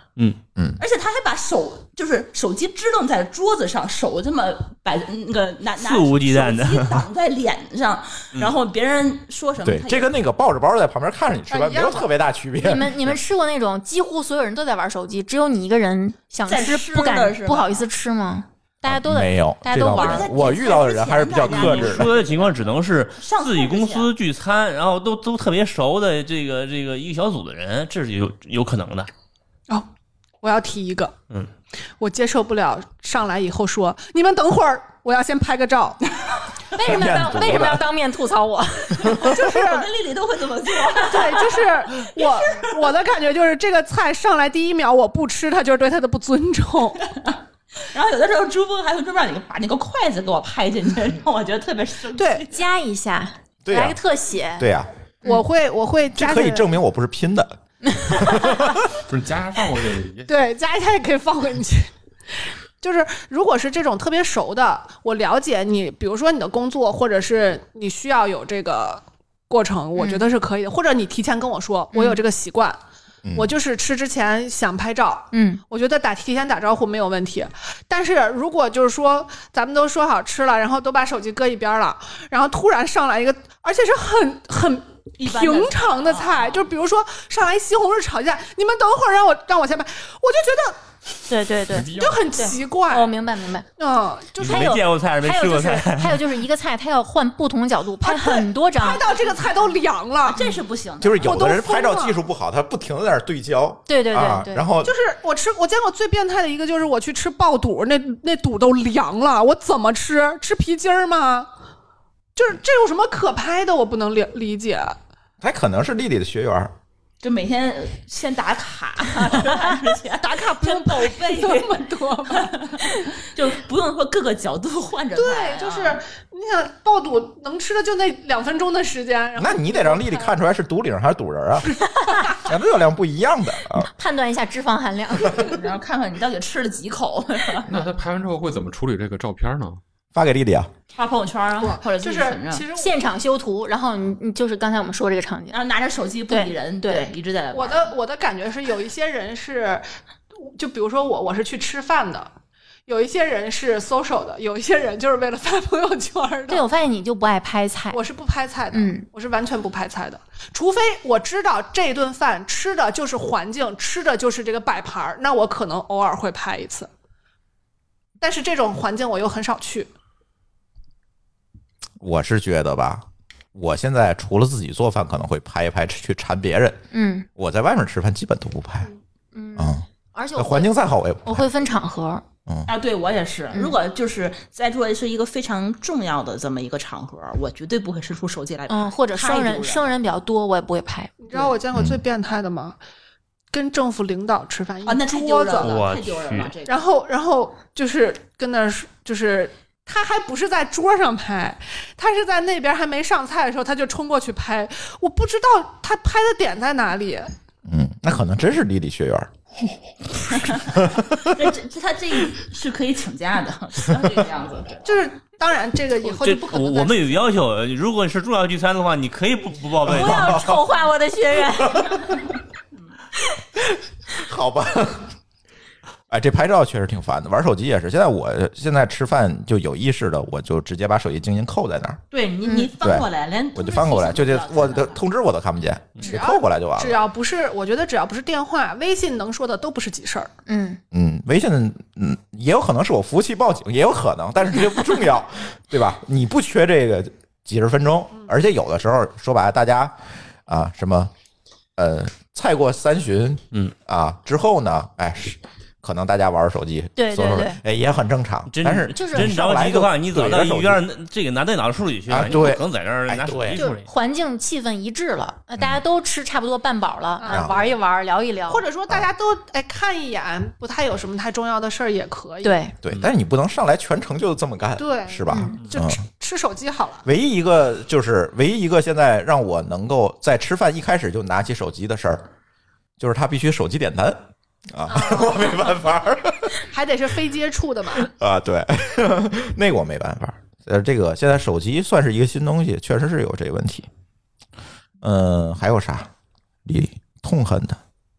Speaker 6: 而且他还把手就是手机支棱在桌子上，手这么摆嗯那个拿拿
Speaker 3: 肆无忌惮嗯的
Speaker 6: 手机挡在脸上，然后别人说什么，
Speaker 1: 对
Speaker 6: 他，也
Speaker 1: 这跟那个抱着包在旁边看着你吃
Speaker 4: 哎
Speaker 1: 饭
Speaker 4: 一
Speaker 1: 没
Speaker 4: 样
Speaker 1: 有
Speaker 4: 的
Speaker 1: 特别大区别。
Speaker 2: 你们你们吃过那种几乎所有人都在玩手机，只有你一个人想
Speaker 6: 在
Speaker 2: 吃
Speaker 6: 吃
Speaker 2: 不
Speaker 6: 的
Speaker 2: 敢
Speaker 6: 是吧
Speaker 2: 不好意思吃吗？大家都在
Speaker 1: 没有，
Speaker 2: 大家
Speaker 1: 这
Speaker 2: 都
Speaker 1: 倒没
Speaker 2: 玩
Speaker 1: 有
Speaker 2: 儿
Speaker 6: 在
Speaker 1: 我遇到的人还是比较克制的。
Speaker 3: 说的情况只能是
Speaker 6: 上
Speaker 3: 自己公司聚餐，然后都都特别熟的这个这个一个小组的人，这是有有可能的。
Speaker 4: 哦，我要提一个，
Speaker 3: 嗯，
Speaker 4: 我接受不了上来以后说你们等会儿，我要先拍个照， (laughs)
Speaker 2: 为什么要当为什么要当面吐槽我？
Speaker 4: 就是
Speaker 6: 我跟丽丽都会这么做， (laughs)
Speaker 4: 对，就是我我的感觉就是这个菜上来第一秒我不吃，他就是对他的不尊重。 (laughs)
Speaker 6: 然后有的时候朱峰还会专门让你把那个筷子给我拍进去，让我觉得特别生气。
Speaker 2: (laughs)
Speaker 4: 对，
Speaker 2: 加一下，
Speaker 1: 对
Speaker 2: 来
Speaker 1: 呀
Speaker 2: 个，特写。
Speaker 1: 对呀，啊
Speaker 4: 我会我会
Speaker 1: 这
Speaker 4: 加
Speaker 1: 可
Speaker 4: 进
Speaker 1: 以
Speaker 4: 来
Speaker 1: 证明我不是拼的。
Speaker 5: 不是夹夹放过去也
Speaker 4: 对，加一下也可以放回去。 (laughs) 就是如果是这种特别熟的，我了解你，比如说你的工作，或者是你需要有这个过程，我觉得是可以的。或者你提前跟我说，我有这个习惯，
Speaker 1: 嗯
Speaker 4: 我就是吃之前想拍照，
Speaker 2: 嗯，
Speaker 4: 我觉得打提前打招呼没有问题，但是如果就是说咱们都说好吃了，然后都把手机搁一边儿了，然后突然上来一个，而且是很很
Speaker 6: 一般的菜
Speaker 4: 平常的菜，
Speaker 6: 啊
Speaker 4: 就比如说上来西红柿炒鸡蛋，你们等会儿让我让我先拍，我就觉
Speaker 2: 对对对，
Speaker 5: 一
Speaker 4: 得
Speaker 5: 样
Speaker 4: 就很奇怪，
Speaker 2: 哦，明白明白。
Speaker 4: 嗯，就
Speaker 3: 你
Speaker 4: 是
Speaker 2: 还
Speaker 3: 没
Speaker 2: 有
Speaker 3: 见过菜，没
Speaker 2: 还
Speaker 3: 吃
Speaker 2: 有
Speaker 3: 过
Speaker 2: 就是
Speaker 3: 菜，
Speaker 2: 还有就是一个菜，它要换不同角 (laughs) 度拍很多张
Speaker 4: 拍。到这个菜都凉了，
Speaker 6: 这是不行的。
Speaker 1: 就是有的人
Speaker 4: 我都疯
Speaker 1: 拍照
Speaker 4: 了
Speaker 1: 技术不好，他不停地在那儿对焦
Speaker 2: 对对
Speaker 1: 啊
Speaker 2: 对，对，
Speaker 1: 然后
Speaker 4: 就是我吃，我见过最变态的一个就是我去吃爆肚，那那肚都凉了，我怎么吃？吃皮筋儿吗？就是这有什么可拍的？我不能理理解。
Speaker 1: 他可能是丽丽的学员儿，
Speaker 6: 就每天先打
Speaker 4: (laughs)
Speaker 6: 卡，打卡不用宝贝，
Speaker 4: 这么多吗？
Speaker 6: (laughs) 就不用说各个角度换着拍啊
Speaker 4: 对，就是你想爆肚能吃的就那两分钟的时间，然后
Speaker 1: 那你得让丽丽看出来是赌领还是赌人
Speaker 2: (laughs)
Speaker 1: 啊，啊热量不一样的啊。
Speaker 2: 判断一下脂肪含量。
Speaker 6: 然后看看你到底吃了几口，
Speaker 2: 哎
Speaker 5: 那他拍完之后会怎么处理这个照片呢？
Speaker 1: 发给丽丽啊，
Speaker 6: 发朋友圈啊，或者自
Speaker 4: 就
Speaker 6: 己
Speaker 4: 是
Speaker 6: 存着
Speaker 4: 其实我
Speaker 2: 现场修图，然后你你就是刚才我们说这个场景，
Speaker 6: 然后拿着手机不理人，
Speaker 2: 对
Speaker 6: 一直在
Speaker 4: 我
Speaker 6: 玩。
Speaker 4: 的我的感觉是有一些人是，就比如说我我是去吃饭的。有一些人是 social 的，有一些人就是为了发朋友圈的。
Speaker 2: 对我发现你就不爱拍菜，
Speaker 4: 我是不拍菜的，
Speaker 2: 嗯
Speaker 4: 我是完全不拍菜的，除非我知道这顿饭吃的就是环境，吃的就是这个摆盘儿，那我可能偶尔会拍一次。但是这种环境我又很少去，
Speaker 1: 我是觉得吧，我现在除了自己做饭可能会拍一拍去馋别人，
Speaker 2: 嗯
Speaker 1: 我在外面吃饭基本都不拍
Speaker 2: 嗯，
Speaker 1: 啊。
Speaker 2: 而且
Speaker 1: 那
Speaker 2: 我
Speaker 1: 环境再好我也
Speaker 2: 我
Speaker 1: 不拍。
Speaker 2: 会分场合，
Speaker 6: 啊，对我也是。如果就是在座是一个非常重要的这么一个场合，我绝对不会伸出手机来拍。
Speaker 2: 嗯，或者生
Speaker 6: 太
Speaker 2: 人
Speaker 6: 丢人
Speaker 2: 生人比较多，我也不会拍。
Speaker 4: 你知道我见过最变态的吗？跟政府领导吃饭，
Speaker 6: 啊，那
Speaker 4: 一
Speaker 6: 太丢
Speaker 4: 桌
Speaker 6: 人
Speaker 4: 子，
Speaker 3: 我
Speaker 6: 了，太丢人了。这个
Speaker 4: 然后然后就是跟那儿说就是。他还不是在桌上拍，他是在那边还没上菜的时候，他就冲过去拍。我不知道他拍的点在哪里，
Speaker 1: 嗯，那可能真是丽丽学员儿，
Speaker 6: 这这他这是可以请假的，不要这个样子。
Speaker 1: (laughs)
Speaker 4: 就是当然这个以后就
Speaker 3: 这
Speaker 4: 不可
Speaker 3: 我
Speaker 4: 能
Speaker 3: 我
Speaker 4: 再
Speaker 3: 们有要求，如果是重要聚餐的话，你可以不不报备
Speaker 2: 不。
Speaker 6: 啊
Speaker 2: 要丑化我的学员。
Speaker 1: (laughs) 好吧。哎，这拍照确实挺烦的，玩手机也是。现在我现在吃饭就有意识的，我就直接把手机静音扣在那儿，
Speaker 6: 对你你翻过来，连
Speaker 1: 我就翻过来，就这我的
Speaker 6: 的
Speaker 1: 通知我都看不见，
Speaker 2: 嗯
Speaker 4: 只
Speaker 1: 给
Speaker 4: 要
Speaker 1: 扣过来就完
Speaker 4: 只
Speaker 1: 了。
Speaker 4: 要不是，我觉得只要不是电话、微信能说的都不是急事儿。
Speaker 2: 嗯，
Speaker 1: 嗯，微信嗯也有可能是我服务器报警，也有可能，但是这不重
Speaker 3: (laughs)
Speaker 1: 要，对吧？你不缺这个几十分钟，
Speaker 2: 嗯
Speaker 1: 而且有的时候说白了，大家啊什么呃菜过三巡，
Speaker 3: 嗯
Speaker 1: 啊之后呢，哎是可能大家玩手机，
Speaker 2: 对对
Speaker 1: 搜搜
Speaker 2: 对
Speaker 1: 哎也很正常，
Speaker 3: 真
Speaker 1: 但是
Speaker 2: 就是
Speaker 3: 真着急的话，你走到
Speaker 1: 怼着手机
Speaker 3: 一边，那这个拿电脑处理去
Speaker 1: 啊
Speaker 3: 你
Speaker 1: 对
Speaker 3: 不可能在这儿拿手
Speaker 1: 哎对
Speaker 3: 机处
Speaker 2: 就
Speaker 3: 理。
Speaker 2: 环境气氛一致了，呃
Speaker 1: 嗯
Speaker 2: 大家都吃差不多半饱了，啊
Speaker 1: 啊
Speaker 2: 玩一玩，聊一聊，
Speaker 4: 或者说大家都哎看一眼，不太有什么太重要的事儿也可以。，
Speaker 2: 对，
Speaker 3: 嗯
Speaker 1: 对，但是你不能上来全程就这么干，
Speaker 4: 对
Speaker 1: 是吧？
Speaker 2: 嗯
Speaker 4: 就吃吃手机好了。
Speaker 1: 唯一一个就是唯一一个现在让我能够在吃饭一开始就拿起手机的事儿，就是他必须手机点单啊，(laughs)
Speaker 2: 哦
Speaker 1: 我没办法儿
Speaker 4: 还得是非接触的嘛。
Speaker 1: 啊，对， (laughs) 那个我没办法儿。呃，这个现在手机算是一个新东西，确实是有这个问题。嗯，还有啥？丽丽痛恨的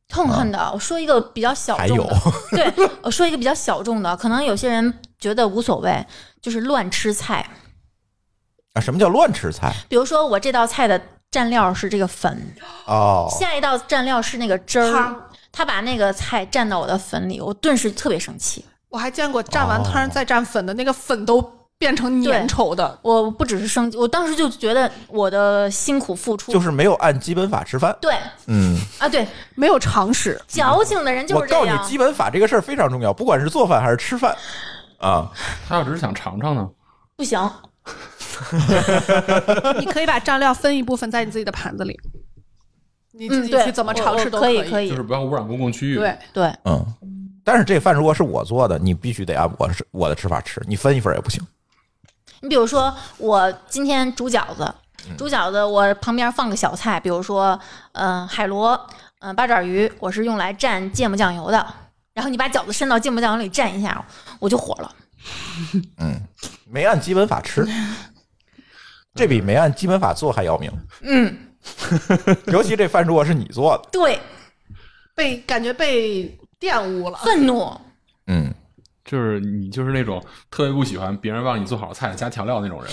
Speaker 2: 痛恨的。我说一个比较小
Speaker 1: 啊还
Speaker 2: 众
Speaker 1: 有
Speaker 2: 的，对，我说一个比较小众的，可能有些人觉得无所谓，就是乱吃菜。
Speaker 1: 啊，什么叫乱吃菜？
Speaker 2: 比如说我这道菜的蘸料是这个粉，
Speaker 1: 哦，
Speaker 2: 下一道蘸料是那个汁儿
Speaker 4: 汤，
Speaker 2: 他把那个菜蘸到我的粉里，我顿时特别生气。
Speaker 4: 我还见过蘸完汤再蘸粉的，那个粉都变成粘稠的。
Speaker 2: 我不只是生气，我当时就觉得我的辛苦付出，
Speaker 1: 就是没有按基本法吃饭。
Speaker 2: 对
Speaker 1: 嗯，
Speaker 2: 啊，对，
Speaker 4: 没有常识，
Speaker 2: 矫情的人就
Speaker 1: 我
Speaker 2: 是
Speaker 1: 告
Speaker 2: 这
Speaker 1: 诉你，
Speaker 2: 样
Speaker 1: 基。本法这个事儿非常重要，不管是做饭还是吃饭啊。
Speaker 5: 他要只是想尝尝呢，
Speaker 2: 不行，
Speaker 4: 你可以把蘸料分一部分在你自己的盘子里，你自
Speaker 2: 嗯，
Speaker 4: 己
Speaker 2: 对，
Speaker 4: 去怎么
Speaker 2: 我
Speaker 4: 尝试
Speaker 2: 我
Speaker 4: 都
Speaker 2: 可
Speaker 4: 以。
Speaker 2: 可以
Speaker 5: 就是，不要污染公共区域。
Speaker 4: 对，
Speaker 2: 对，
Speaker 1: 嗯，但是这饭如果是我做的，你必须得按我是我的吃法吃，你分一份也不行。
Speaker 2: 你比如说，我今天煮饺子，
Speaker 4: 嗯
Speaker 2: 煮饺子我旁边放个小菜，比如说，嗯、海螺，嗯、八爪鱼，我是用来蘸芥末酱油的。然后你把饺子伸到芥末酱油里蘸一下，我就火了。
Speaker 1: 没按基本法 (laughs) 吃，这比没按基本法做还要命。 (laughs)
Speaker 2: 嗯，
Speaker 1: 尤其这饭如果是你做的，
Speaker 2: 对，
Speaker 4: 被感觉被玷污了。
Speaker 2: 愤怒，
Speaker 1: 嗯，
Speaker 5: 就是你就是那种特别不喜欢别人让你做好菜加调料那种人。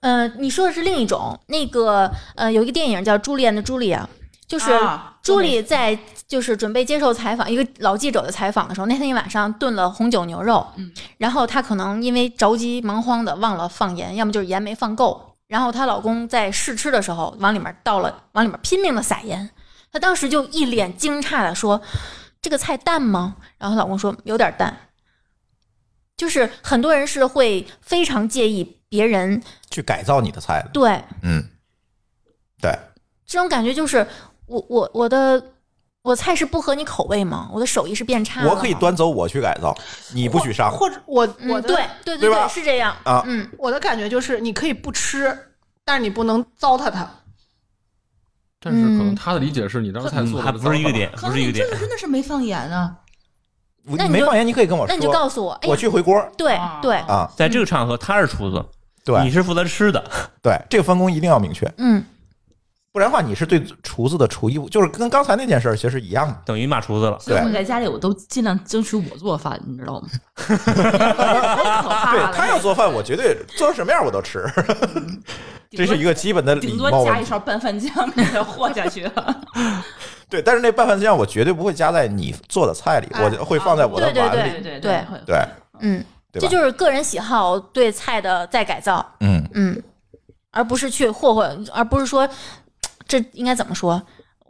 Speaker 2: 呃，你说的是另一种，那个呃，有一个电影叫《朱丽安的茱莉亚》，就是
Speaker 6: 啊
Speaker 2: 朱莉在就是准备接受采访一个老记者的采访的时候，那天一晚上炖了红酒牛肉，
Speaker 6: 嗯，
Speaker 2: 然后她可能因为着急忙慌的忘了放盐，要么就是盐没放够，然后她老公在试吃的时候往里面倒了，往里面拼命的撒盐，她当时就一脸惊诧的说：“这个菜淡吗？”然后她老公说：“有点淡。”就是很多人是会非常介意别人
Speaker 1: 去改造你的菜的。
Speaker 2: 对
Speaker 1: 嗯，对，
Speaker 2: 这种感觉就是我我我的我菜是不合你口味吗？我的手艺是变差了吗
Speaker 1: 我可以，端走，我去改造，你不许上。
Speaker 4: 或者我
Speaker 2: 嗯，
Speaker 4: 我
Speaker 2: 对
Speaker 4: 的
Speaker 2: 对
Speaker 1: 对吧
Speaker 2: 对，是这样
Speaker 1: 啊
Speaker 2: 嗯，
Speaker 4: 我的感觉就是，你可以不吃，但是你不能糟蹋它。
Speaker 5: 但是可能
Speaker 2: 嗯
Speaker 5: 他的理解是你这道菜
Speaker 3: 嗯
Speaker 5: 做的
Speaker 3: 还不是一个点，不
Speaker 6: 可能
Speaker 3: 是一
Speaker 6: 你
Speaker 3: 个点
Speaker 6: 这。个真的是没放盐啊，
Speaker 2: 那
Speaker 1: 你
Speaker 2: 你
Speaker 1: 没
Speaker 2: 就
Speaker 1: 放盐，你可以跟我
Speaker 2: 那你就
Speaker 1: 说，
Speaker 2: 告诉我，哎
Speaker 1: 我
Speaker 2: 呀，
Speaker 1: 去回锅
Speaker 2: 对
Speaker 6: 啊
Speaker 2: 对，
Speaker 1: 啊。
Speaker 3: 在这个场合，他是厨子，
Speaker 1: 对
Speaker 3: 你是负责吃的。
Speaker 1: 对，这个分工一定要明确，
Speaker 2: 嗯，
Speaker 1: 不然的话你是对厨子的厨艺，就是跟刚才那件事儿其实一样的。
Speaker 3: 等于骂厨子了。
Speaker 6: 所以
Speaker 1: 对
Speaker 6: 我在家里我都尽量争取我做饭，你知道
Speaker 1: (laughs)
Speaker 6: 吗？太可怕
Speaker 1: 对
Speaker 6: 了，
Speaker 1: 他要做饭，我绝对做成什么样我都吃，这是一个基本的礼
Speaker 6: 顶多
Speaker 1: 貌问
Speaker 6: 加
Speaker 1: 题
Speaker 6: 一。勺拌饭酱 (laughs) 给它和下去了。
Speaker 1: 对，但是那拌饭酱我绝对不会加在你做的菜里，
Speaker 4: 哎
Speaker 1: 我就会放在我的碗
Speaker 2: 啊对
Speaker 1: 里。
Speaker 2: 对对
Speaker 6: 对
Speaker 2: 对
Speaker 6: 会
Speaker 1: 对
Speaker 2: 嗯，
Speaker 1: 对吧
Speaker 2: 这就是个人喜好对菜的再改造，
Speaker 1: 嗯，
Speaker 2: 嗯，而不是去霍霍，而不是说这应该怎么说？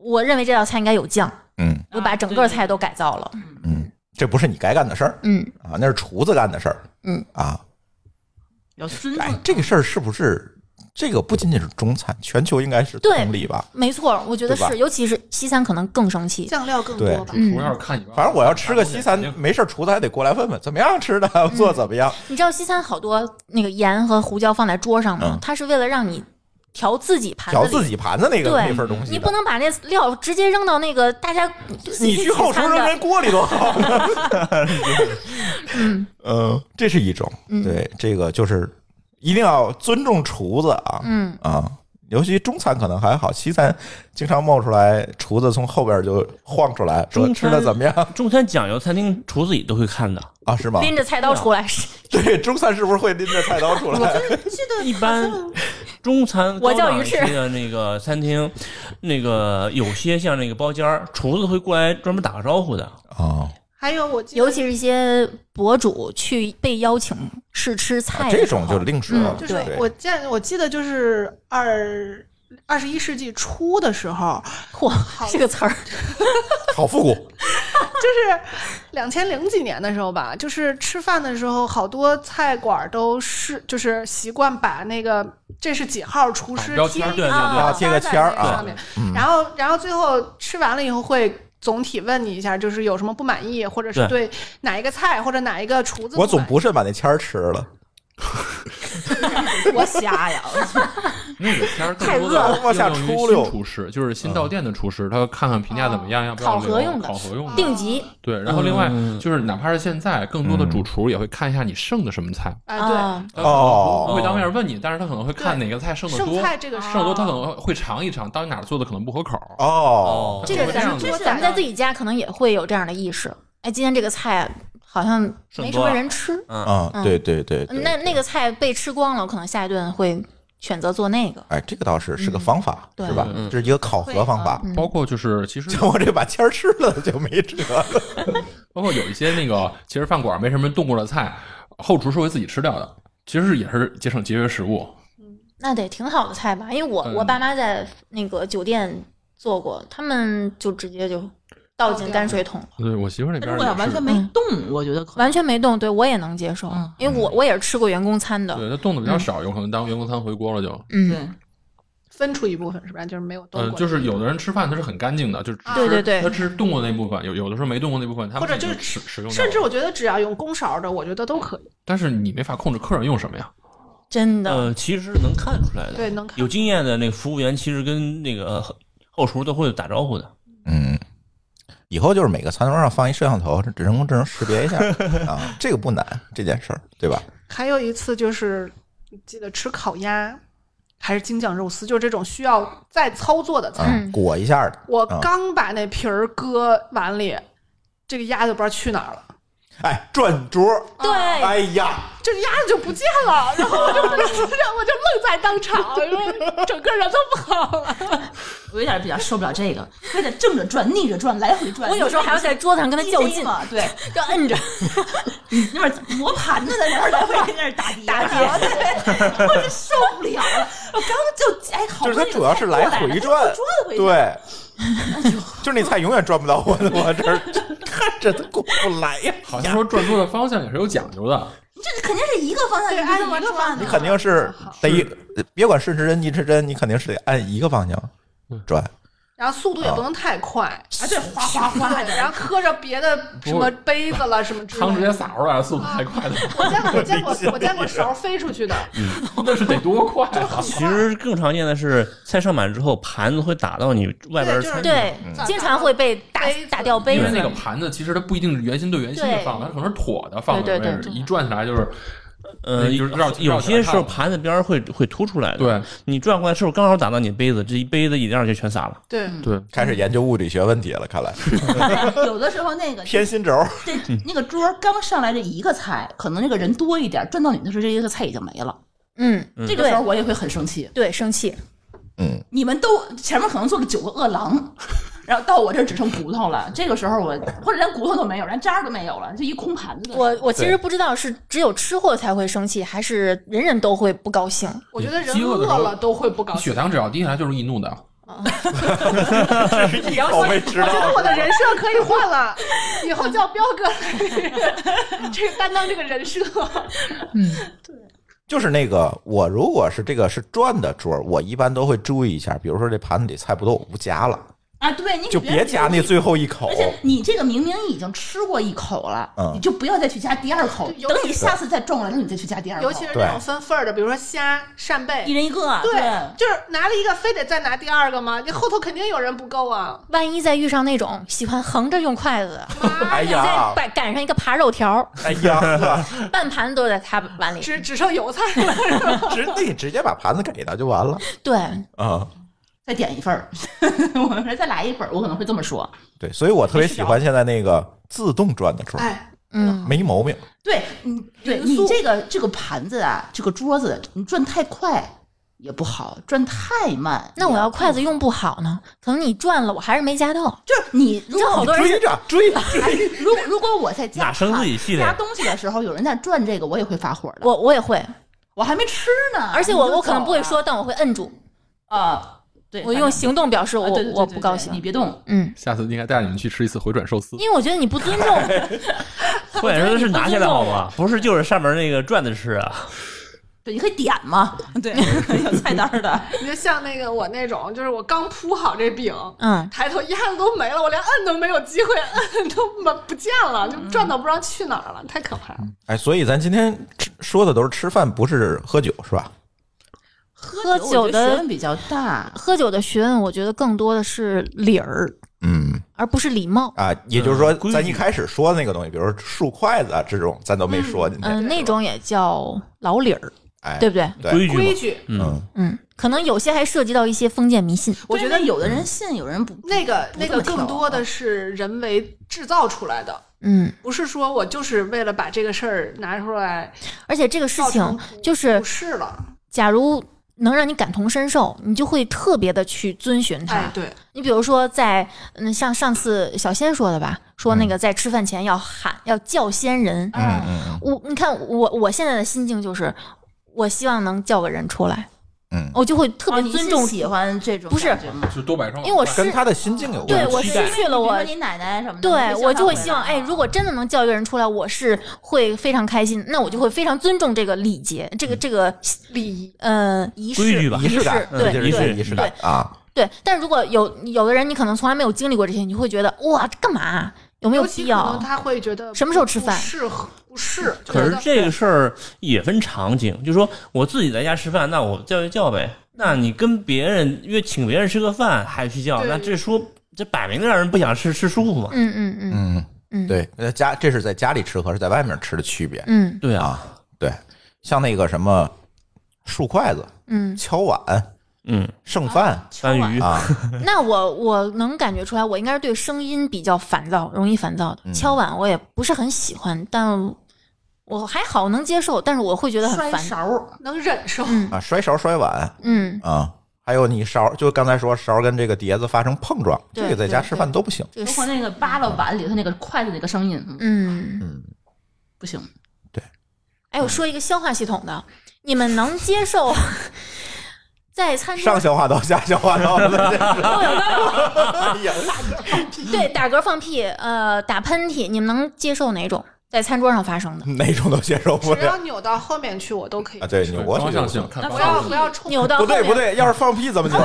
Speaker 2: 我认为这道菜应该有酱，
Speaker 1: 嗯
Speaker 4: 啊
Speaker 2: 我把整个菜都改造了，
Speaker 1: 嗯，这不是你该干的事儿
Speaker 2: 嗯，
Speaker 1: 啊，那是厨子干的事儿。
Speaker 2: 嗯
Speaker 1: 啊，
Speaker 6: 要尊重
Speaker 1: 哎，这个事儿是不是这个不仅仅是中餐，全球应该是
Speaker 2: 对
Speaker 1: 同理吧？
Speaker 2: 没错，我觉得
Speaker 1: 对吧
Speaker 2: 是，尤其是西餐可能更生气，
Speaker 4: 酱料更
Speaker 1: 对
Speaker 4: 多吧。
Speaker 2: 嗯
Speaker 5: 我要是看你，
Speaker 1: 反正我要吃个西餐，没事儿厨子还得过来问问怎么样吃的，
Speaker 2: 嗯
Speaker 1: 做怎么样。
Speaker 2: 你知道西餐好多那个盐和胡椒放在桌上吗？
Speaker 1: 嗯
Speaker 2: 它是为了让你调自己盘
Speaker 1: 调
Speaker 2: 子
Speaker 1: 自
Speaker 2: 里。
Speaker 1: 己盘子那个
Speaker 2: 对
Speaker 1: 那份东西的，
Speaker 2: 你不能把那料直接扔到那个大家
Speaker 1: (laughs) 你去后厨扔人锅里多好呢。
Speaker 2: (laughs) 嗯
Speaker 1: (laughs) 嗯，这是一种，
Speaker 2: 嗯
Speaker 1: 对，这个就是一定要尊重厨子啊，
Speaker 2: 嗯，
Speaker 1: 啊，尤其中餐可能还好，西餐经常冒出来厨子从后边就晃出来，说
Speaker 3: 中
Speaker 1: 吃
Speaker 3: 餐
Speaker 1: 的怎么样
Speaker 3: 中餐讲究，餐厅厨子也都会看的。
Speaker 1: 啊？是吗？
Speaker 2: 拎着菜刀出来，
Speaker 1: 对，中餐是不是会拎着菜刀出
Speaker 2: (laughs)
Speaker 1: 来？
Speaker 3: 一般中餐
Speaker 2: 我叫
Speaker 3: 高档
Speaker 2: 鱼
Speaker 3: 一
Speaker 2: 翅
Speaker 3: 些的那个餐厅，那个有些像那个包间儿，厨子会过来专门打个招呼的。
Speaker 1: 哦，
Speaker 4: 还有我记得
Speaker 2: 尤其是一些博主去被邀请试吃菜
Speaker 1: 啊这
Speaker 2: 的时嗯候，
Speaker 1: 种就另说了。
Speaker 4: 就是
Speaker 1: 对，
Speaker 4: 我见我记得就是二二十一世纪初的时候，
Speaker 2: 嚯，这个词儿，
Speaker 1: 好复古，
Speaker 4: 就是两千零几年的时候吧，就是吃饭的时候，好多菜馆都是就是习惯把那个这是几号厨师
Speaker 5: 打标
Speaker 4: 贴
Speaker 5: 签
Speaker 4: 一个
Speaker 5: 儿
Speaker 3: 对对对
Speaker 1: 啊贴个签儿
Speaker 4: 在那上面
Speaker 1: 嗯
Speaker 4: 然后然后最后吃完了以后会。总体问你一下，就是有什么不满意，或者是对哪一个菜或者哪一个厨子满意，
Speaker 1: 我总不慎把那签儿吃了，
Speaker 6: 多瞎呀！
Speaker 5: 那个片儿
Speaker 2: 太
Speaker 5: 更多
Speaker 2: 饿了
Speaker 5: 的
Speaker 1: 往下
Speaker 5: 应
Speaker 1: 出
Speaker 5: 用于
Speaker 1: 溜
Speaker 5: 新厨师，就是新到店的厨师，他看看评价怎么样，要不要
Speaker 2: 啊考核
Speaker 5: 留
Speaker 2: 用的嗯
Speaker 5: 考核用
Speaker 2: (laughs)
Speaker 5: 的。
Speaker 2: 定级
Speaker 5: 对，然后另外
Speaker 3: 嗯
Speaker 5: 就是，哪怕是现在，更多的
Speaker 1: 嗯
Speaker 5: 主厨也会看一下你剩的什么菜。
Speaker 4: 哎，对，
Speaker 2: 啊，
Speaker 5: 他可能不
Speaker 1: 哦
Speaker 5: 会当面问你，但是他可能会看
Speaker 4: 对
Speaker 5: 哪个菜剩的
Speaker 4: 剩
Speaker 5: 多，
Speaker 4: 菜这个是
Speaker 5: 剩的多他可能会尝一尝，到底哪儿做的可能不合口。
Speaker 1: 哦，
Speaker 5: 他
Speaker 2: 这
Speaker 5: 会
Speaker 2: 个
Speaker 5: 这
Speaker 2: 咱
Speaker 5: 样
Speaker 2: 们
Speaker 5: 子
Speaker 4: 这是
Speaker 2: 咱们在自己家可能也会有这样的意识。哎，今天这个菜好像没
Speaker 3: 剩
Speaker 2: 什
Speaker 3: 多
Speaker 2: 么
Speaker 3: 了
Speaker 2: 人吃，
Speaker 1: 嗯，
Speaker 2: 嗯
Speaker 1: 对对对，对
Speaker 2: 那那个菜被吃光了，我可能下一顿会选择做那个。
Speaker 1: 哎，这个倒是是个方法，
Speaker 2: 对
Speaker 1: 是吧？
Speaker 3: 嗯
Speaker 1: 这是一个考核方法。
Speaker 2: 嗯
Speaker 5: 包括就是其实
Speaker 1: 像我这把签儿吃了就没辙了。 (laughs)
Speaker 5: 包括有一些那个，其实饭馆没什么动过的菜，后厨是会自己吃掉的，其实也是节省节约食物。
Speaker 2: 那得挺好的菜吧？因为我
Speaker 5: 嗯
Speaker 2: 我爸妈在那个酒店做过，他们就直接就倒进泔水桶了，
Speaker 5: 对我媳妇那
Speaker 6: 如
Speaker 5: 边
Speaker 6: 果要
Speaker 5: 也
Speaker 6: 完全
Speaker 5: 是，
Speaker 6: 没
Speaker 1: 嗯
Speaker 6: 动，我觉得可
Speaker 2: 完全没动。对我也能接受
Speaker 6: 嗯，
Speaker 2: 因为我我也是吃过员工餐的。
Speaker 5: 对她冻的比较少，有可能当员工餐回锅了就。
Speaker 2: 嗯，
Speaker 6: 对，
Speaker 4: 分出一部分是吧？就是没有动
Speaker 5: 嗯，
Speaker 4: 过，
Speaker 5: 就是有的人吃饭他是很干净的，就只吃
Speaker 2: 对对对
Speaker 5: 他吃动过那部分，有有的时候没动过那部分，他们
Speaker 4: 或者
Speaker 5: 已经
Speaker 4: 就是
Speaker 5: 使使用掉
Speaker 4: 甚至
Speaker 5: 了，
Speaker 4: 我觉得只要用公勺的，我觉得都可以。
Speaker 5: 但是你没法控制客人用什么呀。
Speaker 2: 真的，
Speaker 3: 呃，其实能看出来的。
Speaker 4: 对，能看。
Speaker 3: 有经验的那个服务员，其实跟那个呃后厨都会打招呼的。
Speaker 1: 嗯，以后就是每个餐桌上放一摄像头，这人工智能识别一下啊，这个不难这件事儿，对吧？
Speaker 4: 还有一次就是记得吃烤鸭，还是京酱肉丝，就是这种需要再操作的菜。
Speaker 1: 啊，
Speaker 2: 嗯
Speaker 1: 裹一下的。
Speaker 4: 我
Speaker 1: 啊
Speaker 4: 刚把那皮儿搁碗里，这个鸭就不知道去哪儿了，
Speaker 1: 哎，转桌，
Speaker 2: 哦对，
Speaker 1: 哎呀，
Speaker 4: 这鸭子就不见了，然后我就然后我就愣在当场，然后整个人都不好了。
Speaker 6: 我有点比较受不了这个，还得正着转、逆着转、来回转。
Speaker 2: 我有时候还要在桌子上跟他较劲，
Speaker 6: 嘛，对，
Speaker 2: (laughs) 要摁着。
Speaker 6: (laughs) 那边磨盘子在那儿来回在那儿打碟打碟，对，我真受不了了。我刚就哎，好
Speaker 1: 就
Speaker 6: 不
Speaker 1: 是它
Speaker 6: 容易
Speaker 1: 主要是来
Speaker 6: 过
Speaker 1: 回转
Speaker 6: 了就转回，去
Speaker 1: 对，就是那菜永远转不到我的我这儿，看着它过不来呀。
Speaker 5: 好像说转桌的方向也是有讲究的，
Speaker 6: 这肯定是一个方向，
Speaker 4: 对
Speaker 6: 你不
Speaker 4: 按一
Speaker 6: 是一
Speaker 4: 个方
Speaker 6: 个方
Speaker 4: 向
Speaker 6: 向，
Speaker 1: 你肯定是得一，别管顺时针逆时针，你肯定是得按一个方向转。
Speaker 4: 然后速度也不能太快，啊，这哗哗哗的，然后磕着别的什么杯子了什么之
Speaker 5: 汤直
Speaker 4: 类的。
Speaker 5: 接洒出来了，速度
Speaker 2: (laughs)
Speaker 5: 太快了，
Speaker 4: 我见过，我见过，我见过勺飞出去的，
Speaker 5: 那是得多快啊！
Speaker 3: 其实更常见的是菜上满之后，盘子会打到你外边的
Speaker 4: 对就是
Speaker 3: 餐具。
Speaker 2: 对，经常会被打
Speaker 4: 杯子
Speaker 2: 打掉杯
Speaker 5: 因为
Speaker 2: 子
Speaker 5: 那。个盘子其实它不一定是圆心对圆心的放，它可能是妥的放
Speaker 2: 对
Speaker 5: 的
Speaker 2: 对
Speaker 5: 位置，一转起来就是
Speaker 3: 呃，
Speaker 5: 就是绕
Speaker 3: 有些时候
Speaker 5: 绕起来看
Speaker 3: 盘子边儿会会凸出来的。
Speaker 5: 对，
Speaker 3: 你转过来是不是刚好打到你杯子？这一杯子饮料就全洒了。
Speaker 4: 对，
Speaker 5: 对。
Speaker 2: 嗯
Speaker 1: 开始研究物理学问题了，看来 (laughs)
Speaker 6: (laughs) 有的时候那个
Speaker 1: 偏嗯心轴。
Speaker 6: 这那个桌刚上来这一个菜，可能那个人多一点，转到你的时候，这一个菜已经没了。
Speaker 2: 嗯，
Speaker 6: 这个时候我也会很生气，
Speaker 2: 对，生气。
Speaker 1: 嗯，
Speaker 6: 你们都前面可能坐了九个饿狼，然后到我这儿只剩骨头了。这个时候我或者连骨头都没有，连渣儿都没有了，就一空盘子的。
Speaker 2: 我我其
Speaker 1: 对
Speaker 2: 实不知道是只有吃货才会生气，还是人人都会不高兴。
Speaker 4: 我觉得人
Speaker 5: 饥饿
Speaker 4: 饿
Speaker 5: 的时候
Speaker 4: 了都会不高
Speaker 5: 你血
Speaker 4: 兴。
Speaker 5: 糖只要低下来就是易怒的，
Speaker 1: 这是一 (laughs) 口没啊吃
Speaker 4: 我觉
Speaker 1: 到
Speaker 4: 得。我的人设可以换了，以后叫彪哥 (laughs) 来这个担当这个人设。
Speaker 1: 就是那个，我如果是这个是转的桌，我一般都会注意一下，比如说这盘子里菜不多，我不夹了。
Speaker 6: 啊，对，你
Speaker 1: 就别夹那最后一口
Speaker 6: 而。且你这个明明已经吃过一口了，
Speaker 1: 嗯
Speaker 6: 你就不要再去加第二口。
Speaker 4: 对尤
Speaker 6: 等
Speaker 4: 其
Speaker 6: 你
Speaker 4: 是
Speaker 6: 下次再中了，然后你再去加第二口。
Speaker 4: (laughs) 尤其是
Speaker 1: 对
Speaker 4: 那种分份儿的，比如说虾、扇
Speaker 6: 一
Speaker 4: 贝，
Speaker 6: 人一个，对，
Speaker 4: 就是拿了一个，非得再拿第二个吗？你后头肯定有人不够 (laughs) 啊！
Speaker 2: 万一再遇上那种喜欢横着用筷子，
Speaker 1: 哎
Speaker 2: 再
Speaker 1: 呀，
Speaker 2: 赶赶上一个扒肉条，
Speaker 1: 哎呀，呵
Speaker 2: 半盘都在他碗里。
Speaker 4: 只只剩油菜了，
Speaker 1: 直那直接把盘子给他就完了
Speaker 2: 对，嗯
Speaker 1: 啊。
Speaker 6: 再点一份儿， (laughs) 我们说再来一份儿，我可能会这么说。
Speaker 1: 对，所以我特别喜欢现在那个自动转的桌，
Speaker 4: (laughs) 哎，
Speaker 2: 嗯，
Speaker 1: 没毛病。
Speaker 6: 对，你对
Speaker 4: 匀
Speaker 6: 你
Speaker 4: 速
Speaker 6: 这个这个盘子啊，这个桌子，你转太快也不好，转太慢。
Speaker 2: 那我要筷
Speaker 6: 子，
Speaker 2: 子用不好呢，可能你转了，我还是没夹到。
Speaker 6: 就是你如
Speaker 2: 你
Speaker 6: 果
Speaker 2: 好多人
Speaker 1: 追
Speaker 2: 是
Speaker 1: 着追着，
Speaker 6: 哎如果如果我在家
Speaker 3: 哪生自己气的呀
Speaker 6: 加东西的时候，有人在转这个，我也会发火的。
Speaker 2: 我我也会，
Speaker 6: 我还没吃呢，
Speaker 2: 而且我
Speaker 6: 啊你就
Speaker 2: 我可能
Speaker 6: 走
Speaker 2: 不会
Speaker 6: 了
Speaker 2: 说，但我会摁住，
Speaker 6: 啊。对，
Speaker 2: 我
Speaker 6: 反
Speaker 2: 用
Speaker 6: 正
Speaker 2: 行动表示
Speaker 6: 啊
Speaker 2: 我
Speaker 6: 对对对
Speaker 2: 我不
Speaker 6: 对对
Speaker 2: 高
Speaker 6: 你
Speaker 2: 兴。
Speaker 6: 别动。
Speaker 2: 嗯，
Speaker 5: 下次应该带着你们去吃一次回转寿司。
Speaker 2: 因为我觉得你不尊重
Speaker 6: (laughs)
Speaker 2: 我，
Speaker 3: 或者
Speaker 2: 觉得
Speaker 3: 说
Speaker 2: 你
Speaker 3: 是
Speaker 2: 不
Speaker 3: 拿下
Speaker 2: 尊
Speaker 3: 来
Speaker 2: 重
Speaker 3: 好
Speaker 2: 我
Speaker 3: 吗？不是，就是上面那个转着吃啊。
Speaker 6: 对，你可以点
Speaker 2: (laughs)
Speaker 6: 嘛，对， (laughs) 有菜单儿的。
Speaker 4: 你就像那个我那种，就是我刚铺好这饼，
Speaker 2: 嗯，
Speaker 4: 抬头一下子都没了，我连摁都没有机会摁，都没不见了，就转到不知道去哪儿了，太可怕了。
Speaker 5: 嗯
Speaker 1: 哎，所以咱今天吃说的都是吃饭，不是喝酒，是吧？
Speaker 2: (laughs) 喝
Speaker 6: 我
Speaker 2: 酒
Speaker 6: 觉得学
Speaker 2: 的
Speaker 6: 问比较大，
Speaker 2: 喝酒的学问，我觉得更多的是理儿，
Speaker 1: 嗯
Speaker 2: 而不是礼貌。
Speaker 1: 啊，也就是说
Speaker 3: 嗯规，矩
Speaker 1: 咱一开始说的那个东西，比如说竖筷子啊这种，咱都没说进去。
Speaker 2: 嗯、那种也叫老理儿，
Speaker 1: 哎，
Speaker 2: 对不对？
Speaker 1: 对
Speaker 3: 规矩
Speaker 4: 规
Speaker 3: 嘛，
Speaker 4: 矩，
Speaker 3: 嗯，
Speaker 1: 嗯，
Speaker 2: 嗯，可能有些还涉及到一些封建迷信。
Speaker 6: 我觉得有的人信，有人不。
Speaker 4: 那个
Speaker 6: 不
Speaker 4: 那
Speaker 6: 这
Speaker 4: 个
Speaker 6: 么挑啊哦
Speaker 4: 更多
Speaker 2: 啊
Speaker 4: 的是人为制造出来的，
Speaker 2: 嗯，
Speaker 4: 不是说我就是为了把这个事儿拿出来
Speaker 2: 而且这个事
Speaker 4: 造
Speaker 2: 情
Speaker 4: 成不
Speaker 2: 就是
Speaker 4: 不，是了。
Speaker 2: 假如能让你感同身受，你就会特别的去遵循它。
Speaker 4: 哎，对，
Speaker 2: 你比如说在，嗯，像上次小仙说的吧，说那个在吃饭前要喊，要叫先人。
Speaker 1: 嗯
Speaker 4: 哎
Speaker 1: 嗯
Speaker 2: 我你看我我现在的心境就是，我希望能叫个人出来，
Speaker 1: 嗯嗯，
Speaker 2: 我就会特
Speaker 6: 哦
Speaker 2: 别
Speaker 6: 你
Speaker 2: 尊
Speaker 6: 是
Speaker 2: 重，
Speaker 6: 喜欢这种
Speaker 2: 不是
Speaker 6: 感觉吗？
Speaker 5: 就多摆上，
Speaker 2: 因为我是
Speaker 1: 跟他的心境有
Speaker 2: 对
Speaker 1: 关
Speaker 2: 我
Speaker 1: 系。
Speaker 2: 失去了我
Speaker 6: 比如说你奶奶什么的，
Speaker 2: 对我就会希望，哎，
Speaker 6: 哎，
Speaker 2: 如果真的能叫一个人出来，我是会非常开心，那我就会非常尊重这个礼节，这个这个
Speaker 4: 礼仪
Speaker 2: 呃仪式
Speaker 3: 规矩吧
Speaker 1: 仪式感，
Speaker 2: 对
Speaker 1: 这是这
Speaker 2: 对
Speaker 3: 嗯
Speaker 2: 对
Speaker 1: 是仪式感啊！
Speaker 2: 对。但如果有有的人你可能从来没有经历过这些，你会觉得哇，这干嘛？啊有没有
Speaker 4: 尤其
Speaker 2: 必
Speaker 4: 可能
Speaker 2: 要？啊
Speaker 4: 他会觉得
Speaker 2: 什么时候吃饭
Speaker 4: 不适合不适。
Speaker 3: 可
Speaker 4: 觉
Speaker 3: 是
Speaker 4: 得
Speaker 3: 这个事儿也分场景，就说我自己在家吃饭，那我叫一叫呗。那你跟别人约请别人吃个饭还去叫，
Speaker 4: 对
Speaker 3: 那这说这摆明了让人不想吃，吃舒服嘛。
Speaker 2: 嗯嗯嗯
Speaker 1: 嗯，
Speaker 2: 嗯，
Speaker 1: 对，那家这是在家里吃和是在外面吃的区别
Speaker 2: 嗯
Speaker 3: 对啊，
Speaker 1: 啊。对，像那个什么竖筷子、
Speaker 2: 嗯，
Speaker 1: 敲碗、
Speaker 3: 嗯，
Speaker 1: 剩饭
Speaker 3: 番禺
Speaker 1: 啊，
Speaker 2: (laughs) 那我我能感觉出来，我应该是对声音比较烦躁，容易烦躁的。
Speaker 1: 嗯
Speaker 2: 敲碗我也不是很喜欢，但我还好能接受，但是我会觉得很
Speaker 6: 摔
Speaker 2: 烦。
Speaker 6: 勺儿，
Speaker 4: 能忍受，
Speaker 2: 嗯
Speaker 1: 啊，摔勺摔碗
Speaker 2: 嗯，
Speaker 1: 啊，还有你勺，就刚才说勺跟这个碟子发生碰撞，
Speaker 2: 对
Speaker 1: 这个在家吃饭都不行。
Speaker 2: 这个
Speaker 6: 包
Speaker 2: 是
Speaker 6: 括那个扒拉碗里头那个筷子那个声音，嗯，
Speaker 2: 嗯，
Speaker 1: 嗯，
Speaker 6: 不行。
Speaker 2: 哎，我说一个消化系统的，你们能接受 (laughs) 在餐桌
Speaker 1: 上消化道，下消化道，
Speaker 2: (laughs) 都哦有道理
Speaker 1: (laughs) 哎呀，
Speaker 2: 对打嗝、放屁、呃打喷嚏，你们能接受哪种在餐桌上发生的？
Speaker 1: 哪种都接受不
Speaker 4: 只要
Speaker 1: 了
Speaker 4: 扭到后面去，我都可以
Speaker 1: 啊！。对，扭过
Speaker 5: 方
Speaker 1: 去
Speaker 5: 向
Speaker 1: 就
Speaker 5: 性
Speaker 1: 行。
Speaker 5: 看
Speaker 2: 啊
Speaker 6: 那
Speaker 5: 方
Speaker 4: 不要
Speaker 5: 向性。
Speaker 6: 放屁
Speaker 4: 不
Speaker 2: (laughs)
Speaker 4: 要冲，
Speaker 2: 扭到
Speaker 1: 不对
Speaker 2: 后面
Speaker 1: 不，对，要是放屁怎么
Speaker 2: (laughs)
Speaker 1: 扭？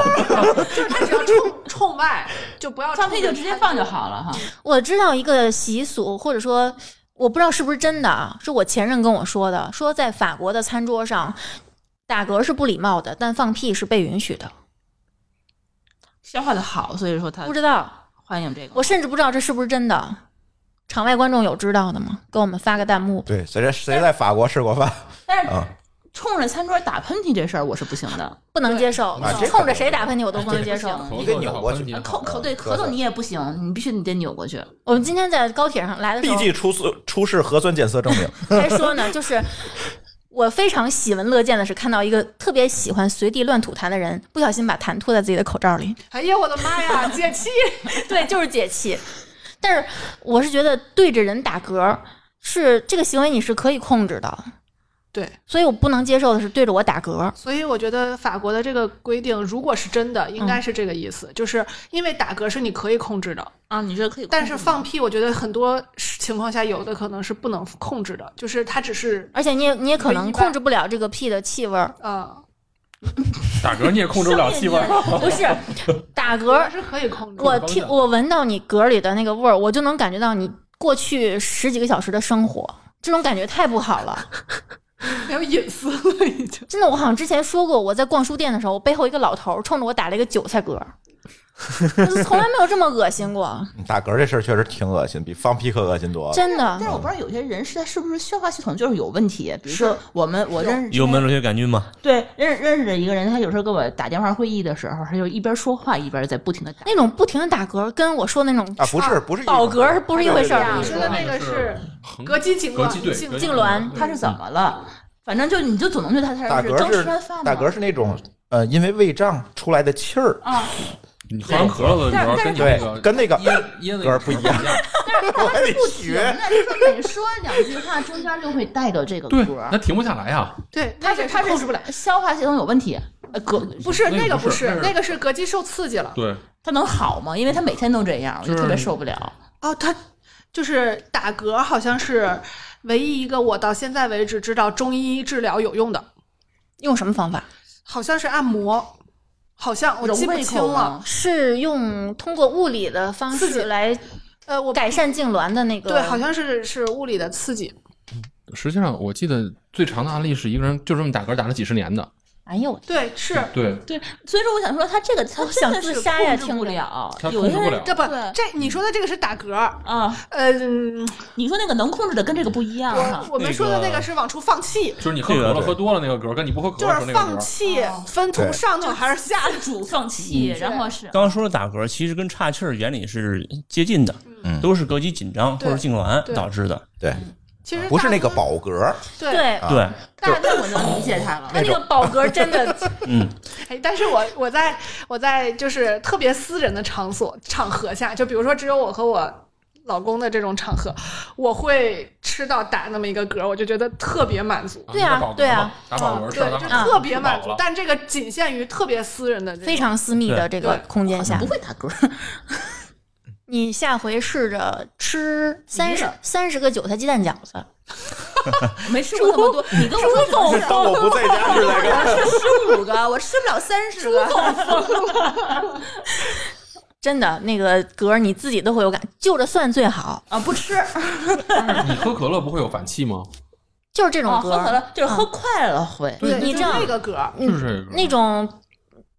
Speaker 4: 他只要冲冲外，就不要
Speaker 6: 放屁
Speaker 4: 冲
Speaker 6: 就
Speaker 4: 着
Speaker 6: 直接
Speaker 4: 餐
Speaker 6: 放
Speaker 4: 桌
Speaker 6: 就好了哈。
Speaker 2: 我知道一个习俗，或者说我不知道是不是真的啊，是我前任跟我说的，说在法国的餐桌上打嗝是不礼貌的，但放屁是被允许的。
Speaker 6: 消化的好，所以说他
Speaker 2: 不知道，
Speaker 6: 欢迎这个。
Speaker 2: 我甚至不知道这是不是真的。场外观众有知道的吗？给我们发个弹幕。
Speaker 1: 对，谁在谁在法国吃过 (laughs) 饭
Speaker 6: 但是
Speaker 1: 啊？
Speaker 6: 冲着餐桌打喷嚏这事儿我是不行的，
Speaker 2: 不能接受
Speaker 1: 啊这，
Speaker 2: 冲着谁打喷嚏我都不能接
Speaker 6: 哎这不
Speaker 2: 受。
Speaker 6: 行
Speaker 1: 一个扭过去
Speaker 6: 口口对
Speaker 1: 咳嗽
Speaker 6: 咳嗽你也不行，你必须你得扭过去。
Speaker 2: 我们今天在高铁上来的时
Speaker 1: ，B
Speaker 2: 候
Speaker 1: G 出示出示核酸检测 (laughs) 证明。
Speaker 2: 还说呢，就是我非常喜闻乐见的是看到一个特别喜欢随地乱吐痰的人，不小心把痰吐在自己的口罩里。
Speaker 4: 哎呀，我的妈呀， (laughs) 解气！
Speaker 2: (laughs) 对，就是解气。但是我是觉得对着人打嗝是这个行为你是可以控制的，
Speaker 4: 对，
Speaker 2: 所以我不能接受的是对着我打嗝。
Speaker 4: 所以我觉得法国的这个规定，如果是真的，应该是这个意思，就是因为打嗝是你可以嗯控制的，
Speaker 6: 啊，你这可以控制吗，
Speaker 4: 但是放屁，我觉得很多情况下有的可能是不能控制的，就是它只是
Speaker 2: 而且你也你也可能
Speaker 4: 一般
Speaker 2: 控制不了这个屁的气味儿，
Speaker 4: 呃，
Speaker 5: 打嗝你也控制不了气味儿。
Speaker 2: 不
Speaker 4: (laughs)
Speaker 2: 是打嗝
Speaker 4: 嗝，是可以控制的。
Speaker 2: 我
Speaker 5: 方
Speaker 2: 听
Speaker 5: 向
Speaker 2: 我闻到你嗝里的那个味儿，我就能感觉到你过去十几个小时的生活，这种感觉太不好了。
Speaker 4: 没有隐私了，已 (laughs) 经。
Speaker 2: 真的，我好像之前说过，我在逛书店的时候，我背后一个老头儿冲着我打了一个韭菜嗝， (laughs) 我从来没有这么恶心过，
Speaker 1: 打嗝这事儿确实挺恶心，比放屁可恶心多了。
Speaker 2: 真
Speaker 5: (laughs)
Speaker 6: 但
Speaker 2: 的。
Speaker 6: 是我不知道有些人是他是不是消化系统就是有问题，比如说我们我认识之
Speaker 3: 幽
Speaker 6: 前
Speaker 3: 门螺旋杆菌嘛，
Speaker 6: 对认认识的一个人，他有时候跟我打电话会议的时候，他就一边说话一边在不停的打。
Speaker 2: 那种不停的打嗝，跟我说那种
Speaker 1: 啊，不是不是
Speaker 2: 饱嗝是不是一回事
Speaker 6: 对对
Speaker 2: 儿
Speaker 4: 你？说的那个是
Speaker 5: 横
Speaker 4: 膈肌痉
Speaker 5: 膈肌对
Speaker 4: 挛，痉
Speaker 5: 膈肌
Speaker 2: 痉挛
Speaker 5: 对
Speaker 6: 他是怎么
Speaker 5: 嗯
Speaker 6: 了？反正就你就总能觉得他他
Speaker 1: 打
Speaker 6: 是
Speaker 1: 嗝
Speaker 6: 刚
Speaker 1: 是
Speaker 6: 吃完饭
Speaker 1: 打嗝
Speaker 6: 吗？
Speaker 1: 是那种呃，因为胃胀出来的气儿，
Speaker 5: 你喝完咳嗽的时候跟你那
Speaker 1: 对
Speaker 5: 个，
Speaker 1: 跟啊那个
Speaker 5: 椰椰子
Speaker 1: 嗝不一样。我 (laughs) 还得
Speaker 6: 不停
Speaker 1: 学
Speaker 6: 的，就是每说两句话中间就会带个这个
Speaker 5: 对，
Speaker 6: 嗝
Speaker 5: 那。停不下来呀。
Speaker 4: 对，
Speaker 6: 他
Speaker 4: 那
Speaker 6: 是
Speaker 4: 个
Speaker 6: 他
Speaker 4: 控制不了。
Speaker 6: 是消化系统有问题，呃，嗝
Speaker 4: 不是
Speaker 5: 那个
Speaker 4: 那个
Speaker 5: 不
Speaker 4: 不
Speaker 5: 是
Speaker 4: 是
Speaker 5: 那，是
Speaker 4: 那个是膈肌受刺激了。
Speaker 5: 对，
Speaker 6: 他能好吗？因为他每天都这样，我就
Speaker 5: 就是
Speaker 6: 特别受不了。
Speaker 4: 哦，他就是打嗝，好像是唯一一个我到现在为止知道中医治疗有用的，
Speaker 2: 用什么方法？
Speaker 4: 好像是按摩，好像我
Speaker 6: 揉
Speaker 4: 记不
Speaker 6: 胃
Speaker 4: 清
Speaker 6: 口
Speaker 4: 了。
Speaker 6: 吗？
Speaker 2: 是用通过物理的方
Speaker 4: 刺激
Speaker 2: 式来
Speaker 4: 呃，我
Speaker 2: 改善痉挛的那个？
Speaker 4: 对，好像是是物理的刺激。
Speaker 5: 实际上我记得最长的案例是一个人就这么打嗝打了几十年的。
Speaker 2: 哎呦我
Speaker 4: 对，是
Speaker 5: 对，
Speaker 6: 对，所以说我想说，他这个他
Speaker 2: 我
Speaker 6: 真
Speaker 2: 想
Speaker 6: 的是
Speaker 2: 自杀呀
Speaker 6: 控制
Speaker 2: 听
Speaker 6: 不
Speaker 2: 着
Speaker 6: 了
Speaker 5: 他，
Speaker 6: 有
Speaker 5: 控
Speaker 6: 些
Speaker 5: 制不
Speaker 6: 人
Speaker 5: 了。
Speaker 4: 这不
Speaker 6: 对
Speaker 4: 这你说的这个是打嗝，
Speaker 6: 啊，
Speaker 4: 呃，嗯
Speaker 6: 你说那个能控制的跟这个不一样
Speaker 4: 我
Speaker 6: 哈。
Speaker 4: 我们说的那
Speaker 3: 那个
Speaker 4: 个是往出放气，
Speaker 5: 就是你喝
Speaker 3: 对啊
Speaker 5: 可乐
Speaker 3: 对
Speaker 5: 喝多了那个嗝，跟你不喝可
Speaker 4: 就
Speaker 5: 乐时候
Speaker 4: 是
Speaker 5: 那
Speaker 4: 放
Speaker 5: 个嗝，啊
Speaker 4: 气
Speaker 6: 哦
Speaker 4: 分
Speaker 1: 对
Speaker 4: 从上头还是下
Speaker 6: (laughs)
Speaker 4: 头。
Speaker 6: 下主放气，然后是
Speaker 3: 刚刚说的打嗝，其实跟岔气儿原理是接近的，
Speaker 1: 嗯
Speaker 3: 都是膈肌紧张或
Speaker 4: 对
Speaker 3: 者痉挛
Speaker 4: 对
Speaker 3: 导致的。
Speaker 1: 对，
Speaker 4: 其实
Speaker 1: 不是那个
Speaker 4: 大
Speaker 1: 饱 (laughs) 嗝，
Speaker 4: 多，对，
Speaker 2: 对
Speaker 1: 啊
Speaker 3: 对，
Speaker 6: 大概我能理解他了。
Speaker 2: 他那个饱嗝真
Speaker 6: (laughs)
Speaker 2: 的
Speaker 3: 嗯，
Speaker 4: 哎，但是我我在我在就是特别私人的场所场合下，就比如说只有我和我老公的这种场合，我会吃到打那么一个嗝，我就觉得特别满足。
Speaker 2: 对啊
Speaker 5: 打饱嗝嘛
Speaker 2: 对啊，
Speaker 5: 打饱嗝
Speaker 4: 嗯对，
Speaker 5: 吃完
Speaker 4: 就
Speaker 5: 饭
Speaker 4: 特别满
Speaker 5: 吃
Speaker 4: 足
Speaker 5: 饱了，
Speaker 4: 但这个仅限于特别私人的这种，
Speaker 2: 非常私密的这个
Speaker 4: 对
Speaker 2: 空间下
Speaker 6: 不，会打嗝，
Speaker 2: (laughs) 你下回试着吃三十三十个韭菜鸡蛋饺子，
Speaker 6: 没吃过那么多。你跟 (laughs) 我说总
Speaker 1: 当我不在家是来干 (laughs)
Speaker 6: 吃十五个，我吃不了三十个。 (laughs)
Speaker 2: 真的那个嗝你自己都会有感，就着蒜最好，
Speaker 6: 啊，不吃
Speaker 5: 你喝可乐不会有反气吗？
Speaker 2: 就是这种
Speaker 6: 啊，
Speaker 4: 哦
Speaker 2: 嗝，
Speaker 6: 喝可乐就是喝快了会。
Speaker 4: 对，
Speaker 2: 你
Speaker 4: 就
Speaker 2: 这样
Speaker 4: 那个嗝，
Speaker 2: 嗯
Speaker 5: 就是
Speaker 2: 那种，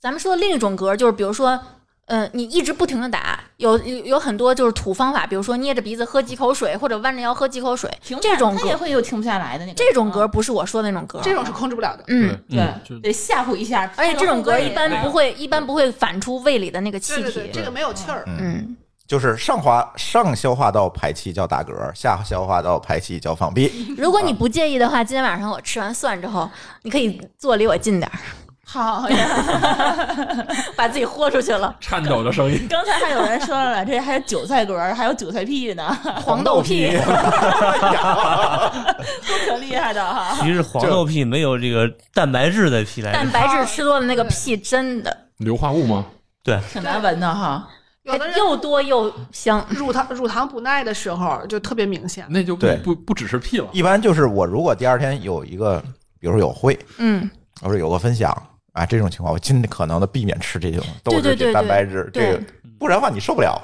Speaker 2: 咱们说的另一种嗝，就是比如说，呃，你一直不停的打，有有有很多就是土方法，比如说捏着鼻子喝几口水，或者弯着腰喝几口水，
Speaker 6: 停不下
Speaker 2: 这种
Speaker 6: 他也
Speaker 2: 嗝，
Speaker 6: 会有停不下来的那个。嗯
Speaker 2: 这种嗝
Speaker 6: 嗝，
Speaker 2: 不是我说的那种嗝，
Speaker 4: 嗯这种是控制不了的。
Speaker 2: 嗯，
Speaker 3: 嗯
Speaker 5: 对，就
Speaker 6: 得吓唬一下。
Speaker 2: 而且这种嗝一般
Speaker 5: 那个
Speaker 2: 不会，一般不会反出胃里的那个气
Speaker 4: 对对对，
Speaker 2: 体，
Speaker 4: 这个没有气儿。
Speaker 2: 嗯，
Speaker 1: 就是上滑上消化道排气叫打嗝，下消化道排气叫放屁。
Speaker 2: 如果你不介意的话，今天晚上我吃完蒜之后，你可以坐离我近点儿，
Speaker 6: (laughs) 好呀。
Speaker 2: 把自己豁出去了，
Speaker 5: 颤抖的声音。
Speaker 6: 刚才还有人说了，这还有韭菜嗝，还有韭菜屁呢，
Speaker 2: 黄豆屁，
Speaker 1: (laughs)
Speaker 6: 都挺厉害的哈。
Speaker 2: (laughs)
Speaker 3: 其实黄豆屁没有这个蛋白质的屁来
Speaker 2: 蛋
Speaker 3: 得
Speaker 2: 白质吃多了那个屁真的
Speaker 5: 硫化物吗？
Speaker 3: 对，
Speaker 6: 挺难闻的哈，
Speaker 4: 有的人
Speaker 2: 哎又多又香，
Speaker 4: 乳糖乳糖不耐的时候就特别明显。
Speaker 5: 那就不
Speaker 1: 对
Speaker 5: 不不只是屁了。
Speaker 1: 一般就是我如果第二天有一个，比如说有会，
Speaker 2: 嗯。
Speaker 1: 或者有个分享啊，这种情况我尽可能的避免吃这种豆制
Speaker 2: 对对对
Speaker 1: 品、蛋白质，
Speaker 2: 对
Speaker 1: 这个不然的话你受不了。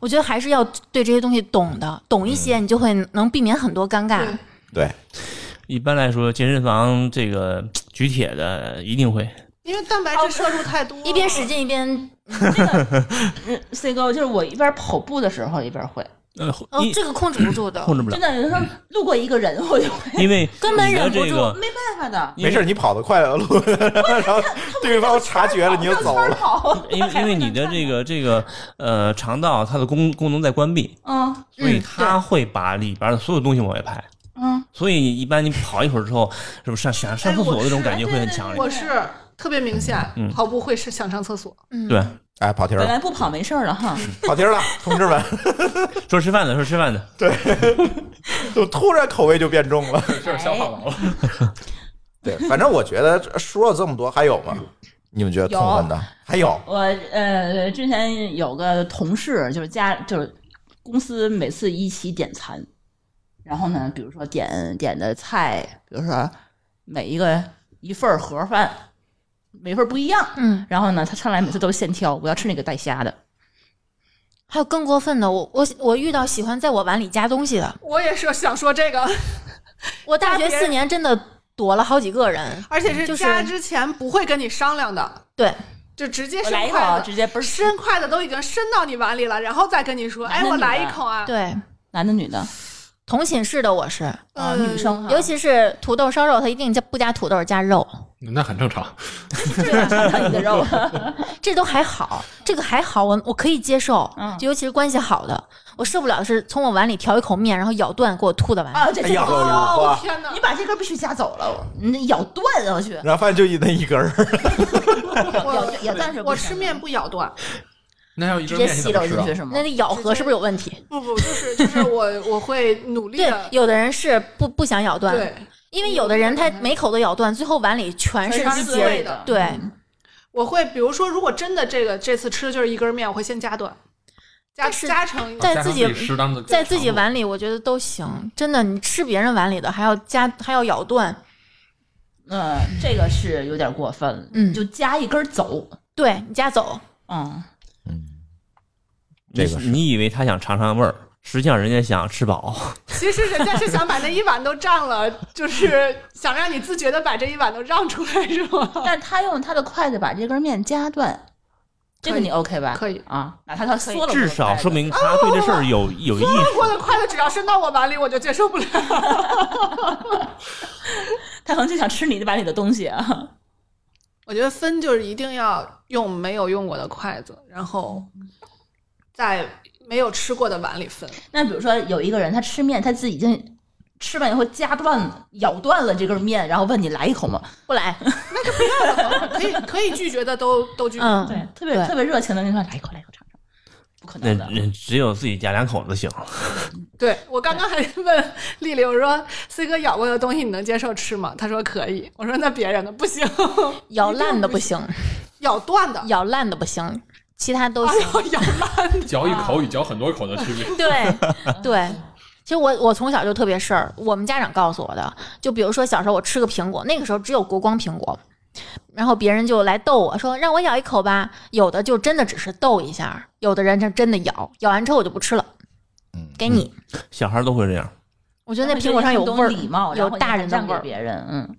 Speaker 2: 我觉得还是要对这些东西懂的，懂一
Speaker 3: 嗯
Speaker 2: 些，你就会能避免很多尴尬。
Speaker 4: 对
Speaker 1: 对，
Speaker 3: 一般来说，健身房这个举铁的一定会，
Speaker 4: 因为蛋白质摄入太多了，
Speaker 2: 一边使劲一边，
Speaker 6: 嗯，C 哥就是我一边跑步的时候一边会，
Speaker 3: 呃，
Speaker 2: 哦
Speaker 3: 一，
Speaker 2: 这个控制不住的，
Speaker 3: 控制不
Speaker 6: 真
Speaker 3: 了，
Speaker 6: 的有时候路过一个人我就会，
Speaker 3: 因为
Speaker 2: 根本
Speaker 3: 你的
Speaker 2: 忍不
Speaker 3: 这
Speaker 2: 住
Speaker 3: 个
Speaker 6: 没办法的，
Speaker 3: 因
Speaker 1: 没
Speaker 3: 为
Speaker 1: 事，你跑得快了，路，然后 (laughs) 对方察觉了你就走
Speaker 6: 绕圈
Speaker 1: 了。
Speaker 6: 跑，
Speaker 3: 啊因为因为你的这个这个呃肠道它的功功能在关闭，
Speaker 6: (laughs) 嗯
Speaker 3: 所以
Speaker 2: 嗯
Speaker 3: 它会把里边的所有东西往外排。
Speaker 6: 嗯，
Speaker 3: 所以一般你跑一会儿之后，是不是上想上厕所的这种感觉会很强烈？
Speaker 4: 我是特别明显，跑步会是想上厕所。
Speaker 2: 嗯，
Speaker 3: 对，
Speaker 1: 哎，跑题儿
Speaker 6: 本
Speaker 1: 了，
Speaker 6: 来不跑没事儿了哈，
Speaker 1: 跑题儿了，同志们，
Speaker 3: 说吃饭的，说吃饭的，
Speaker 1: 就突然口味就变重了。
Speaker 5: 这是消化完了。
Speaker 1: 对，反正我觉得这说了这么多，还有吗？你们觉得痛恨的还有？
Speaker 6: 我呃之前有个同事，就是家就是公司每次一起点餐，然后呢，比如说点点的菜，比如说每一个一份儿盒饭，每份儿不一样。
Speaker 2: 嗯，
Speaker 6: 然后呢，他上来每次都是现挑，我要吃那个带虾的。
Speaker 2: 还有更过分的，我我我遇到喜欢在我碗里加东西的，
Speaker 4: 我也是想说这个，
Speaker 2: 我大学
Speaker 4: 别人
Speaker 2: 四年真的躲了好几个人，
Speaker 4: (laughs) 而且是
Speaker 2: 就是
Speaker 4: 加之前不会跟你商量的，
Speaker 2: 对，
Speaker 4: 就直接
Speaker 6: 我
Speaker 4: 伸
Speaker 6: 来一口
Speaker 4: 筷
Speaker 6: 啊，
Speaker 4: 子
Speaker 6: 直，接不是
Speaker 4: 伸筷子都已经伸到你碗里了，然后再跟你说，
Speaker 6: 男
Speaker 4: 哎，
Speaker 6: 的
Speaker 4: 我
Speaker 6: 女的
Speaker 4: 来一口啊。
Speaker 2: 对，
Speaker 6: 男的女的
Speaker 2: 同寝室的我是，
Speaker 6: 啊，
Speaker 4: 嗯
Speaker 6: 女生哈，
Speaker 2: 尤其是土豆烧肉，他一定加不加土豆加肉，
Speaker 5: 那很正常。
Speaker 2: (laughs)
Speaker 6: 看你的肉，
Speaker 2: 这都还好，这个还好，我我可以接受，
Speaker 6: 嗯
Speaker 2: 就尤其是关系好的，我受不了的是从我碗里挑一口面，然后咬断给我吐的碗里。
Speaker 6: 啊，这
Speaker 1: 哎
Speaker 6: 这
Speaker 1: 呀，
Speaker 6: 个
Speaker 4: 哦
Speaker 1: 哇，
Speaker 4: 天哪
Speaker 6: 你！把这根必须夹走了，你得咬断啊我去，
Speaker 1: 然后发现就一那一根儿，
Speaker 6: 咬咬咬断是不
Speaker 4: 我
Speaker 6: 行啊
Speaker 4: 吃
Speaker 6: 的
Speaker 4: 面不咬断，
Speaker 5: 那要一
Speaker 6: 直
Speaker 5: 根
Speaker 6: 接
Speaker 5: 面你
Speaker 6: 吸
Speaker 5: 怎么
Speaker 6: 溜
Speaker 5: 吃
Speaker 6: 进
Speaker 5: 啊
Speaker 6: 去？是吗
Speaker 2: 那？你咬合是不是有问题？
Speaker 4: 不不，就是就是
Speaker 2: (laughs)
Speaker 4: 我我会努力
Speaker 2: 对
Speaker 4: 的，，
Speaker 2: 有的人是不不想咬断，
Speaker 4: 对，
Speaker 2: 因为有的人他每口都咬断，最后碗里全是
Speaker 4: 全是
Speaker 2: 鸡
Speaker 4: 碎
Speaker 2: 节。
Speaker 4: 的的
Speaker 2: 对，
Speaker 4: 我会比如说，如果真的这个这次吃的就是一根面，我会先夹断，加
Speaker 2: 但是
Speaker 4: 加成一
Speaker 2: 在
Speaker 5: 加
Speaker 2: 自
Speaker 5: 上
Speaker 2: 己
Speaker 5: 适当的
Speaker 2: 在自己碗里我觉得都行，真的，你吃别人碗里的还要加还要咬断，
Speaker 6: 嗯，这个是有点过分了，
Speaker 2: 嗯
Speaker 6: 就夹一根走，
Speaker 2: 对你夹走，
Speaker 6: 嗯，
Speaker 1: 这
Speaker 3: 你
Speaker 1: 个是
Speaker 3: 你以为他想尝尝味儿，实际上人家想吃饱。
Speaker 4: 其实人家是想把那一碗都占了，就是
Speaker 2: (laughs)
Speaker 4: 想让你自觉的把这一碗都让出来，是吗？
Speaker 6: 但是他用他的筷子把这根面夹断，这个你 OK 吧？
Speaker 4: 可以
Speaker 6: 啊，哪怕他缩了我的筷子，
Speaker 3: 至少说明他对这事儿有有意识。
Speaker 4: 我的筷子只要伸到我碗里，我就接受不了。 (laughs)
Speaker 6: 他可能就想吃你的把你的东西啊。
Speaker 4: 我觉得分就是一定要用没有用过的筷子，然后在没有吃过的碗里分。 (laughs)
Speaker 6: 那比如说有一个人他吃面，他自己已经。吃完以后夹断、咬断了这根面，然后问你来一口吗？
Speaker 2: 不来，
Speaker 4: 可以可以拒绝的都都拒绝。
Speaker 2: 嗯，
Speaker 6: 对，特别
Speaker 2: 对
Speaker 6: 特别热情的跟你说来一口，来一口尝尝，不可
Speaker 3: 那
Speaker 6: 能的。
Speaker 3: 那只有自己夹两口子行。
Speaker 4: 对 (laughs) 我刚刚还问丽丽，我说 C 哥咬过的东西你能接受吃吗？他说可以。我说那别人的不行， (laughs)
Speaker 2: 咬烂的不行，
Speaker 4: 咬断的。
Speaker 2: 咬烂的不行，其他都
Speaker 4: 哎
Speaker 2: 行。
Speaker 4: 呦， (laughs) 咬烂的！
Speaker 5: 嚼一口与嚼很多口的区别。
Speaker 2: (laughs) 对对，其实我我从小就特别事儿，我们家长告诉我的，就比如说小时候我吃个苹果，那个时候只有国光苹果，然后别人就来逗我说让我咬一口吧，有的就真的只是逗一下，有的人是真的咬，咬完之后我就不吃了，
Speaker 1: 嗯
Speaker 2: 给你。
Speaker 3: 小孩都会这样，
Speaker 2: 我觉得那苹果上有味儿，
Speaker 6: 礼貌，
Speaker 2: 有大人的
Speaker 6: 让
Speaker 2: 味
Speaker 6: 给
Speaker 2: 儿。
Speaker 6: 别人，嗯，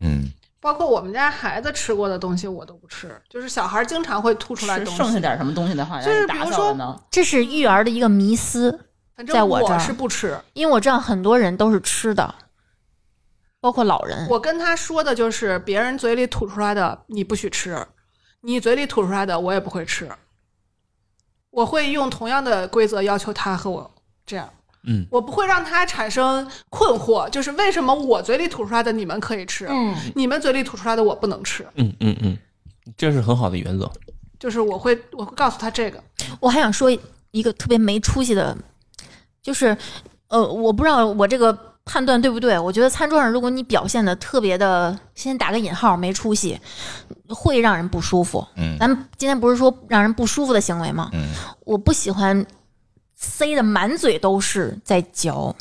Speaker 1: 嗯，
Speaker 4: (laughs) 包括我们家孩子吃过的东西我都不吃，就是小孩经常会吐出来
Speaker 6: 吃
Speaker 4: 东
Speaker 6: 剩下
Speaker 4: 西。
Speaker 6: 点什么东西的话，
Speaker 4: 就是
Speaker 6: 让你
Speaker 4: 比
Speaker 6: 打
Speaker 4: 如
Speaker 6: 扫
Speaker 4: 说
Speaker 6: 了呢。
Speaker 2: 这是育儿的一个迷思，
Speaker 4: 反
Speaker 2: 在
Speaker 4: 正
Speaker 2: 我这儿
Speaker 4: 是不吃。
Speaker 2: 因为我知道很多人都是吃的，包括老人。
Speaker 4: 我跟他说的就是别人嘴里吐出来的你不许吃，你嘴里吐出来的我也不会吃。我会用同样的规则要求他和我这样。
Speaker 3: 嗯，
Speaker 4: 我不会让他产生困惑，就是为什么我嘴里吐出来的你们可以吃，
Speaker 2: 嗯，
Speaker 4: 你们嘴里吐出来的我不能吃？
Speaker 3: 嗯嗯嗯，这是很好的原则。
Speaker 4: 就是我会我会告诉他这个，
Speaker 2: 我还想说一个特别没出息的，就是呃，我不知道我这个判断对不对。我觉得餐桌上如果你表现的特别的，先打个引号，没出息，会让人不舒服。
Speaker 1: 嗯
Speaker 2: 咱们今天不是说让人不舒服的行为吗？
Speaker 1: 嗯
Speaker 2: 我不喜欢塞的满嘴都是在嚼。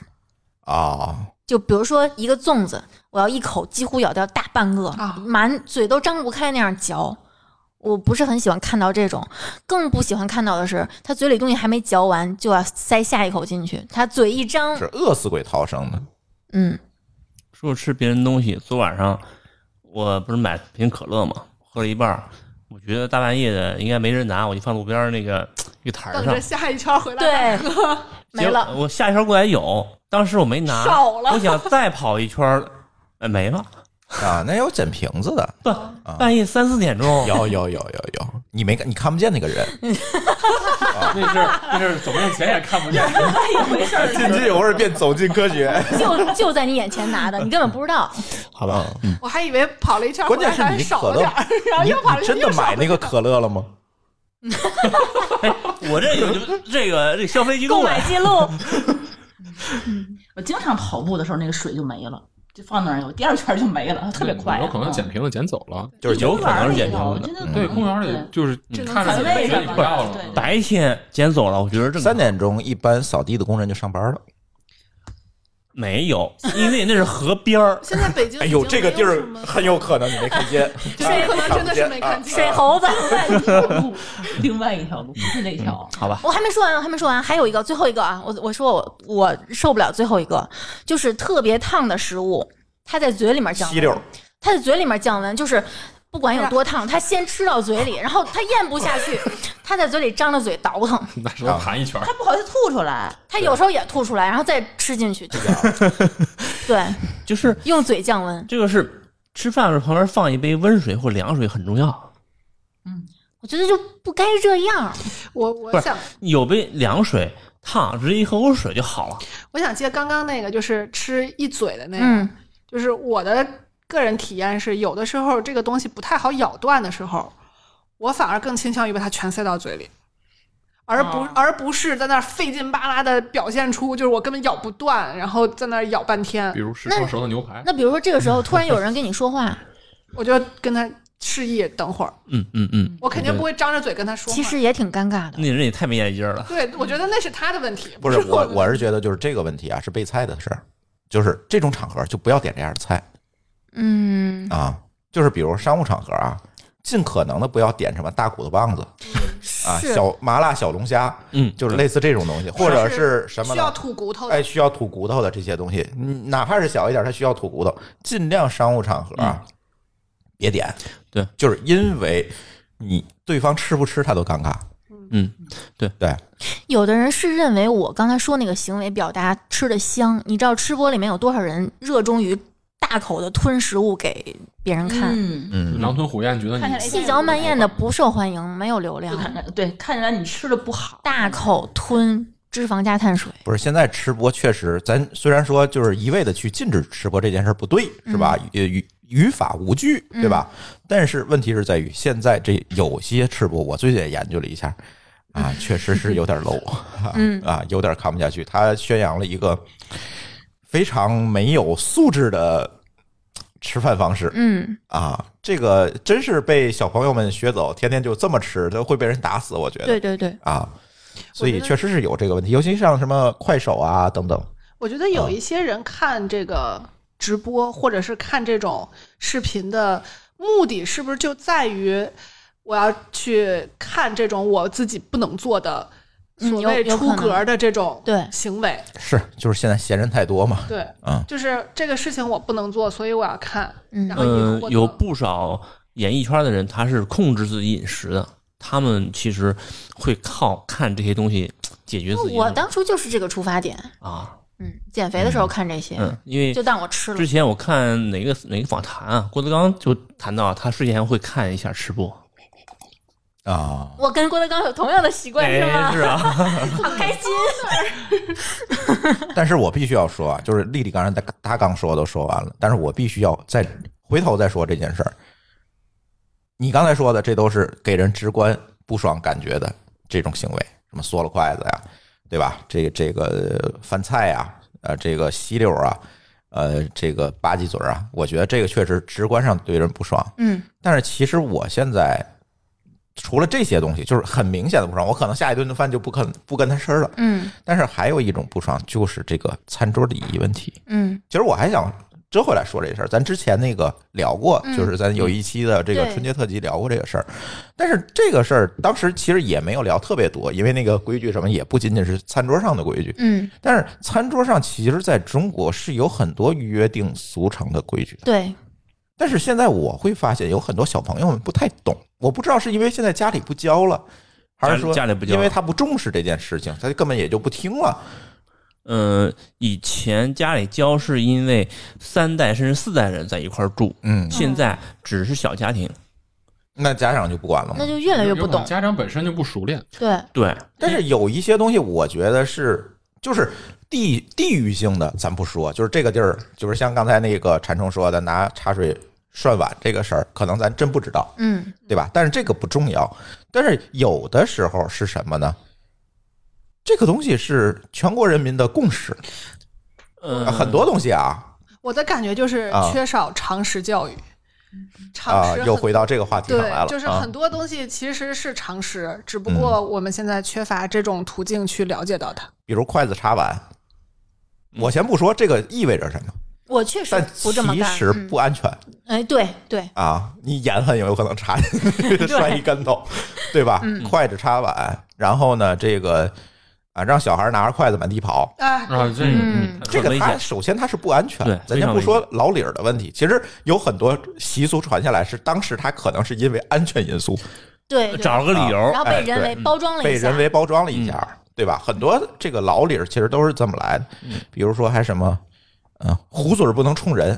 Speaker 1: 啊，
Speaker 2: 就比如说一个粽子，我要一口几乎咬掉大半个，
Speaker 4: 啊
Speaker 2: 满嘴都张不开那样嚼。我不是很喜欢看到这种，更不喜欢看到的是，他嘴里东西还没嚼完，就要塞下一口进去。他嘴一张
Speaker 1: 是，饿死鬼逃生的，
Speaker 2: 嗯，
Speaker 3: 说吃别人东西，昨晚上我不是买瓶可乐嘛，喝了一半儿，我觉得大半夜的应该没人拿，我就放路边儿那个一个台儿
Speaker 4: 等
Speaker 3: 上
Speaker 4: 着，下一圈回来
Speaker 2: 对，
Speaker 3: 结
Speaker 2: 没
Speaker 3: 果
Speaker 2: 了。
Speaker 3: 我下一圈过来有，当时我没拿，
Speaker 4: 少了
Speaker 3: 我想再跑一圈儿，哎，没了。
Speaker 1: 啊，那有捡瓶子的，
Speaker 3: 不，半夜三四点钟，
Speaker 1: 有有有有有，你没你看不见那个 (laughs) 人，
Speaker 5: 啊那是那是走面前也看不见，
Speaker 1: 津津有味变走进科学，
Speaker 2: 就就在你眼前拿的，你根本不知道。
Speaker 1: (laughs) 好吧，嗯
Speaker 4: 我还以为跑了一圈回
Speaker 1: 关键
Speaker 4: 来
Speaker 1: 是
Speaker 4: 还
Speaker 1: 你
Speaker 4: 少
Speaker 1: 可
Speaker 4: 了
Speaker 1: 乐
Speaker 4: 点儿，然后
Speaker 1: 你
Speaker 4: 又跑了
Speaker 1: 你
Speaker 4: 一
Speaker 1: 真的
Speaker 4: 圈
Speaker 1: 买那个可乐了吗？
Speaker 3: 我这有这个这消费记
Speaker 2: 购
Speaker 3: 录
Speaker 2: 买
Speaker 3: 啊，
Speaker 2: 记录，
Speaker 6: 我经常跑步的时候，那个水就没了，就放那儿，有第二圈就没了，特别快。
Speaker 5: 有可能捡
Speaker 6: 嗯
Speaker 5: 瓶子捡走了。
Speaker 1: 就是
Speaker 3: 有可能是捡瓶子
Speaker 6: 公园里头
Speaker 3: 的。
Speaker 1: 嗯
Speaker 6: 真的
Speaker 5: 对，
Speaker 6: 可能
Speaker 5: 公园里
Speaker 6: 对
Speaker 5: 就是
Speaker 4: 只能
Speaker 5: 看着
Speaker 4: 自
Speaker 5: 你
Speaker 4: 慰
Speaker 5: 嘴
Speaker 4: 是
Speaker 5: 里
Speaker 4: 吧，
Speaker 5: 不要了
Speaker 6: 对对，
Speaker 3: 白天捡走了，我觉得这
Speaker 1: 三点钟一般扫地的工人就上班了，
Speaker 3: 没有，因为那是河边儿
Speaker 4: 现在北京
Speaker 1: 哎呦，
Speaker 4: 已经
Speaker 1: 这个地
Speaker 4: 没
Speaker 1: 儿
Speaker 4: 什么
Speaker 1: 很有可能你没看见，啊
Speaker 4: (laughs) 就是可能真的是没看见
Speaker 2: 水猴子。
Speaker 6: 路，另外一条路不是那条。
Speaker 5: 嗯
Speaker 3: 好吧？
Speaker 2: 我还没说完，还没说完，还有一个，最后一个啊！我我说我我受不了最后一个，就是特别烫的食物，它在嘴里面降
Speaker 1: 吸溜
Speaker 2: 温
Speaker 1: 儿，，
Speaker 2: 它在嘴里面降温，就是不管有多烫，它先吃到嘴 (laughs) 里，然后它咽不下去，它在嘴里张着嘴倒腾， (laughs)
Speaker 5: 拿舌头弹一圈儿，
Speaker 6: 它不好意思吐出来，
Speaker 2: 它有时候也吐出来，然后再吃进去，就 (laughs) 对，
Speaker 3: 就是
Speaker 2: 用嘴降温。
Speaker 3: 这个是吃饭的时候旁边放一杯温水或凉水很重要。
Speaker 2: 我觉得就不该这样，
Speaker 4: 我
Speaker 3: 不
Speaker 4: 我
Speaker 3: 是
Speaker 4: 想
Speaker 3: 有杯凉水烫，直接一喝口水就好了。
Speaker 4: 我想接刚刚那个，就是吃一嘴的那个，
Speaker 2: 嗯，
Speaker 4: 就是我的个人体验是，有的时候这个东西不太好咬断的时候，我反而更倾向于把它全塞到嘴里，而不、
Speaker 6: 哦
Speaker 4: 而不是在那儿费劲巴拉的表现出就是我根本咬不断，然后在那儿咬半天
Speaker 5: 比，如十双舌头牛排，
Speaker 2: 那比如说这个时候突然有人跟你说话，
Speaker 4: 我就跟他示意等会儿，
Speaker 3: 嗯嗯嗯，
Speaker 4: 我肯定不会张着嘴跟他说话。
Speaker 2: 其实也挺尴尬的。
Speaker 3: 那人也太没眼力劲儿了。
Speaker 4: 对，我觉得那是他的问题，
Speaker 1: 不是
Speaker 4: 是
Speaker 1: 我
Speaker 4: 的，
Speaker 1: 我
Speaker 4: 问
Speaker 1: 是
Speaker 4: 题
Speaker 1: 觉得就是这个问题啊，是备菜的事儿，就是这种场合就不要点这样的菜
Speaker 2: 嗯，
Speaker 1: 啊，就是比如商务场合啊，尽可能的不要点什么大骨头棒子啊、
Speaker 2: 是
Speaker 1: 小麻辣小龙虾，
Speaker 3: 嗯，
Speaker 1: 就是类似这种东西，或者是什么
Speaker 4: 需要
Speaker 1: 呢？
Speaker 4: 吐骨头的
Speaker 1: 哎，需要吐骨头的这些东西，嗯哪怕是小一点，它需要吐骨头，尽量商务场合啊，别点。
Speaker 3: 对，
Speaker 1: 就是因为你对方吃不吃他都尴尬。
Speaker 3: 嗯，对
Speaker 1: 对，
Speaker 2: 有的人是认为我刚才说那个行为表达吃的香，你知道吃播里面有多少人热衷于大口的吞食物给别人看，
Speaker 6: 嗯，
Speaker 1: 嗯
Speaker 5: 狼吞虎咽，觉得
Speaker 6: 看起来
Speaker 5: 你
Speaker 2: 细嚼慢咽的不受欢迎，没有流量
Speaker 6: 就，看看对，看起来你吃的不好，
Speaker 2: 大口吞脂肪加碳水，
Speaker 1: 不是，现在吃播确实，咱虽然说就是一味的去禁止吃播这件事儿不对，是吧？呃语语法无据，对吧？但是问题是在于现在这有些吃播，我最近也研究了一下，啊，确实是有点 low，
Speaker 2: 嗯
Speaker 1: 啊，有点看不下去。他宣扬了一个非常没有素质的吃饭方式
Speaker 2: 嗯，
Speaker 1: 啊，这个真是被小朋友们学走，天天就这么吃，都会被人打死，我觉得。
Speaker 2: 对对对，
Speaker 1: 啊，所
Speaker 4: 我
Speaker 1: 以
Speaker 4: 觉得
Speaker 1: 确实是有这个问题，尤其像什么快手啊等等，
Speaker 4: 我觉得
Speaker 2: 嗯
Speaker 4: 有一些人看这个直播，或者是看这种视频的目的，是不是就在于我要去看这种我自己不能做的
Speaker 2: 嗯
Speaker 4: 所谓
Speaker 2: 有有可
Speaker 4: 出
Speaker 2: 能
Speaker 4: 格的这种
Speaker 2: 对
Speaker 4: 行为？
Speaker 1: 是就是现在闲人太多嘛，
Speaker 4: 对，
Speaker 1: 嗯
Speaker 4: 就是这个事情我不能做，所以我要看。
Speaker 2: 嗯
Speaker 4: 然后
Speaker 3: 呃
Speaker 4: 你获，得
Speaker 3: 有不少演艺圈的人，他是控制自己饮食的，他们其实会靠看这些东西解决自己
Speaker 2: 我当初就是这个出发点，
Speaker 3: 啊，
Speaker 2: 嗯，减肥的时候看这些，
Speaker 3: 嗯，因为
Speaker 2: 就当我吃了
Speaker 3: 之，前我看哪个哪个访谈啊，郭德纲就谈到他睡前会看一下吃播，
Speaker 1: 啊，
Speaker 2: 我跟郭德纲有同样的习惯是吗？
Speaker 3: 是啊， (laughs)
Speaker 2: 好开心，
Speaker 1: 但是我必须要说啊，就是丽丽刚才她她刚说的都说完了，但是我必须要再回头再说这件事儿。你刚才说的，这都是给人直观不爽感觉的这种行为，什么缩了筷子呀，对吧？这个这个翻菜呀，呃，这个吸溜啊，呃，这个吧唧嘴儿啊，我觉得这个确实直观上对人不爽。
Speaker 2: 嗯，
Speaker 1: 但是其实我现在除了这些东西，就是很明显的不爽，我可能下一顿饭就不肯不跟他吃了。
Speaker 2: 嗯
Speaker 1: 但是还有一种不爽，就是这个餐桌礼仪问题。
Speaker 2: 嗯，
Speaker 1: 其实我还想折回来说这事儿，咱之前那个聊过，
Speaker 2: 嗯
Speaker 1: 就是咱有一期的这个
Speaker 2: 对
Speaker 1: 春节特辑聊过这个事儿。但是这个事儿当时其实也没有聊特别多，因为那个规矩什么也不仅仅是餐桌上的规矩，
Speaker 2: 嗯，
Speaker 1: 但是餐桌上其实在中国是有很多约定俗成的规矩的。
Speaker 2: 对，
Speaker 1: 但是现在我会发现有很多小朋友们不太懂，我不知道是因为现在家里不教了，还是说
Speaker 3: 家里家里不教
Speaker 1: 因为他不重视这件事情，他就根本也就不听了。
Speaker 3: 呃，以前家里教是因为三代甚至四代人在一块儿住，
Speaker 1: 嗯，
Speaker 3: 现在只是小家庭，
Speaker 1: 那家长就不管了吗
Speaker 2: 那？就越来越
Speaker 5: 有
Speaker 2: 不
Speaker 5: 可能
Speaker 2: 懂，嗯
Speaker 5: 家长本身就不熟练，
Speaker 2: 对，
Speaker 3: 对，
Speaker 1: 但是有一些东西，我觉得是就是地地域性的，咱不说，就是这个地儿，就是像刚才那个禅冲说的，拿茶水涮碗这个事儿，可能咱真不知道，
Speaker 2: 嗯
Speaker 1: 对吧？但是这个不重要。但是有的时候是什么呢？这个东西是全国人民的共识，
Speaker 3: 呃，
Speaker 2: 嗯
Speaker 1: 啊很多东西啊
Speaker 4: 我的感觉就是
Speaker 1: 啊
Speaker 4: 缺少常识教育，
Speaker 2: 嗯
Speaker 4: 常
Speaker 1: 啊
Speaker 4: 识，很
Speaker 1: 又回到这个话题上
Speaker 4: 对
Speaker 1: 来，了，
Speaker 4: 就是
Speaker 1: 啊嗯
Speaker 4: 很多东西其实是常识，只不过我们现在缺乏这种途径去了解到它。
Speaker 1: 比如筷子插碗，我先不说这个意味着什么，
Speaker 2: 我确实
Speaker 1: 但
Speaker 2: 嗯不这么
Speaker 1: 其
Speaker 2: 干。
Speaker 1: 实
Speaker 2: 嗯
Speaker 1: 不安全
Speaker 2: 哎，对对，
Speaker 1: 啊！你严狠也有可能插进
Speaker 3: (laughs)
Speaker 1: 去摔一跟头，对吧？
Speaker 3: 嗯
Speaker 1: 筷子插碗，然后呢，这个啊，让小孩拿着筷子满地跑，
Speaker 4: 哎，
Speaker 5: 啊，这
Speaker 2: 嗯
Speaker 1: 这个
Speaker 3: 很危
Speaker 1: 它
Speaker 3: 险
Speaker 1: 首先它是不安全
Speaker 3: 对，
Speaker 1: 咱
Speaker 3: 非
Speaker 1: 先
Speaker 3: 常
Speaker 1: 不说老理儿的问题，其实有很多习俗传下来是当时它可能是因为安全因素
Speaker 2: 对，对
Speaker 3: 找个理由，
Speaker 2: 然后被
Speaker 1: 哎
Speaker 2: 人
Speaker 1: 对
Speaker 2: 为包装了
Speaker 1: 被
Speaker 2: 一下，
Speaker 1: 人为包装了一下，
Speaker 3: 嗯
Speaker 1: 对吧？很多这个老理儿其实都是这么来的，比如说还什么，嗯、壶嘴儿不能冲人，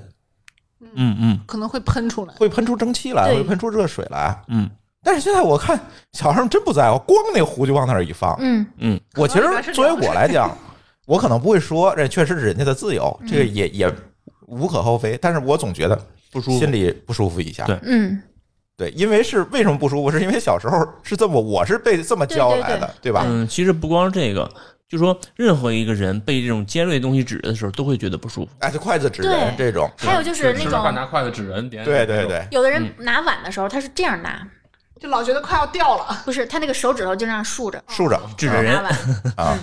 Speaker 3: 嗯嗯
Speaker 4: 可能会喷出来。
Speaker 1: 会喷出蒸汽来，
Speaker 2: 对
Speaker 1: 会喷出热水来。
Speaker 3: 嗯
Speaker 1: 但是现在我看小孩们真不在乎，光那壶就往那儿一放，
Speaker 2: 嗯，
Speaker 3: 嗯，
Speaker 1: 我其
Speaker 4: 可能里边
Speaker 1: 实
Speaker 4: 是
Speaker 1: 作为
Speaker 4: 凉水
Speaker 1: 我来讲，
Speaker 4: (laughs)
Speaker 1: 我可能不会说，这确实是人家的自由，这个
Speaker 4: 嗯
Speaker 1: 也也无可厚非。但是我总觉得
Speaker 3: 不舒服
Speaker 1: 心里不舒服一下。
Speaker 3: 对
Speaker 2: 嗯，
Speaker 1: 对因为是为什么不舒服？是因为小时候是这么，我是被这么教来的，对吧？
Speaker 3: 嗯，其实不光是这个，就说任何一个人被这种尖锐的东西指的时候，都会觉得不舒服。
Speaker 1: 哎，就筷子指人这
Speaker 2: 对
Speaker 1: 种，
Speaker 2: 还有就是那
Speaker 5: 吃着饭
Speaker 2: 种
Speaker 5: 拿筷子指人，点
Speaker 1: 对对，对，
Speaker 2: 有的人拿碗的时候他是这样拿，
Speaker 4: 就老觉得快要
Speaker 1: (laughs)
Speaker 4: 掉了。
Speaker 2: 不是他那个手指头就这样竖着
Speaker 1: 竖
Speaker 4: 哦
Speaker 1: 着
Speaker 3: 指着人
Speaker 2: 拿，碗 (laughs)
Speaker 1: 啊，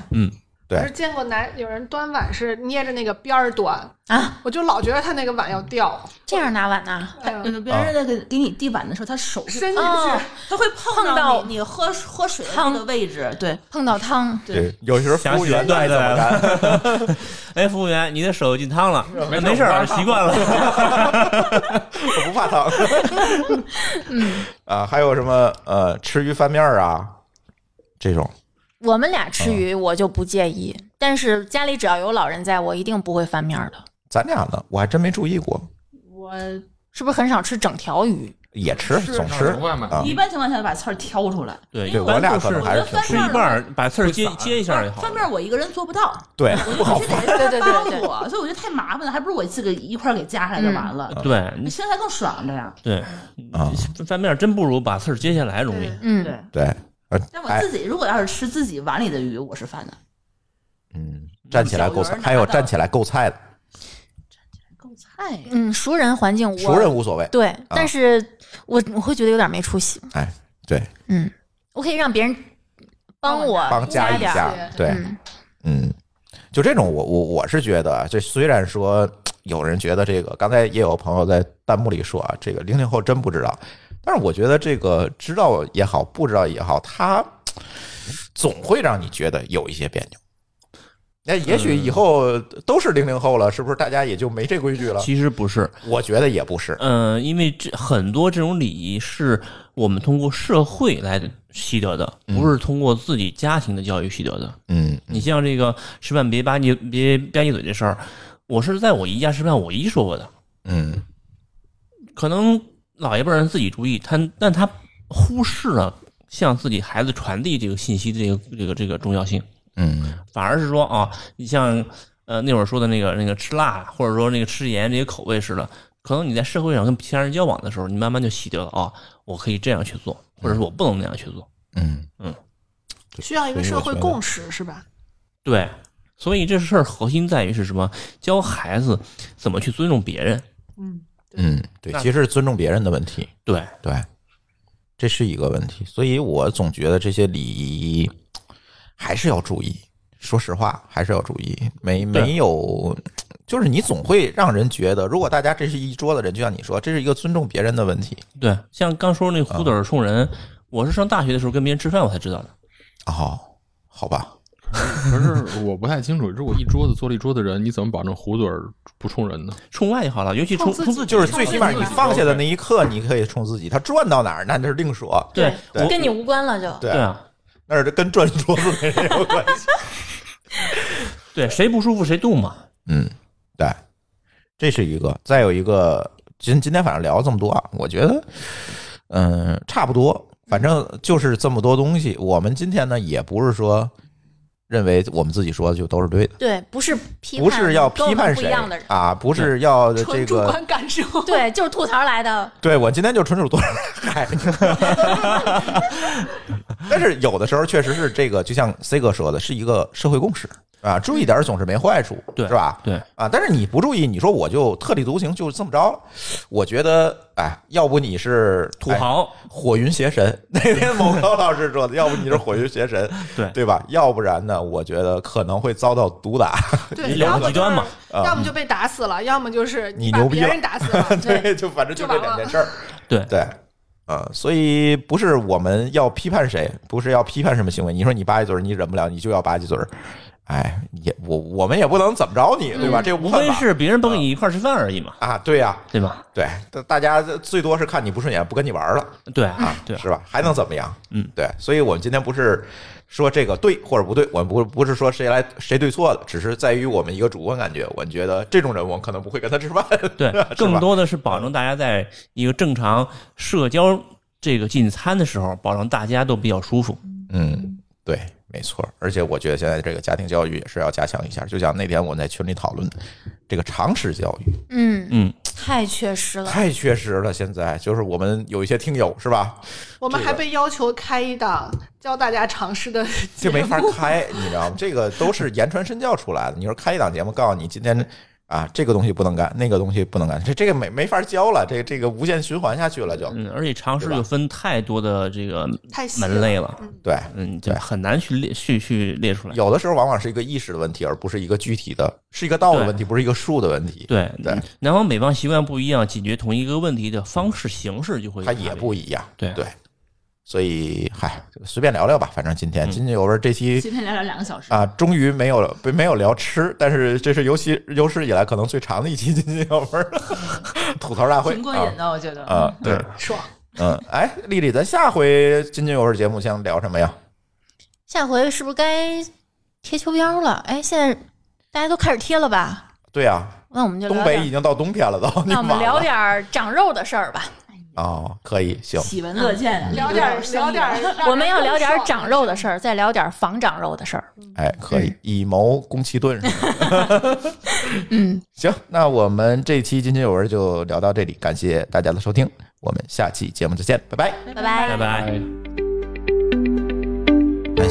Speaker 1: 对
Speaker 4: 我是见过男有人端碗是捏着那个边儿端，
Speaker 2: 啊，
Speaker 4: 我就老觉得他那个碗要掉，
Speaker 2: 这样拿碗呐，
Speaker 4: 哎呀
Speaker 6: 有的呃别
Speaker 5: 啊
Speaker 6: 人那个给你递碗的时候，他手是
Speaker 4: 伸进
Speaker 1: 嗯
Speaker 2: 哦
Speaker 4: 去，
Speaker 6: 他会碰
Speaker 2: 碰到
Speaker 6: 你你喝喝水的那个位置，对
Speaker 2: 碰到汤，
Speaker 1: 对，有时候服务员
Speaker 3: 想起
Speaker 1: 爱
Speaker 3: 来
Speaker 1: 这么干，
Speaker 3: 哎，服务员，你的手进汤了，
Speaker 5: 没事
Speaker 3: 没事儿，
Speaker 5: 我怕
Speaker 3: 习
Speaker 1: (laughs)
Speaker 3: 惯了。
Speaker 1: 我不怕烫。啊，还有什么呃，吃鱼翻面儿啊，这种
Speaker 2: 我们俩吃鱼我就不介意，但是家里只要有老人在，我一定不会翻面儿的。
Speaker 1: 咱俩呢，我还真没注意过，
Speaker 6: 我
Speaker 2: 是不是很少吃整条鱼？
Speaker 1: 也吃，
Speaker 4: 是
Speaker 1: 总
Speaker 5: 上
Speaker 1: 吃
Speaker 5: 楼外卖
Speaker 1: 啊。
Speaker 5: (laughs)
Speaker 6: 一般情况下把刺儿挑出来，
Speaker 3: 对
Speaker 1: 对
Speaker 3: 一般
Speaker 1: 我俩
Speaker 3: 都
Speaker 1: 可能
Speaker 3: 是
Speaker 1: 还是
Speaker 6: 我觉
Speaker 1: 挺
Speaker 6: 得翻
Speaker 3: 吃
Speaker 6: 面
Speaker 3: 一
Speaker 6: 儿
Speaker 3: 半儿，把刺儿接
Speaker 5: 会散
Speaker 3: 接一下就好了。
Speaker 6: 翻面儿我一个人做不到，
Speaker 1: 对，不好
Speaker 5: 哦
Speaker 6: 我必须得
Speaker 2: 对
Speaker 6: 让
Speaker 2: 对对
Speaker 6: 人帮
Speaker 2: 对
Speaker 6: 我，所以我觉得太麻烦了，还不如我自己一块儿给夹下来就完了，
Speaker 5: 嗯
Speaker 3: 对
Speaker 6: 那现在更爽着呀。
Speaker 3: 对
Speaker 1: 啊，
Speaker 3: 翻面儿真不如把刺儿接下来容易。
Speaker 2: 嗯，
Speaker 6: 对，
Speaker 1: 对，呃
Speaker 6: 但我
Speaker 1: 哎，
Speaker 6: 自己如果要是吃自己碗里的鱼，我是犯的。
Speaker 1: 嗯，站起来够
Speaker 6: 小
Speaker 1: 菜
Speaker 6: 人，儿
Speaker 1: 还有
Speaker 6: 拿到
Speaker 1: 站起来够菜的，
Speaker 6: 够菜呀，
Speaker 2: 嗯，熟人环境我
Speaker 1: 熟人无所谓。
Speaker 2: 对，但是我我会觉得有点没出息。
Speaker 1: 哎，对，
Speaker 2: 嗯，我可以让别人帮我
Speaker 1: 帮加一
Speaker 2: 点儿。
Speaker 1: 下
Speaker 4: 加一，些
Speaker 1: 对，
Speaker 2: 嗯
Speaker 1: 嗯，就这种我，我我是觉得啊，这虽然说有人觉得这个，刚才也有朋友在弹幕里说啊，这个零零后真不知道，但是我觉得这个知道也好，不知道也好，他总会让你觉得有一些别扭。那也许以后都是零零后了，是不是大家也就没这规矩了？
Speaker 3: 其实不是，
Speaker 1: 我觉得也不是，
Speaker 3: 嗯、因为这很多这种礼仪是我们通过社会来习得的，不是通过自己家庭的教育习得的。
Speaker 1: 嗯，
Speaker 3: 你像这个吃饭别吧唧别吧唧嘴这事儿，我是在我姨家吃饭，我姨说过的。
Speaker 1: 嗯，
Speaker 3: 可能老一辈人自己注意，他但他忽视了向自己孩子传递这个信息的这个这个这个重要性，
Speaker 1: 嗯，
Speaker 3: 反而是说啊，你像呃那会儿说的那个那个吃辣或者说那个吃盐这些口味似的，可能你在社会上跟其他人交往的时候，你慢慢就习得了啊，我可以这样去做，或者是我不能那样去做。
Speaker 1: 嗯
Speaker 3: 嗯，
Speaker 4: 需要一个社会共识是吧？
Speaker 3: 对，所以这事儿核心在于是什么？教孩子怎么去尊重别人。
Speaker 4: 嗯，
Speaker 1: 嗯，对，
Speaker 3: 那
Speaker 1: 其实是尊重别人的问题，
Speaker 3: 对，
Speaker 1: 对，这是一个问题，所以我总觉得这些礼仪还是要注意。说实话，还是要注意，没
Speaker 3: 对
Speaker 1: 没有，就是你总会让人觉得，如果大家这是一桌子人，就像你说，这是一个尊重别人的问题
Speaker 3: 对，像刚说那胡
Speaker 1: 嗯
Speaker 3: 子冲人，我是上大学的时候跟别人吃饭我才知道的。
Speaker 1: 哦，好吧，
Speaker 5: 可是我不太清楚，如果一桌子坐了一桌子人，你怎么保证壶嘴儿不冲人呢？
Speaker 3: 冲外就好了，尤其冲
Speaker 4: 冲自己
Speaker 3: 冲自己
Speaker 1: 就是最起码你放下的那一刻，你可以冲自己，他转到哪儿那就是另说，
Speaker 3: 对
Speaker 1: 对
Speaker 3: 我
Speaker 2: 跟你无关了就。
Speaker 1: 对
Speaker 3: 对啊，
Speaker 1: 那是跟转桌子没人有关系。
Speaker 3: 对谁不舒服谁动嘛。
Speaker 1: 嗯，对，这是一个。再有一个，今今天反正聊这么多啊，我觉得，嗯、差不多，反正就是这么多东西。我们今天呢，也不是说认为我们自己说的就都是对的，
Speaker 2: 对，不是批判，
Speaker 1: 不是要
Speaker 2: 跟我
Speaker 1: 批
Speaker 2: 们
Speaker 1: 判
Speaker 2: 不
Speaker 1: 谁
Speaker 2: 一样的人。
Speaker 1: 啊，不是要这
Speaker 4: 纯主
Speaker 1: 个。
Speaker 4: 观感
Speaker 6: (laughs)
Speaker 4: 受。
Speaker 2: 对，就是吐槽来的。
Speaker 1: 对我今天就纯属多少嗨。 (laughs) 但是有的时候确实是这个，就像 C 哥说的，是一个社会共识。啊，注意点儿总是没坏处，
Speaker 3: 对
Speaker 1: 是吧？
Speaker 3: 对
Speaker 1: 啊，但是你不注意，你说我就特立独行，就这么着了。我觉得，哎，要不你是哎
Speaker 3: 土豪，
Speaker 1: 火云邪神， (laughs) 那天某高老师说的，要不你是火云邪神，
Speaker 3: 对
Speaker 1: 对吧？要不然呢，我觉个可能会遭到毒打。
Speaker 4: 对，
Speaker 3: 两
Speaker 4: 然
Speaker 3: 个
Speaker 4: 后就
Speaker 3: 极端
Speaker 4: 是
Speaker 3: 嘛
Speaker 1: 啊
Speaker 4: 要么就被打死了，要么就是
Speaker 1: 你
Speaker 4: 把
Speaker 1: 牛逼
Speaker 4: 别
Speaker 1: 了。
Speaker 4: 人打死
Speaker 1: (laughs)
Speaker 4: 了
Speaker 1: 对，就反正就这
Speaker 4: 就完
Speaker 1: 两
Speaker 4: 了
Speaker 1: 件事儿。
Speaker 3: 对
Speaker 1: 对，呃，所以不是我们要批判谁，不是要批判什么行为。你说你吧唧嘴儿，你忍不了，你就要吧唧嘴儿。哎，也我我们也不能怎么着你，对吧？这无
Speaker 3: 嗯无
Speaker 1: 犯
Speaker 3: 非
Speaker 1: 法
Speaker 3: 是别人不
Speaker 1: 嗯
Speaker 3: 跟你一块儿吃饭而已嘛，
Speaker 1: 啊，对呀、
Speaker 3: 对吧？
Speaker 1: 对，大大家最多是看你不顺眼，不跟你玩儿了。
Speaker 3: 对啊，对啊，
Speaker 1: 是吧？还能怎么样？
Speaker 3: 嗯，
Speaker 1: 对，所以我们今天不是说这个对或者不对，我们不不是说谁来谁对错的，只是在于我们一个主观感觉。我们觉得这种人，我可能不会跟他吃饭。
Speaker 3: 对
Speaker 1: (laughs) 是吧，
Speaker 3: 更多的是保证大家在一个正常社交这个进餐的时候，保证大家都比较舒服。
Speaker 1: (laughs) 嗯，对，没错。而且我觉得现在这个家庭教育也是要加强一下，就像那天我们在群里讨论的，这个常识教育
Speaker 2: 嗯，
Speaker 3: 嗯，
Speaker 2: 太缺失了。
Speaker 1: 太缺失了。现在就是我们有一些听友是吧，
Speaker 4: 我们还被要求开一档教大家尝试 (laughs) 的
Speaker 1: 这
Speaker 4: 节
Speaker 1: 没
Speaker 4: 目，
Speaker 1: 法
Speaker 3: (laughs)
Speaker 1: 开，你知道吗？这个都是言传身教出来的。你说开一档节目，告诉你今天啊，这个东西不能干，那个东西不能干，这这个没没法教了，这这个无限循环下去了就，
Speaker 3: 嗯，而且常识
Speaker 1: 对吧
Speaker 3: 又分太多的这个
Speaker 4: 太细
Speaker 3: 门
Speaker 4: 了。
Speaker 3: 类了，
Speaker 1: 对。
Speaker 3: 嗯，就
Speaker 1: 对
Speaker 3: 很难去列去去列出来。
Speaker 1: 有的时候往往是一个意识的问题，而不是一个具体的，是一个道的问题，不是一个数的问题。
Speaker 3: 对嗯
Speaker 1: 对，
Speaker 3: 南方北方习惯不一样，解决同一个问题的方式形式就会有
Speaker 1: 它
Speaker 3: 差
Speaker 1: 也
Speaker 3: 别
Speaker 1: 不一样。
Speaker 3: 对
Speaker 1: 对，所以嗨，随便聊聊吧，反正今
Speaker 3: 嗯
Speaker 1: 天津津有味儿这期
Speaker 6: 随便聊聊两个小时，
Speaker 1: 啊，终于没有没有聊吃，但是这是有史有史以来可能最长的一期津津有味儿 (laughs) 吐槽大会，
Speaker 6: 挺过瘾的，我觉得。
Speaker 1: 啊啊，对，
Speaker 4: 爽。
Speaker 1: 嗯，哎，丽丽，咱下回津津有味节目想聊什么呀？
Speaker 2: 下回是不是该贴秋膘了？哎，现在大家都开始贴了吧？
Speaker 1: 对啊，
Speaker 2: 那我们就
Speaker 1: 东
Speaker 2: 聊
Speaker 1: 北
Speaker 2: 点
Speaker 1: 已
Speaker 2: 儿，
Speaker 1: 经到冬天了都，你 (laughs)
Speaker 2: 那我们
Speaker 1: 晚
Speaker 2: 聊
Speaker 1: 了
Speaker 2: 点儿长肉的事儿吧。
Speaker 1: 哦，可以，行，
Speaker 6: 喜闻乐见，
Speaker 4: 聊点儿
Speaker 6: 一堆
Speaker 4: 聊点儿
Speaker 6: 生意，
Speaker 2: 我们要聊点儿长肉的事儿，再聊点儿防长肉的事儿。
Speaker 1: 哎，可以， (laughs) 以谋攻其盾是吧？
Speaker 2: (laughs) 嗯，
Speaker 1: (laughs) 行，那我们这期津津有味就聊到这里，感谢大家的收听，我们下期节目再见，拜拜。
Speaker 2: 拜拜
Speaker 3: 拜拜。
Speaker 1: 感